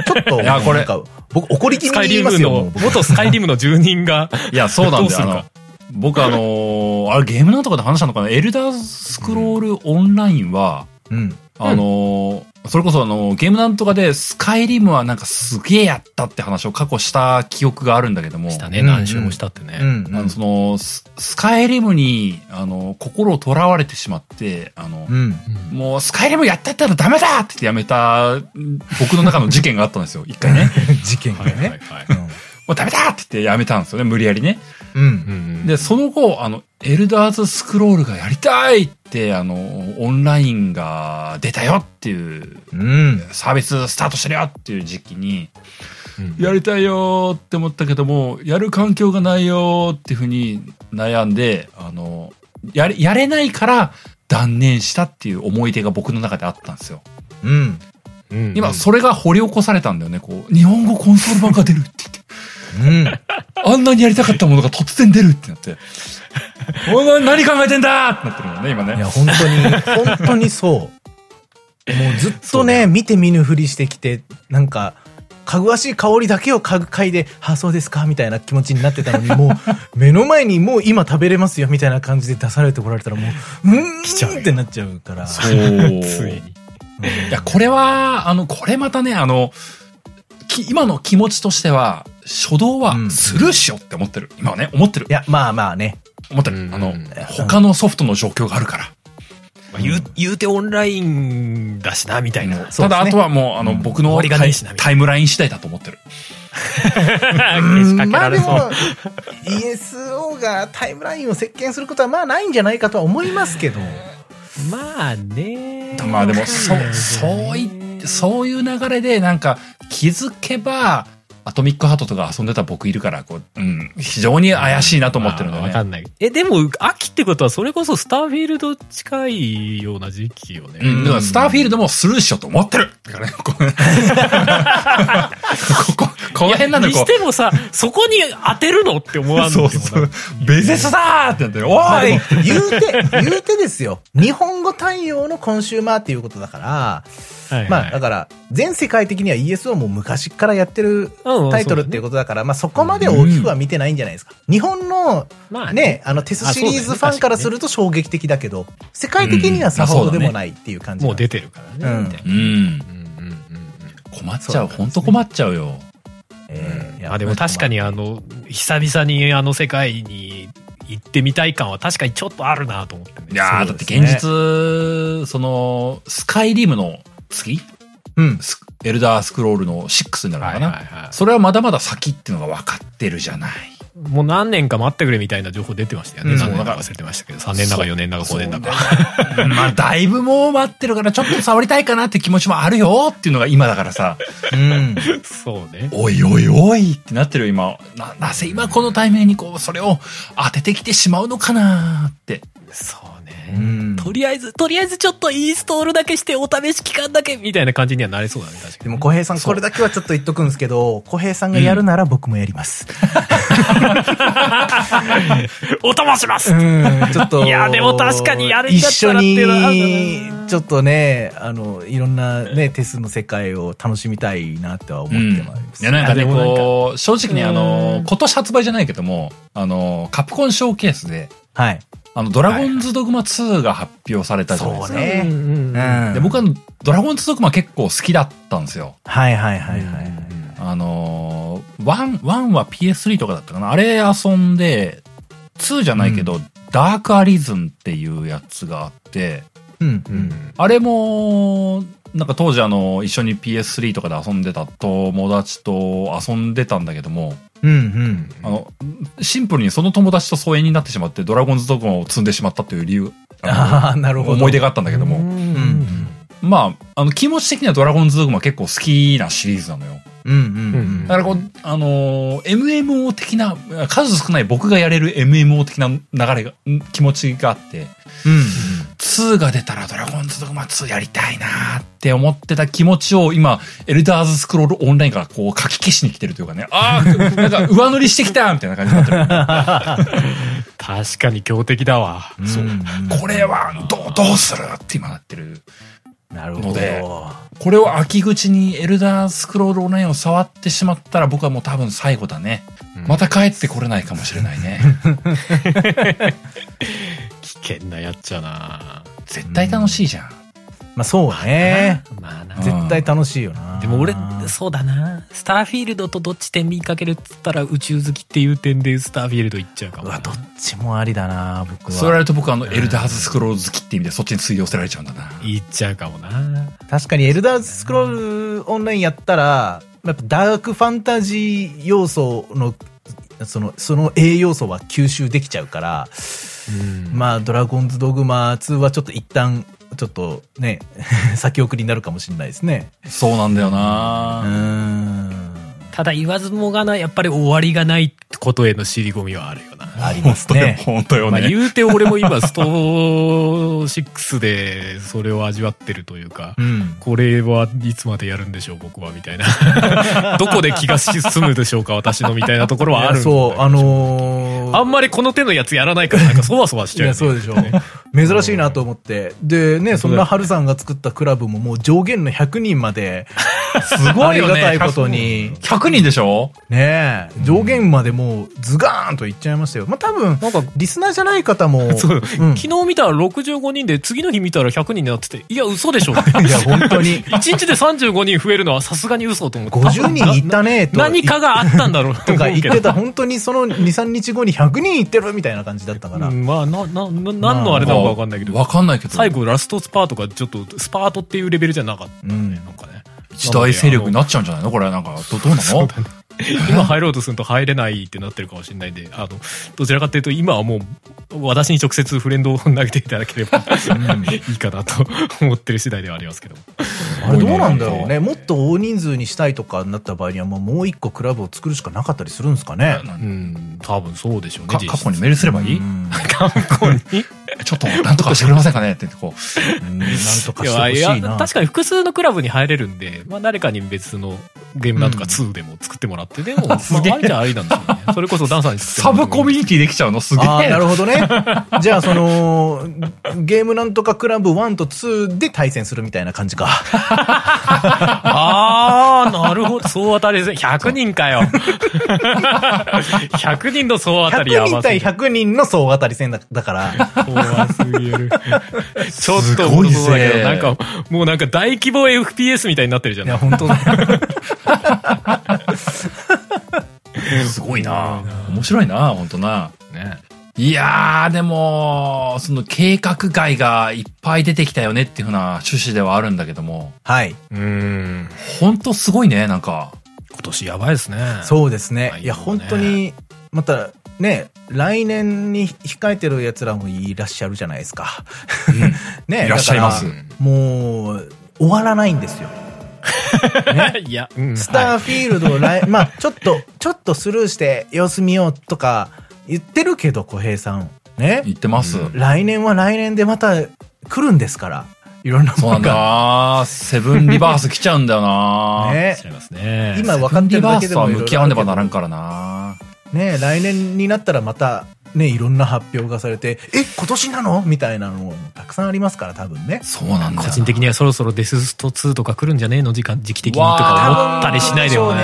[SPEAKER 3] ちょっ と、
[SPEAKER 1] いやこれ
[SPEAKER 3] なんか、僕怒り気
[SPEAKER 2] ス
[SPEAKER 3] 味
[SPEAKER 2] カイ
[SPEAKER 3] に言い
[SPEAKER 2] リム
[SPEAKER 3] ますよ。も
[SPEAKER 2] の
[SPEAKER 3] う僕
[SPEAKER 2] 元スカイリムの住人が
[SPEAKER 1] いや、そうなん
[SPEAKER 2] どう
[SPEAKER 1] だ
[SPEAKER 2] す
[SPEAKER 1] よ。あ
[SPEAKER 2] る
[SPEAKER 1] の、
[SPEAKER 2] か
[SPEAKER 1] 僕あのーあれゲームなんとかで話したのかなエルダースクロールオンラインは、
[SPEAKER 3] うん。
[SPEAKER 1] あのーそれこそあのーゲームなんとかでスカイリムはなんかすげえやったって話を過去した記憶があるんだけども。
[SPEAKER 2] したね
[SPEAKER 3] うん
[SPEAKER 2] 何周もしたってね、
[SPEAKER 3] うん。
[SPEAKER 1] あのそのススカイリムにあの心をとらわれてしまってあの、
[SPEAKER 3] うん。
[SPEAKER 2] うん
[SPEAKER 1] もうスカイリムやってたらダメだって言ってやめたうん僕の中の事件があったんですよ一回ね
[SPEAKER 3] 事件が
[SPEAKER 2] はいはい
[SPEAKER 3] ね。
[SPEAKER 2] はい
[SPEAKER 1] もうダメだって言ってやめたんですよね無理やりね
[SPEAKER 3] うんうん。
[SPEAKER 1] でその後あのエルダーズスクロールがやりたいってあのオンラインが出たよっていう
[SPEAKER 3] うん。
[SPEAKER 1] サービススタートしてるよっていう時期に
[SPEAKER 2] うん
[SPEAKER 1] やりたいよーって思ったけども、やる環境がないよーっていうふうに悩んで、あの、やれ、やれないから断念したっていう思い出が僕の中であったんですよ。
[SPEAKER 3] うん。
[SPEAKER 2] うん
[SPEAKER 1] 今、それが掘り起こされたんだよね、こう。日本語コンソール版が出るって言って。
[SPEAKER 3] うん。
[SPEAKER 1] あんなにやりたかったものが突然出るってな って。お前何考えてんだーってなってるもんね、今
[SPEAKER 3] い
[SPEAKER 1] ね
[SPEAKER 3] や、。本当に、本当にそう。もうずっとね、見て見ぬふりしてきて、なんか、かぐわしい香りだけを嗅ぐ嗅いで、あ、そうですか、みたいな気持ちになってたのに、もう、 目の前にもう今食べれますよ、みたいな感じで出されてこられたら、もう、うーん、
[SPEAKER 2] 来ちゃうよ
[SPEAKER 3] ってなっちゃうか ら。
[SPEAKER 1] そう。
[SPEAKER 2] ついに
[SPEAKER 1] いや、これは、あの、これまたね、あの、き今の気持ちとしては、初動は
[SPEAKER 3] うん
[SPEAKER 1] スルーしようって思ってる。今はね、思ってる
[SPEAKER 3] い。や、まあまあね。
[SPEAKER 1] 思ってる。
[SPEAKER 2] うん
[SPEAKER 1] あの
[SPEAKER 2] うん、
[SPEAKER 1] 他のソフトの状況があるから。
[SPEAKER 2] まあ言う言うてオンラインだしなみたいな、
[SPEAKER 1] もうただ、あとはもう、あの、
[SPEAKER 3] うん
[SPEAKER 1] 僕の
[SPEAKER 2] 終わりが
[SPEAKER 1] タ
[SPEAKER 2] ねえ
[SPEAKER 1] イ
[SPEAKER 2] しなみたいな
[SPEAKER 1] タイムライン次第だと思ってる。
[SPEAKER 2] けしかけられそう、
[SPEAKER 3] まあでも ESO がタイムラインを席巻することはまあないんじゃないかとは思いますけど。
[SPEAKER 2] まあね
[SPEAKER 1] まあでも、そう、そういって、そういう流れで、なんか、気づけば、アトミックハートとか遊んでた僕いるから、こう、うん、非常に怪しいなと思ってるんだ
[SPEAKER 2] まあ
[SPEAKER 1] よ
[SPEAKER 2] わか
[SPEAKER 1] ね。
[SPEAKER 2] んない。え、でも、秋ってことは、それこそスターフィールド近いような時期よね。
[SPEAKER 1] うん、だからスターフィールドもスルーしようと思ってるだからね、こう ここ、この辺なんだ
[SPEAKER 2] に
[SPEAKER 1] こう
[SPEAKER 2] し。てもさ、そこに当てるのって思わんの
[SPEAKER 1] そう
[SPEAKER 2] でもな
[SPEAKER 1] そう。ベゼスだーってなって、お
[SPEAKER 3] まあで
[SPEAKER 1] ー
[SPEAKER 3] も
[SPEAKER 1] い
[SPEAKER 3] 言うて、言うてですよ。日本語対応のコンシューマーっていうことだから、
[SPEAKER 2] はいはい
[SPEAKER 3] まあだから、全世界的には ESO も昔からやってる
[SPEAKER 2] うんうん
[SPEAKER 3] タイトルっていうことだから、まあそこまで大きくは見てないんじゃないですか。日本の
[SPEAKER 2] まあね
[SPEAKER 3] ね、あのテスシリーズファンからすると衝撃的だけど、世界的にはさほどでもないっていう感じな
[SPEAKER 2] もうん
[SPEAKER 3] で。
[SPEAKER 2] 出てるからね。
[SPEAKER 3] うん
[SPEAKER 2] みたいな
[SPEAKER 1] うん。
[SPEAKER 2] うんうんうん
[SPEAKER 1] 困っちゃう。ほんと困っちゃうよ。
[SPEAKER 3] ええ
[SPEAKER 2] まあでも確か。にあの、久々にあの世界に行ってみたい感は確かにちょっとあるなと思ってね。
[SPEAKER 1] いやー、
[SPEAKER 3] そ
[SPEAKER 1] だ
[SPEAKER 3] う
[SPEAKER 1] っ
[SPEAKER 3] で
[SPEAKER 1] て
[SPEAKER 3] すね
[SPEAKER 1] 現実、その、スカイリムの次
[SPEAKER 3] うん。
[SPEAKER 1] スエルダースクロールの6になるの
[SPEAKER 2] は
[SPEAKER 1] か
[SPEAKER 2] い
[SPEAKER 1] な、
[SPEAKER 2] はいは
[SPEAKER 1] それはまだまだ先っていうのが分かってるじゃない。
[SPEAKER 2] い。もう何年か待ってくれみたいな情報出てましたよね。
[SPEAKER 3] うん
[SPEAKER 2] 何年か忘れてましたけど、3年だか4年だか5年だか。
[SPEAKER 1] そうまあ、だいぶもう待ってるから、ちょっと触りたいかなって気持ちもあるよっていうのが今だからさ、
[SPEAKER 3] うん。
[SPEAKER 2] そうね。
[SPEAKER 1] おいおいおいってなってるよ、今。な、なぜ今このタイミングにこう、それを当ててきてしまうのかなーって。
[SPEAKER 2] そう
[SPEAKER 3] う
[SPEAKER 2] ね。
[SPEAKER 3] ん。
[SPEAKER 2] とりあえず、とりあえずちょっとインストールだけしてお試し期間だけみたいな感じにはなりそうだね、確か
[SPEAKER 3] で
[SPEAKER 2] に。
[SPEAKER 3] も小平さん、これだけはちょっと言っとくんですけど、小平さんがやるなら僕もやります。
[SPEAKER 2] お供します
[SPEAKER 3] うん、ちょっと。
[SPEAKER 2] いやでも確かにやるんだ
[SPEAKER 3] 一
[SPEAKER 2] った
[SPEAKER 3] 緒
[SPEAKER 2] らって
[SPEAKER 3] に
[SPEAKER 2] いうのはあるんだな、
[SPEAKER 3] ちょっとね、あの、いろんなね、テスの世界を楽しみたいなっては思ってま
[SPEAKER 1] い
[SPEAKER 3] す。
[SPEAKER 1] や、なんかね、
[SPEAKER 2] あでもなんか
[SPEAKER 1] こう、正直ね、あ
[SPEAKER 2] う
[SPEAKER 1] の
[SPEAKER 2] ん、
[SPEAKER 1] 今年発売じゃないけども、あの、カプコンショーケースで、
[SPEAKER 3] はい。
[SPEAKER 1] あの、ドラゴンズドグマ2が発表されたじゃないです
[SPEAKER 3] そ
[SPEAKER 1] か。
[SPEAKER 3] うね
[SPEAKER 2] うんうんうん
[SPEAKER 3] うん
[SPEAKER 1] で僕は、ドラゴンズドグマ結構好きだったんですよ。
[SPEAKER 3] はいはいはいはい。
[SPEAKER 1] あのー、1、1は PS3 とかだったかな。あれ遊んで、2じゃないけど、ダークアリズムっていうやつがあって、
[SPEAKER 3] うんう
[SPEAKER 2] うん
[SPEAKER 3] ん。
[SPEAKER 1] あれも、なんか当時あの、一緒に PS3 とかで遊んでた友達と遊んでたんだけども、
[SPEAKER 3] うんうん。
[SPEAKER 1] あの、シンプルにその友達と疎遠になってしまって、ドラゴンズドグマを積んでしまったという理由、あ
[SPEAKER 3] ああ、なる
[SPEAKER 1] の
[SPEAKER 3] ほど。
[SPEAKER 1] 思い出があったんだけど
[SPEAKER 2] う
[SPEAKER 1] も、
[SPEAKER 3] うんうんん。
[SPEAKER 1] まあ、あの、気持ち的にはドラゴンズドグマ結構好きなシリーズなのよ。
[SPEAKER 3] うんうんうん。
[SPEAKER 1] だからこう、あのー MMO 的な、数少ない僕がやれる MMO 的な流れが、ん気持ちがあって、
[SPEAKER 3] うんうん。
[SPEAKER 1] 2が出たらドラゴンズドグマ2やりたいなーって思ってた気持ちを今、エルダーズスクロールオンラインからこう書き消しに来てるというかね、あ ーなんか上乗りしてきたみたいな感じになって
[SPEAKER 2] 確かに強敵だわ。
[SPEAKER 3] そう。
[SPEAKER 1] る。これはどう、どうするって今なってる。
[SPEAKER 3] なる
[SPEAKER 1] の
[SPEAKER 3] ほ
[SPEAKER 1] で
[SPEAKER 3] ど。
[SPEAKER 1] これを秋口にエルダースクロールオンラインを触ってしまったら僕はもう多分最後だね。また帰ってこれないかもしれないね。
[SPEAKER 2] 危険なやっちゃな。
[SPEAKER 1] 絶対楽しいじゃん。
[SPEAKER 3] まあそうね。
[SPEAKER 2] まあな
[SPEAKER 1] うん
[SPEAKER 3] 絶対楽しいよな。
[SPEAKER 2] でも俺
[SPEAKER 3] う
[SPEAKER 2] そうだなスターフィールドとどっち点見かけるっつったら宇宙好きっていう点でスターフィールドいっちゃうかもな
[SPEAKER 3] わ、どっちもありだな、僕
[SPEAKER 1] そうや
[SPEAKER 3] は。
[SPEAKER 1] られると僕はあの、エルダーズスクロール好きって意味でそっちに吸い寄せられちゃうんだな。
[SPEAKER 2] いっちゃうかもな
[SPEAKER 3] 確かにエルダースクロールオンラインやったら、やっぱダークファンタジー要素の、その、その栄養素は吸収できちゃうから、
[SPEAKER 2] うん
[SPEAKER 3] まあ、ドラゴンズドグマ2はちょっと一旦、ちょっとね、 先送りになるかもしれないですね。
[SPEAKER 1] そうなんだよ
[SPEAKER 3] うー
[SPEAKER 1] な、
[SPEAKER 3] ん。
[SPEAKER 2] ただ言わずもがなやっぱり終わりがないことへの尻込みはあるよな
[SPEAKER 3] ありますね。
[SPEAKER 1] 本当よ
[SPEAKER 2] まあ
[SPEAKER 1] ね。
[SPEAKER 2] 言うて俺も今スト6でそれを味わってるというか、
[SPEAKER 3] うん。
[SPEAKER 2] これはいつまでやるんでしょう僕はみたいな どこで気が進むでしょうか私のみたいなところはあるんだけど
[SPEAKER 3] そう、あのー
[SPEAKER 2] あんまりこの手のやつやらないからなんかそわそわし
[SPEAKER 3] い
[SPEAKER 2] ちゃうよ
[SPEAKER 3] や、
[SPEAKER 2] ね
[SPEAKER 3] そうでしょ。珍しいなと思って。で、ね、そんなハルさんが作ったクラブももう上限の100人まで、
[SPEAKER 1] す
[SPEAKER 3] あ
[SPEAKER 1] ごい
[SPEAKER 3] り
[SPEAKER 1] よ
[SPEAKER 3] が
[SPEAKER 1] ね。
[SPEAKER 3] たいことに、
[SPEAKER 1] 100人でしょ
[SPEAKER 3] ねえ上限までもうズガーンといっちゃいましたよ。まあ、多分、
[SPEAKER 2] なんか
[SPEAKER 3] リスナーじゃない方も、
[SPEAKER 2] そう、
[SPEAKER 3] ん
[SPEAKER 2] 昨日見たら65人で次の日見たら100人になってていや嘘でしょっ て
[SPEAKER 3] いや、本当に、
[SPEAKER 2] 1日で35人増えるのはさすがに嘘と思って
[SPEAKER 3] 50人いたね、と。
[SPEAKER 2] 何かがあったんだろうと
[SPEAKER 3] と
[SPEAKER 2] 思
[SPEAKER 3] か
[SPEAKER 2] う
[SPEAKER 3] 言
[SPEAKER 2] け
[SPEAKER 3] ってた、
[SPEAKER 2] ど
[SPEAKER 3] 本当にその2、3日後に100人行ってるみたいな感じだったから。
[SPEAKER 2] うんまあななな何のあれなのか分かんないけど
[SPEAKER 1] わかんないけど。
[SPEAKER 2] 最後ラストスパートがちょっとスパートっていうレベルじゃなかった
[SPEAKER 3] う
[SPEAKER 2] ね、
[SPEAKER 3] ん
[SPEAKER 2] なんかね
[SPEAKER 1] 一大勢力になっちゃうんじゃないのこれなんか、ど、どうなの
[SPEAKER 2] 今入ろうとすると入れないってなってるかもしれないんで、あの、どちらかというと今はもう、私に直接フレンドを投げていただければ いいかなと思ってる次第ではありますけども。
[SPEAKER 3] あれどうなんだろうね。もっと大人数にしたいとかになった場合には、もうもう一個クラブを作るしかなかったりするんですかね。
[SPEAKER 2] うん、多分そうでしょうね
[SPEAKER 1] か、、過去にメールすればいい、
[SPEAKER 3] うん
[SPEAKER 2] 過去に
[SPEAKER 1] ちょっと、なんとかしてくれませんかねって、こ
[SPEAKER 3] うんなんとか
[SPEAKER 2] い
[SPEAKER 3] してほ
[SPEAKER 2] や、い
[SPEAKER 3] しい
[SPEAKER 2] や、
[SPEAKER 3] な。
[SPEAKER 2] 確かに複数のクラブに入れるんで、まあ誰かに別のゲームなんとか2でも作ってもらって、でも、まあ
[SPEAKER 1] すげえ
[SPEAKER 2] ありじゃありなんでしょうね。それこそダンさんに
[SPEAKER 1] う、
[SPEAKER 2] 作
[SPEAKER 1] サ
[SPEAKER 2] ってもら
[SPEAKER 1] ブ
[SPEAKER 2] って
[SPEAKER 1] コ
[SPEAKER 2] も
[SPEAKER 1] ミュニティできちゃうのすげえ。
[SPEAKER 3] ああ、なるほどね。じゃあ、その、ゲームなんとかクラブ1と2で対戦するみたいな感じか。
[SPEAKER 2] ああ、なるほど。総当たりです。100人かよ。100人の総当たりや
[SPEAKER 3] 100人
[SPEAKER 2] ばすぎ
[SPEAKER 3] 対
[SPEAKER 2] る。
[SPEAKER 3] 100人の総当たり戦だだから。
[SPEAKER 2] 怖すぎる。ちょっ
[SPEAKER 1] す
[SPEAKER 2] と
[SPEAKER 1] ごいぜ
[SPEAKER 2] そうだけど、なんか、もうなんか大規模 FPS みたいになってるじゃ
[SPEAKER 3] い
[SPEAKER 2] な
[SPEAKER 3] や、
[SPEAKER 2] い
[SPEAKER 3] 本当だ。
[SPEAKER 1] すごいな面白いな本当な。
[SPEAKER 2] ね。
[SPEAKER 1] いやー、でも、その計画外がいっぱい出てきたよねっていうふうな趣旨ではあるんだけども、
[SPEAKER 3] はい。
[SPEAKER 2] うん。
[SPEAKER 1] ほんとすごいね、なんか。
[SPEAKER 2] 今年やばいですね。
[SPEAKER 3] そうですね
[SPEAKER 2] まあ。
[SPEAKER 3] いや、
[SPEAKER 2] いいよ
[SPEAKER 3] 本
[SPEAKER 2] ね
[SPEAKER 3] 当に、また、ね、来年に控えてる奴らもいらっしゃるじゃないですか。 ね、
[SPEAKER 1] いらっしゃいます
[SPEAKER 3] だからもう、終わらないんですよ。
[SPEAKER 2] いや、うん
[SPEAKER 3] スターフィールドを来、 まあ、ちょっと、ちょっとスルーして様子見ようとか言ってるけど、小平さん。ね
[SPEAKER 1] 言。ってます。
[SPEAKER 2] うん
[SPEAKER 3] 来年は来年でまた来るんですから。いろんな
[SPEAKER 1] そうな
[SPEAKER 3] もの
[SPEAKER 1] んだ
[SPEAKER 3] が。
[SPEAKER 1] なセブンリバース来ちゃうんだよな
[SPEAKER 2] はい
[SPEAKER 3] ね
[SPEAKER 2] し。ちゃいますね。
[SPEAKER 3] 今
[SPEAKER 1] セ
[SPEAKER 3] 分
[SPEAKER 1] ブ
[SPEAKER 3] かっ
[SPEAKER 1] ン
[SPEAKER 3] て
[SPEAKER 1] リ
[SPEAKER 3] る
[SPEAKER 1] バ
[SPEAKER 3] だ
[SPEAKER 1] ー
[SPEAKER 3] け
[SPEAKER 1] ス
[SPEAKER 3] で
[SPEAKER 1] とは
[SPEAKER 3] もいろいろ
[SPEAKER 1] 向き合わねばならんからな
[SPEAKER 3] ね来年になったらまたね、いろんな発表がされて、え、今年なのみたいなのもたくさんありますから、多分ね。
[SPEAKER 1] そうなんだよな
[SPEAKER 2] 個人的にはそろそろデススト2とか来るんじゃねえの時間時期的にとか思ったりしないでもな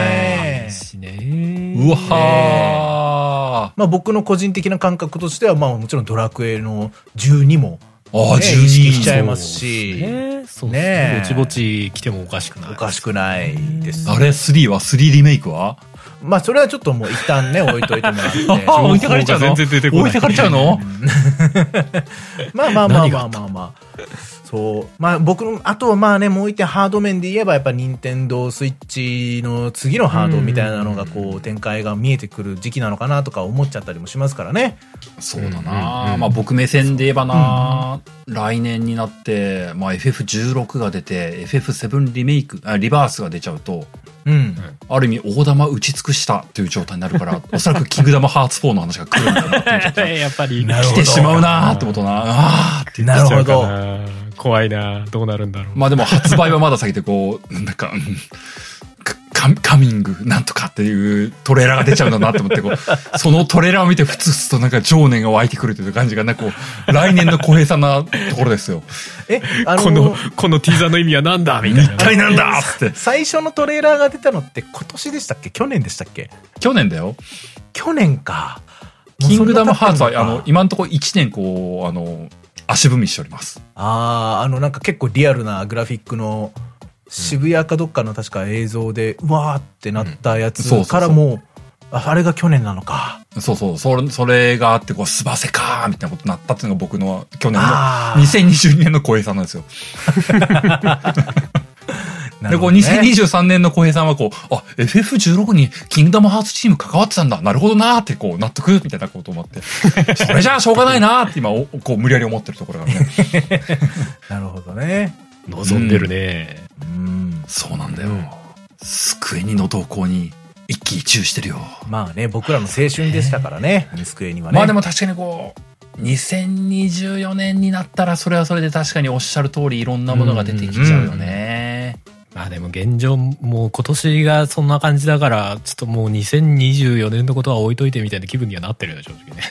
[SPEAKER 2] いしね
[SPEAKER 1] うわは
[SPEAKER 3] まあ僕の個人的な感覚としては、まあもちろんドラクエの12も、
[SPEAKER 1] ー。ああ、
[SPEAKER 3] ね
[SPEAKER 1] 12
[SPEAKER 3] 意識しちゃいますし、
[SPEAKER 2] ねそう
[SPEAKER 3] ねえ
[SPEAKER 2] ぼちぼち来てもおかしくない
[SPEAKER 3] おかしくないです。
[SPEAKER 1] あれ ?3 は ?3 リメイクは
[SPEAKER 3] まあそれはちょっともう一旦ね、置いといてもら って。
[SPEAKER 1] あ置いてかれちゃうの
[SPEAKER 2] 情報が全然出てこない
[SPEAKER 1] 置いてかれちゃうの
[SPEAKER 3] まあまあまあ
[SPEAKER 2] 何
[SPEAKER 3] ま
[SPEAKER 2] が
[SPEAKER 3] あ
[SPEAKER 2] あ
[SPEAKER 3] まあまあ。そう。まあ僕の、あとはまあね、もう一点ハード面で言えばやっぱ任天堂スイッチの次のハードみたいなのがこう展開が見えてくる時期なのかなとか思っちゃったりもしますからね。
[SPEAKER 1] そうだ
[SPEAKER 2] うんうん
[SPEAKER 1] な、
[SPEAKER 2] うん
[SPEAKER 1] まあ僕目線で言えばな、来年になって、まあ、FF16 が出て FF7 リメイクあリバースが出ちゃうと
[SPEAKER 3] うん。
[SPEAKER 1] ある意味大玉打ち尽くしたという状態になるからおそらく「キングダムハーツ4」の話が来るんだろうなっていう状態
[SPEAKER 2] やっぱり
[SPEAKER 3] なるほ
[SPEAKER 1] 来
[SPEAKER 3] ど
[SPEAKER 1] てしまうなーってことなあーって
[SPEAKER 3] なるほ
[SPEAKER 2] 来ちゃう
[SPEAKER 3] ど。
[SPEAKER 2] かな怖いなどうなるんだろう、
[SPEAKER 1] まあでも発売はまだ先でこうなんかうんかカカミングなんとかっていうトレーラーが出ちゃうんだなって思ってこうそのトレーラーを見てふつふつとなんか情念が湧いてくるという感じがなんかこう来年の小平さんなところですよ。
[SPEAKER 3] え、あ
[SPEAKER 2] こ
[SPEAKER 3] の
[SPEAKER 2] の、このティーザーの意味は何だみたい
[SPEAKER 1] 一
[SPEAKER 2] な
[SPEAKER 1] 体なんだっつって。
[SPEAKER 3] 最初のトレーラーが出たのって今年でしたっけ去年でしたっけ
[SPEAKER 1] 去年だよ。
[SPEAKER 3] 去年か。もう
[SPEAKER 1] キングダムハーツは
[SPEAKER 3] そん、な
[SPEAKER 1] あ
[SPEAKER 3] 経って
[SPEAKER 1] の、
[SPEAKER 3] ん
[SPEAKER 1] 今のところ1年こう、あの、足踏みしております。
[SPEAKER 3] ああ、あの、なんか結構リアルなグラフィックの渋谷かどっかの確か映像で、うわーってなったや
[SPEAKER 1] うんそうそう
[SPEAKER 3] つ
[SPEAKER 1] そう
[SPEAKER 3] からもう、ああれが去年なのか。
[SPEAKER 1] そうそう、それ、それがあって、こう、すばせかーみたいなことになったっていうのが僕の去年の
[SPEAKER 3] あー
[SPEAKER 1] 2022年の小平さんなんですよ。
[SPEAKER 3] な
[SPEAKER 1] で、
[SPEAKER 3] る
[SPEAKER 1] こ
[SPEAKER 3] ほ
[SPEAKER 1] う、
[SPEAKER 3] どね
[SPEAKER 1] 2023年の小平さんはこう、あ、FF16 にキングダムハーツチーム関わってたんだ、なるほどなーって、こう、納得みたいなことを思 って、それじゃあしょうがないなーって今、おこう、無理やり思ってるところがね。
[SPEAKER 3] なるほどね。
[SPEAKER 2] 望んでるね、
[SPEAKER 3] うん。
[SPEAKER 1] そうなんだ
[SPEAKER 2] う
[SPEAKER 1] よ
[SPEAKER 2] ん。
[SPEAKER 1] 救いにの投稿に、一喜一憂してるよ。
[SPEAKER 3] まあね、僕らの青春でしたか らね、ミスクエにはね。
[SPEAKER 1] まあでも確かにこう2024年になったらそれはそれで確かにおっしゃる通りいろんなものが出てきちゃうよね。
[SPEAKER 2] まあでも現状もう今年がそんな感じだからちょっともう2024年のことは置いといてみたいな気分にはなってるよね正直ね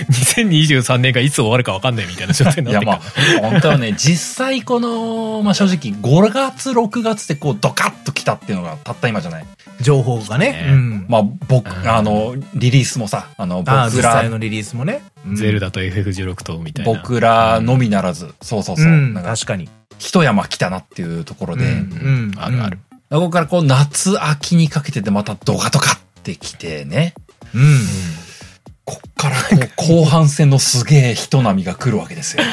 [SPEAKER 2] 2023年がいつ終わるか分かんないみたいな状態に
[SPEAKER 1] い
[SPEAKER 2] なっ
[SPEAKER 1] や
[SPEAKER 2] てる
[SPEAKER 1] まあ本当はね実際この、まあ、正直5月6月でこうドカッと来たっていうのがたった今じゃない。
[SPEAKER 3] 情報がね
[SPEAKER 2] ね。
[SPEAKER 3] うん。
[SPEAKER 1] まあ僕
[SPEAKER 2] うん
[SPEAKER 1] あのリリースもさあの
[SPEAKER 3] あー
[SPEAKER 1] 僕
[SPEAKER 3] 実際
[SPEAKER 1] ら
[SPEAKER 3] のリリースもね。うん
[SPEAKER 2] ゼルダと FF16 とみたいな
[SPEAKER 1] 僕らのみならずそうそうそうう、
[SPEAKER 3] ん、
[SPEAKER 1] なんか
[SPEAKER 3] 確かに。
[SPEAKER 1] 一山来たなっていうところで、
[SPEAKER 3] うん
[SPEAKER 2] あるある。
[SPEAKER 1] ここからこう夏秋にかけてでまたドカドカってきてね。
[SPEAKER 3] うん。
[SPEAKER 1] こっからこう後半戦のすげえ人波が来るわけですよ。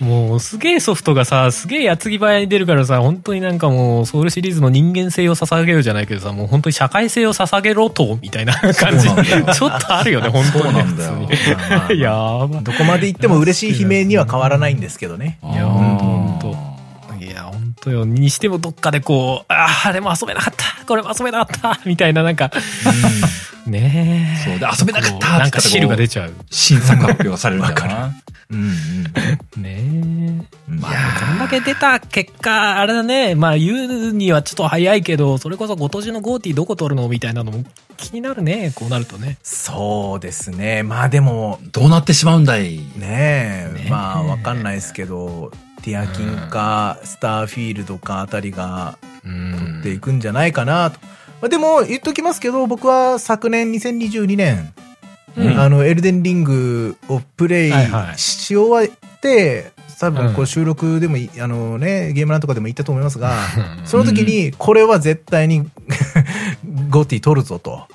[SPEAKER 3] うん。
[SPEAKER 2] もうすげえソフトがさすげえ矢継ぎ早に出るからさ本当になんかもうソウルシリーズの人間性を捧げるじゃないけどさもう本当に社会性を捧げろとみたいな感じ
[SPEAKER 1] そうなんだよ
[SPEAKER 2] ちょっとあるよね本当
[SPEAKER 1] そう
[SPEAKER 2] に
[SPEAKER 1] な
[SPEAKER 2] ね
[SPEAKER 1] んだよ
[SPEAKER 2] 普通
[SPEAKER 3] まあ まあ
[SPEAKER 2] にやば
[SPEAKER 3] どこまで行っても嬉しい悲鳴には変わらないんですけどね。
[SPEAKER 2] いやほんとほいや、本当よ。にしてもどっかでこう、ああ、あれも遊べなかった、これも遊べなかった、みたいな、なんか、ねえ。
[SPEAKER 1] そうで遊べなかったって言ったら
[SPEAKER 2] なんか汁が出ちゃう。
[SPEAKER 1] 新作発表がされるんだよな
[SPEAKER 3] うんうん
[SPEAKER 2] ね
[SPEAKER 3] うん。ま
[SPEAKER 2] え。まあ、こんだけ出た結果、あれだね、まあ言うにはちょっと早いけど、それこそ今年のゴーティーどこ取るのみたいなのも気になるね、こうなるとね。
[SPEAKER 3] そうですね。まあでも、
[SPEAKER 1] どうなってしまうんだい
[SPEAKER 3] ねえ、
[SPEAKER 2] ねえ
[SPEAKER 3] まあわかんないですけど、ティアキンか、スターフィールドかあたりが
[SPEAKER 2] う
[SPEAKER 3] 取ってい
[SPEAKER 2] ん。
[SPEAKER 3] くんじゃないかなと。まあでも、言っときますけど、僕は昨年2022年、
[SPEAKER 1] うん
[SPEAKER 3] あの、エルデンリングをプレイ
[SPEAKER 2] はいはい
[SPEAKER 3] し終わって、多分こ
[SPEAKER 2] う
[SPEAKER 3] うん収録でもい、あのね、ゲームなんとかでも言ったと思いますが、
[SPEAKER 2] うん
[SPEAKER 3] その時に、これは絶対に ゴティ取るぞと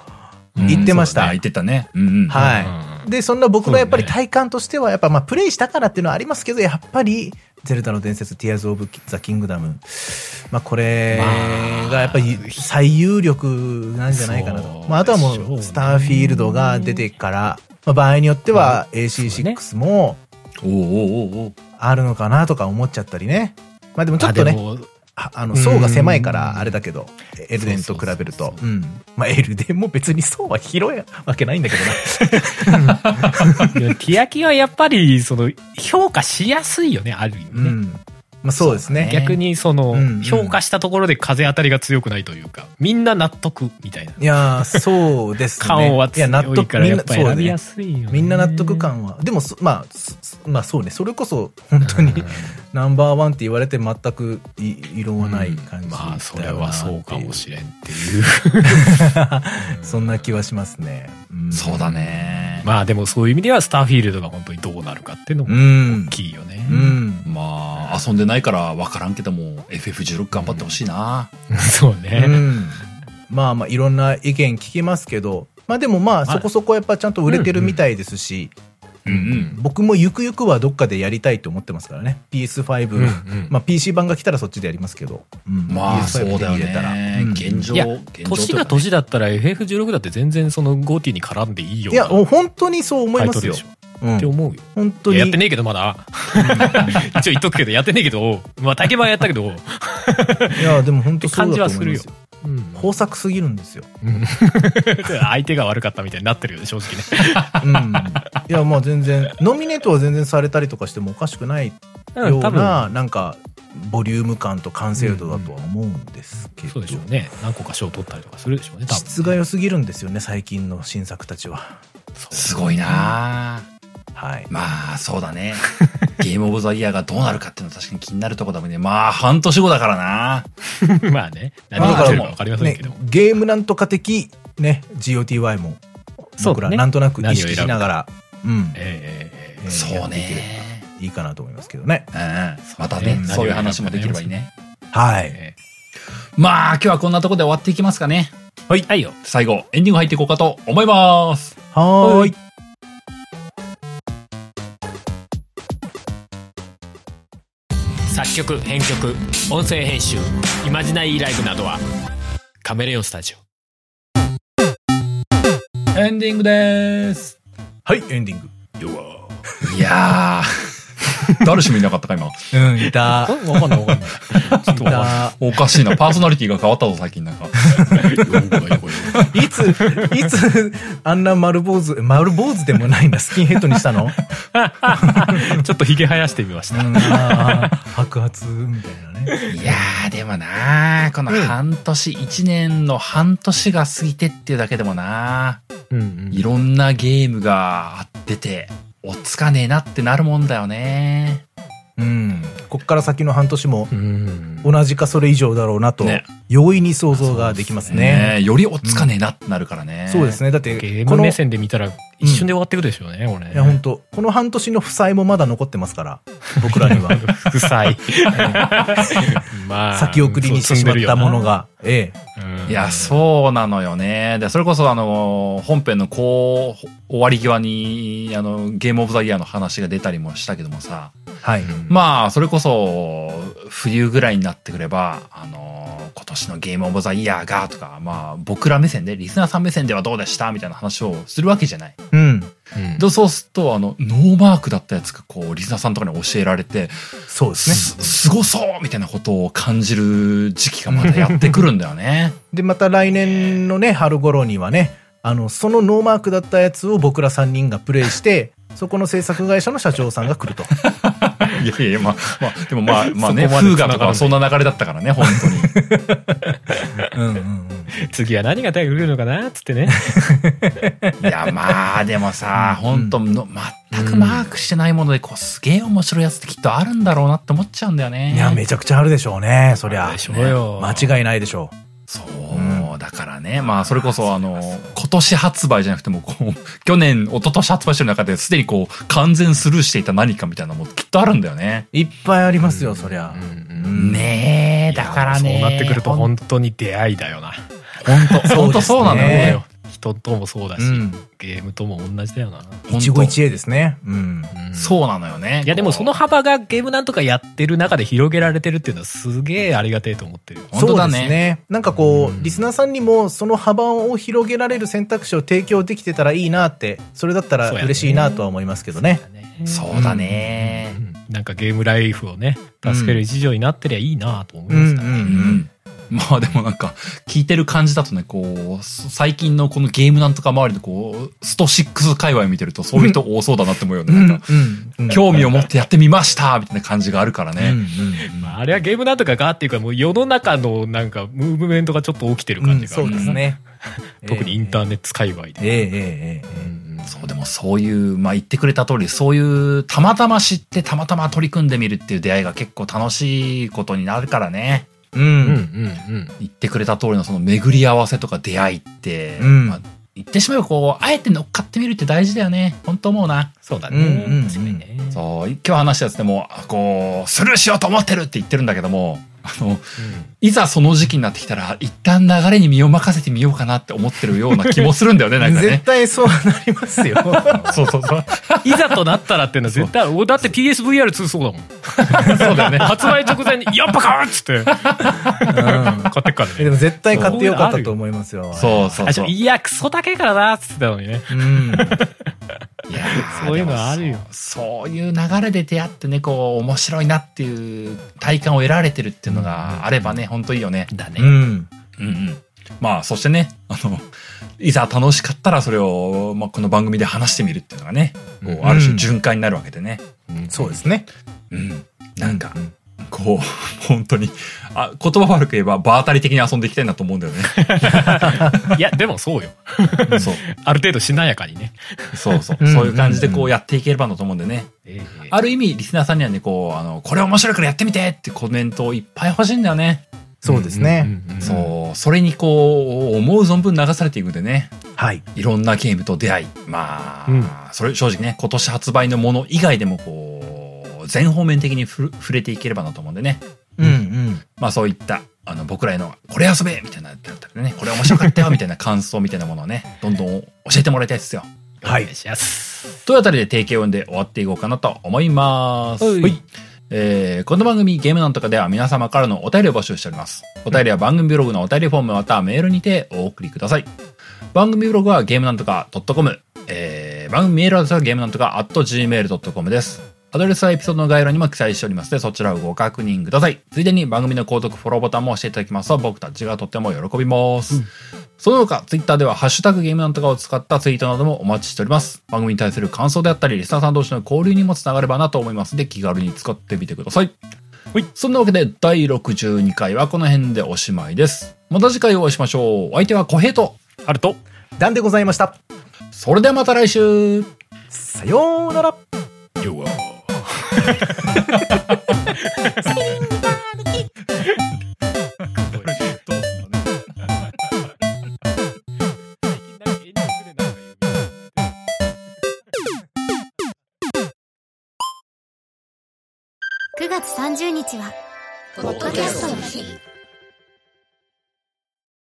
[SPEAKER 3] 言ってまし
[SPEAKER 1] あ
[SPEAKER 3] た。
[SPEAKER 1] 言ってたね。うんうん。
[SPEAKER 3] は
[SPEAKER 2] う
[SPEAKER 3] い。で、そんな僕のやっぱり
[SPEAKER 2] そうね
[SPEAKER 3] 体感としては、やっぱまあプレイしたからっていうのはありますけど、やっぱり、ゼルダの伝説、ティアーズ・オブ・ザ・キングダム。まあこれがやっぱり最有力なんじゃないかな
[SPEAKER 2] そう
[SPEAKER 3] と。まああとはも
[SPEAKER 2] でしょう
[SPEAKER 3] う、
[SPEAKER 2] ね
[SPEAKER 3] スターフィールドが出てから、まあ場合によっては AC6 も
[SPEAKER 1] おうおうおうおう
[SPEAKER 3] あるのかなとか思っちゃったりね。まあでもちょっと
[SPEAKER 2] あ
[SPEAKER 3] ね
[SPEAKER 2] で、も
[SPEAKER 3] ああの層が狭いか
[SPEAKER 2] う
[SPEAKER 3] ら
[SPEAKER 2] ん
[SPEAKER 3] あれだけどエルデンと比べる
[SPEAKER 2] そ
[SPEAKER 3] と
[SPEAKER 2] うそう
[SPEAKER 3] う
[SPEAKER 2] そ
[SPEAKER 3] んまあエルデンも別に層は広いわけないんだけどな
[SPEAKER 2] いやティアキはやっぱり、その、評価しやすいよね、ある意味
[SPEAKER 3] う
[SPEAKER 2] ね。
[SPEAKER 3] んまあ、そうですね。
[SPEAKER 2] 逆にその
[SPEAKER 3] うんうん
[SPEAKER 2] 評価したところで風当たりが強くないというかみんな納得みたいない
[SPEAKER 3] やー、そうですね。
[SPEAKER 2] 感は強
[SPEAKER 3] や納
[SPEAKER 2] い
[SPEAKER 3] 得
[SPEAKER 2] からやっぱ
[SPEAKER 3] みんなそうだ
[SPEAKER 2] 選び
[SPEAKER 3] ね
[SPEAKER 2] やすいよね
[SPEAKER 3] みんな納得感は。でもそ、まあ、そまあそうね、それこそ、本当に、ナンバーワンって言われて全くい異論はない感じだよな
[SPEAKER 2] ま
[SPEAKER 3] っ
[SPEAKER 2] あ
[SPEAKER 3] てい
[SPEAKER 2] それはそうかもしれんっていう
[SPEAKER 3] そんな気はしますね。ん
[SPEAKER 1] そうだ。ね。
[SPEAKER 2] まあでもそういう意味ではスターフィールドが本当にどうなるかっていうの
[SPEAKER 3] う
[SPEAKER 2] も
[SPEAKER 3] ん
[SPEAKER 2] 大。きいよね、
[SPEAKER 3] うん。
[SPEAKER 1] まあ、遊んでないから分からんけども、FF16 頑張ってほしいな。
[SPEAKER 2] そうね、
[SPEAKER 3] うんまあまあ、いろんな意見聞きますけど、まあでもまあ、
[SPEAKER 2] まあ
[SPEAKER 3] そこそこやっぱちゃんと売れてるみたいですし、
[SPEAKER 1] うんうん。
[SPEAKER 3] 僕もゆくゆくはどっかでやりたいと思ってますからね。PS5、
[SPEAKER 2] うんうん
[SPEAKER 3] まあ PC 版が来たらそっちでやりますけど。うん
[SPEAKER 1] まあ、そ
[SPEAKER 3] PS5
[SPEAKER 1] うだよ
[SPEAKER 3] 手に入れたら
[SPEAKER 1] ね
[SPEAKER 3] う。ん
[SPEAKER 1] 現状、
[SPEAKER 2] いや
[SPEAKER 1] 現状
[SPEAKER 2] 年が
[SPEAKER 1] というか
[SPEAKER 2] 年だったら FF16 だって全然その GOTY に絡んでいいよ
[SPEAKER 3] いや、もう
[SPEAKER 2] 思
[SPEAKER 3] 本当にそう思い
[SPEAKER 2] タイ
[SPEAKER 3] ま
[SPEAKER 2] ト
[SPEAKER 3] す
[SPEAKER 2] ル
[SPEAKER 3] よ
[SPEAKER 2] でしょ。
[SPEAKER 3] うん
[SPEAKER 2] って思うよ
[SPEAKER 3] 本当
[SPEAKER 2] い
[SPEAKER 3] に。
[SPEAKER 2] ややってねえけど まだ一応言っとくけどやってねえけどまあ体験版やったけど、
[SPEAKER 3] いや、でも本当そうだと思いま
[SPEAKER 2] って感じはするよ
[SPEAKER 3] すよ。
[SPEAKER 2] うん
[SPEAKER 3] 豊作すぎるんですよ。
[SPEAKER 2] 相手が悪かったみたいになってるよね 正直ね
[SPEAKER 3] うん。いや、まあ全然、ノミネートは全然されたりとかしてもおかしくないよ
[SPEAKER 2] うん
[SPEAKER 3] う
[SPEAKER 2] 多分
[SPEAKER 3] な、なんか、ボリューム感と完成度だとは思うんですけ
[SPEAKER 2] そ
[SPEAKER 3] ど
[SPEAKER 2] うで。しょうね何個か賞取ったりとかするでしょうね多分
[SPEAKER 3] 質が良すぎるんですよね、最近の新作たちは。
[SPEAKER 1] すごいな。
[SPEAKER 3] はい。
[SPEAKER 1] まあ、そうだね。ゲームオブザイヤーがどうなるかっていうのは確かに気になるとこだもんね。まあ、半年後だからな。
[SPEAKER 2] まあね何
[SPEAKER 3] まあ
[SPEAKER 2] が来てるか分かりません
[SPEAKER 3] ね
[SPEAKER 2] けど、、
[SPEAKER 3] ゲームなんとか的、ね、GOTY も、
[SPEAKER 2] そう
[SPEAKER 3] 僕
[SPEAKER 2] だ
[SPEAKER 3] ら
[SPEAKER 2] ね
[SPEAKER 3] なんとなく意識しながら、うん、
[SPEAKER 2] ええええええ
[SPEAKER 1] そうね。
[SPEAKER 3] いいかなと思いますけどね。
[SPEAKER 1] うんうん。またね
[SPEAKER 2] ね、
[SPEAKER 1] そういう話もできればいいね。
[SPEAKER 3] はい。
[SPEAKER 2] え
[SPEAKER 1] まあ、今日はこんなとこで終わっていきますかね。
[SPEAKER 2] えはいはいよ
[SPEAKER 1] 最後、エンディング入っていこうかと思います。
[SPEAKER 3] はーい。
[SPEAKER 2] 作曲編曲音声編集イマジナイライブなどはカメレオンスタジオ
[SPEAKER 1] エンディングです。
[SPEAKER 3] はい、エンディング。
[SPEAKER 1] いやー、誰しもいなかったか、今。
[SPEAKER 3] うん、いた。
[SPEAKER 2] 分かんない分かんないちょっ
[SPEAKER 3] い
[SPEAKER 2] と
[SPEAKER 3] た。
[SPEAKER 1] おかしいな。パーソナリティが変わったぞ、最近なんか。
[SPEAKER 3] いつ、いつ、あんな丸坊主、丸坊主でもないんだ、スキンヘッドにしたの
[SPEAKER 2] ちょっとひげ生やしてみまし
[SPEAKER 3] う
[SPEAKER 2] た
[SPEAKER 3] ん、あー白髪みたいなね。
[SPEAKER 1] いやー、でもなー、この半年、一年の半年が過ぎてっていうだけでもな
[SPEAKER 2] うんう
[SPEAKER 1] ー、い
[SPEAKER 2] ん
[SPEAKER 1] ろんなゲームが出て、おっつかねえなってなるもんだよね。
[SPEAKER 3] うん。こっから先の半年も
[SPEAKER 2] う、ん
[SPEAKER 3] 同じかそれ以上だろうなと
[SPEAKER 1] ね、
[SPEAKER 3] 容易に想像ができますね。
[SPEAKER 1] えよりおっつかねえなってなるからね。
[SPEAKER 3] そうです
[SPEAKER 1] ね。
[SPEAKER 3] ね。だっ
[SPEAKER 2] ゲ
[SPEAKER 3] て、
[SPEAKER 2] ー
[SPEAKER 3] こ
[SPEAKER 2] ム
[SPEAKER 3] の、
[SPEAKER 2] 目
[SPEAKER 3] い
[SPEAKER 2] 線で見たら一瞬で終わってくるでしょうね、これね
[SPEAKER 3] や、本当この半年の負債もまだ残ってますから、僕らには。
[SPEAKER 2] 不採まあ
[SPEAKER 3] 先送りにしてしまったものが。え
[SPEAKER 1] いや、そうなのよね。で、それこそあの、本編のこう、終わり際に、あの、ゲームオブザイヤーの話が出たりもしたけどもさ、
[SPEAKER 3] え。はい。
[SPEAKER 1] まあ、それこそ、冬ぐらいになってくれば、あの、今年のゲームオブザイヤーが、とか、まあ、僕ら目線で、リスナーさん目線ではどうでしたみたいな話をするわけじゃない。
[SPEAKER 3] うん。
[SPEAKER 2] うん
[SPEAKER 1] で、そうすると、あの、ノーマークだったやつが、こう、リスナーさんとかに教えられて、
[SPEAKER 3] そうですね。
[SPEAKER 1] す、すごそうみたいなことを感じる時期がまたやってくるんだよね。
[SPEAKER 3] で、また来年のね、春頃にはね、あの、そのノーマークだったやつを僕ら3人がプレイして、そこの制作会社の社長さんが来ると。
[SPEAKER 1] いやいやいや、まあ、まあ、でもまあ、まあね、
[SPEAKER 2] そこまで
[SPEAKER 1] 風雅とかはそんな流れだったからね、本当に。
[SPEAKER 3] うんうんうん。
[SPEAKER 2] 次は何が手が来るのかなっつってね
[SPEAKER 1] いや、まあ、でもさ、本当の、全くマークしてないもので、こう、すげえ面白いやつってきっとあるんだろうなって思っちゃうんだよね。
[SPEAKER 3] いや、めちゃくちゃあるでしょうね、そりゃ。
[SPEAKER 2] あるでしょうよ
[SPEAKER 3] 間違いないでしょ
[SPEAKER 1] そう、だからね、まあ、それこそ、あの、今年発売じゃなくても、こう、去年、一昨年発売してる中で、すでにこう、完全スルーしていた何かみたいなのもきっとあるんだよね。
[SPEAKER 3] う。いっぱいありますよ、そりゃ。うん
[SPEAKER 1] ねえ、だからね。
[SPEAKER 2] そうなってくると本当に出会いだよな
[SPEAKER 1] 本当、本当そうなの
[SPEAKER 3] そうです
[SPEAKER 1] ね
[SPEAKER 3] ね。
[SPEAKER 2] 人ともそうだし、
[SPEAKER 3] うん
[SPEAKER 2] ゲームとも同じだよな
[SPEAKER 1] 本当
[SPEAKER 3] 一期一会ですね。うん。
[SPEAKER 1] そうなのよね。
[SPEAKER 2] いやでもその幅がゲームなんとかやってる中で広げられてるっていうのはすげえありがてえと思ってるよ
[SPEAKER 1] 本当だね
[SPEAKER 3] そうですね。なんかこう、リスナーさんにもその幅を広げられる選択肢を提供できてたらいいなって、それだったら
[SPEAKER 2] そうやね
[SPEAKER 3] 嬉しいなとは思いますけどね。
[SPEAKER 1] そうだね。
[SPEAKER 2] うんなんかゲームライフをね助ける一助になってりゃいいなと思い
[SPEAKER 3] うん
[SPEAKER 2] ま
[SPEAKER 3] う
[SPEAKER 2] し
[SPEAKER 3] ん
[SPEAKER 2] た
[SPEAKER 3] う。
[SPEAKER 2] ね、
[SPEAKER 1] うんん。まあでもなんか、聞いてる感じだとね、こう、最近のこのゲームなんとか周りでこう、スト6界隈見てるとそういう人多そうだなって思うよね。なんか、
[SPEAKER 3] うん
[SPEAKER 1] 興味を持ってやってみましたみたいな感じがあるから
[SPEAKER 3] うんう
[SPEAKER 1] ね。
[SPEAKER 3] ん
[SPEAKER 2] まあ、あれはゲームなんとかかっていうか、もう世の中のなんか、ムーブメントがちょっと起きてる感
[SPEAKER 3] う
[SPEAKER 2] じ
[SPEAKER 3] ん
[SPEAKER 2] が
[SPEAKER 3] そ
[SPEAKER 2] ある
[SPEAKER 3] う
[SPEAKER 2] から
[SPEAKER 3] ですね。
[SPEAKER 2] 特にインター
[SPEAKER 3] ネッ
[SPEAKER 2] ネット界隈で。
[SPEAKER 3] ええええええ
[SPEAKER 1] そう、でもそういう、まあ言ってくれた通り、そういう、たまたま知ってたまたま取り組んでみるっていう出会いが結構楽しいことになるからね。
[SPEAKER 3] ええうんうん
[SPEAKER 2] ん。
[SPEAKER 1] 言ってくれた通りのその巡り合わせとか出会いって、
[SPEAKER 3] うん
[SPEAKER 1] まあ言ってしまえばこう、あえて乗っかってみるって大事だよね。本当思うな。
[SPEAKER 2] そうだ
[SPEAKER 3] うんうんうん
[SPEAKER 2] ね。確かにね。
[SPEAKER 1] そう、今日話したやつでも、あこう、スルーしようと思ってるって言ってるんだけども、あの、いざその時期になってきたら、一旦流れに身を任せてみようかなって思ってるような気もするんだ よね、なんか
[SPEAKER 3] 絶
[SPEAKER 1] ね。
[SPEAKER 3] 対そうなりますよ。
[SPEAKER 1] そうそうそう。
[SPEAKER 2] いざとなったらっていうのは絶対ある、おだって PSVR2 そうだもん。
[SPEAKER 1] そうだよね。
[SPEAKER 2] 発売直前に、やっぱ買うっつって、買
[SPEAKER 3] うん
[SPEAKER 2] ってっから
[SPEAKER 3] で
[SPEAKER 2] ね。
[SPEAKER 3] も絶対買ってよかったと思いますよ。
[SPEAKER 1] そうそう
[SPEAKER 2] あち
[SPEAKER 1] そ
[SPEAKER 2] ょ
[SPEAKER 1] う。
[SPEAKER 2] いや、クソ高いからなっつってたのにね。
[SPEAKER 3] うん。
[SPEAKER 1] いやー
[SPEAKER 2] そういうのはあるよ
[SPEAKER 1] でもそうそういう流れで出会ってね、こう、面白いなっていう体感を得られてるっていうのがあればね、本当いいよね。だ
[SPEAKER 3] う。ん。
[SPEAKER 1] うんうん。まあ、そしてね、あの、いざ楽しかったらそれを、まあ、この番組で話してみるっていうのがね、こうある種循環になるわけでね。
[SPEAKER 3] そうですね。
[SPEAKER 1] うん。なんか、こう、本当に、あ、言葉悪く言えば、場当たり的に遊んでいきたいなと思うんだよね。
[SPEAKER 2] い や、でもそうよ。
[SPEAKER 1] そう。
[SPEAKER 2] ある程度しなやかにね。
[SPEAKER 1] そうそうう。
[SPEAKER 3] ん
[SPEAKER 1] そういう感じでこうやっていければなと思うんでね。ある意味、リスナーさんにはね、こう、あの、これ面白いからやってみてってコメントをいっぱい欲しいんだよね。
[SPEAKER 3] そうですね。
[SPEAKER 2] うんうんうん
[SPEAKER 1] そう。それにこう、思う存分流されていくんでね。
[SPEAKER 3] はい。
[SPEAKER 1] いろんなゲームと出会い。まあ、
[SPEAKER 2] うん
[SPEAKER 1] それ正直ね、今年発売のもの以外でもこう、全方面的にふ触れていければなと思うんでね。
[SPEAKER 3] うんうん。
[SPEAKER 1] まあそういった、あの、僕らへの、これ遊べみたいな、だったりね、これ面白かったよみたいな感想みたいなものをね、どんどん教えてもらいたいですよ。
[SPEAKER 3] はい
[SPEAKER 2] お願いします。
[SPEAKER 1] というあたりで提携音で終わっていこうかなと思います。
[SPEAKER 2] はい
[SPEAKER 1] はいえーこの番組ゲームなんとかでは皆様からのお便りを募集しております。お便りは番組ブログのお便りフォームまたはメールにてお送りください。番組ブログはゲームなんとか .com、えー番組メールアドレスはゲームなんとか .gmail.com です。アドレスはエピソードの概要欄にも記載しておりますので、そちらをご確認ください。ついでに番組の購読、フォローボタンも押していただきますと、僕たちがとっても喜びます。その他、ツイッターでは、ハッシュタグゲームなんとかを使ったツイートなどもお待ちしております。番組に対する感想であったり、リスナーさん同士の交流にもつながればなと思いますので、気軽に使ってみてください。
[SPEAKER 2] はい。
[SPEAKER 1] そんなわけで、第62回はこの辺でおしまいです。また次回お会いしましょう。お相手は小平と。
[SPEAKER 2] あると、
[SPEAKER 3] なんでございました。
[SPEAKER 1] それではまた来週
[SPEAKER 3] さようなら。
[SPEAKER 4] 9月30日は、ポッドキャストの日。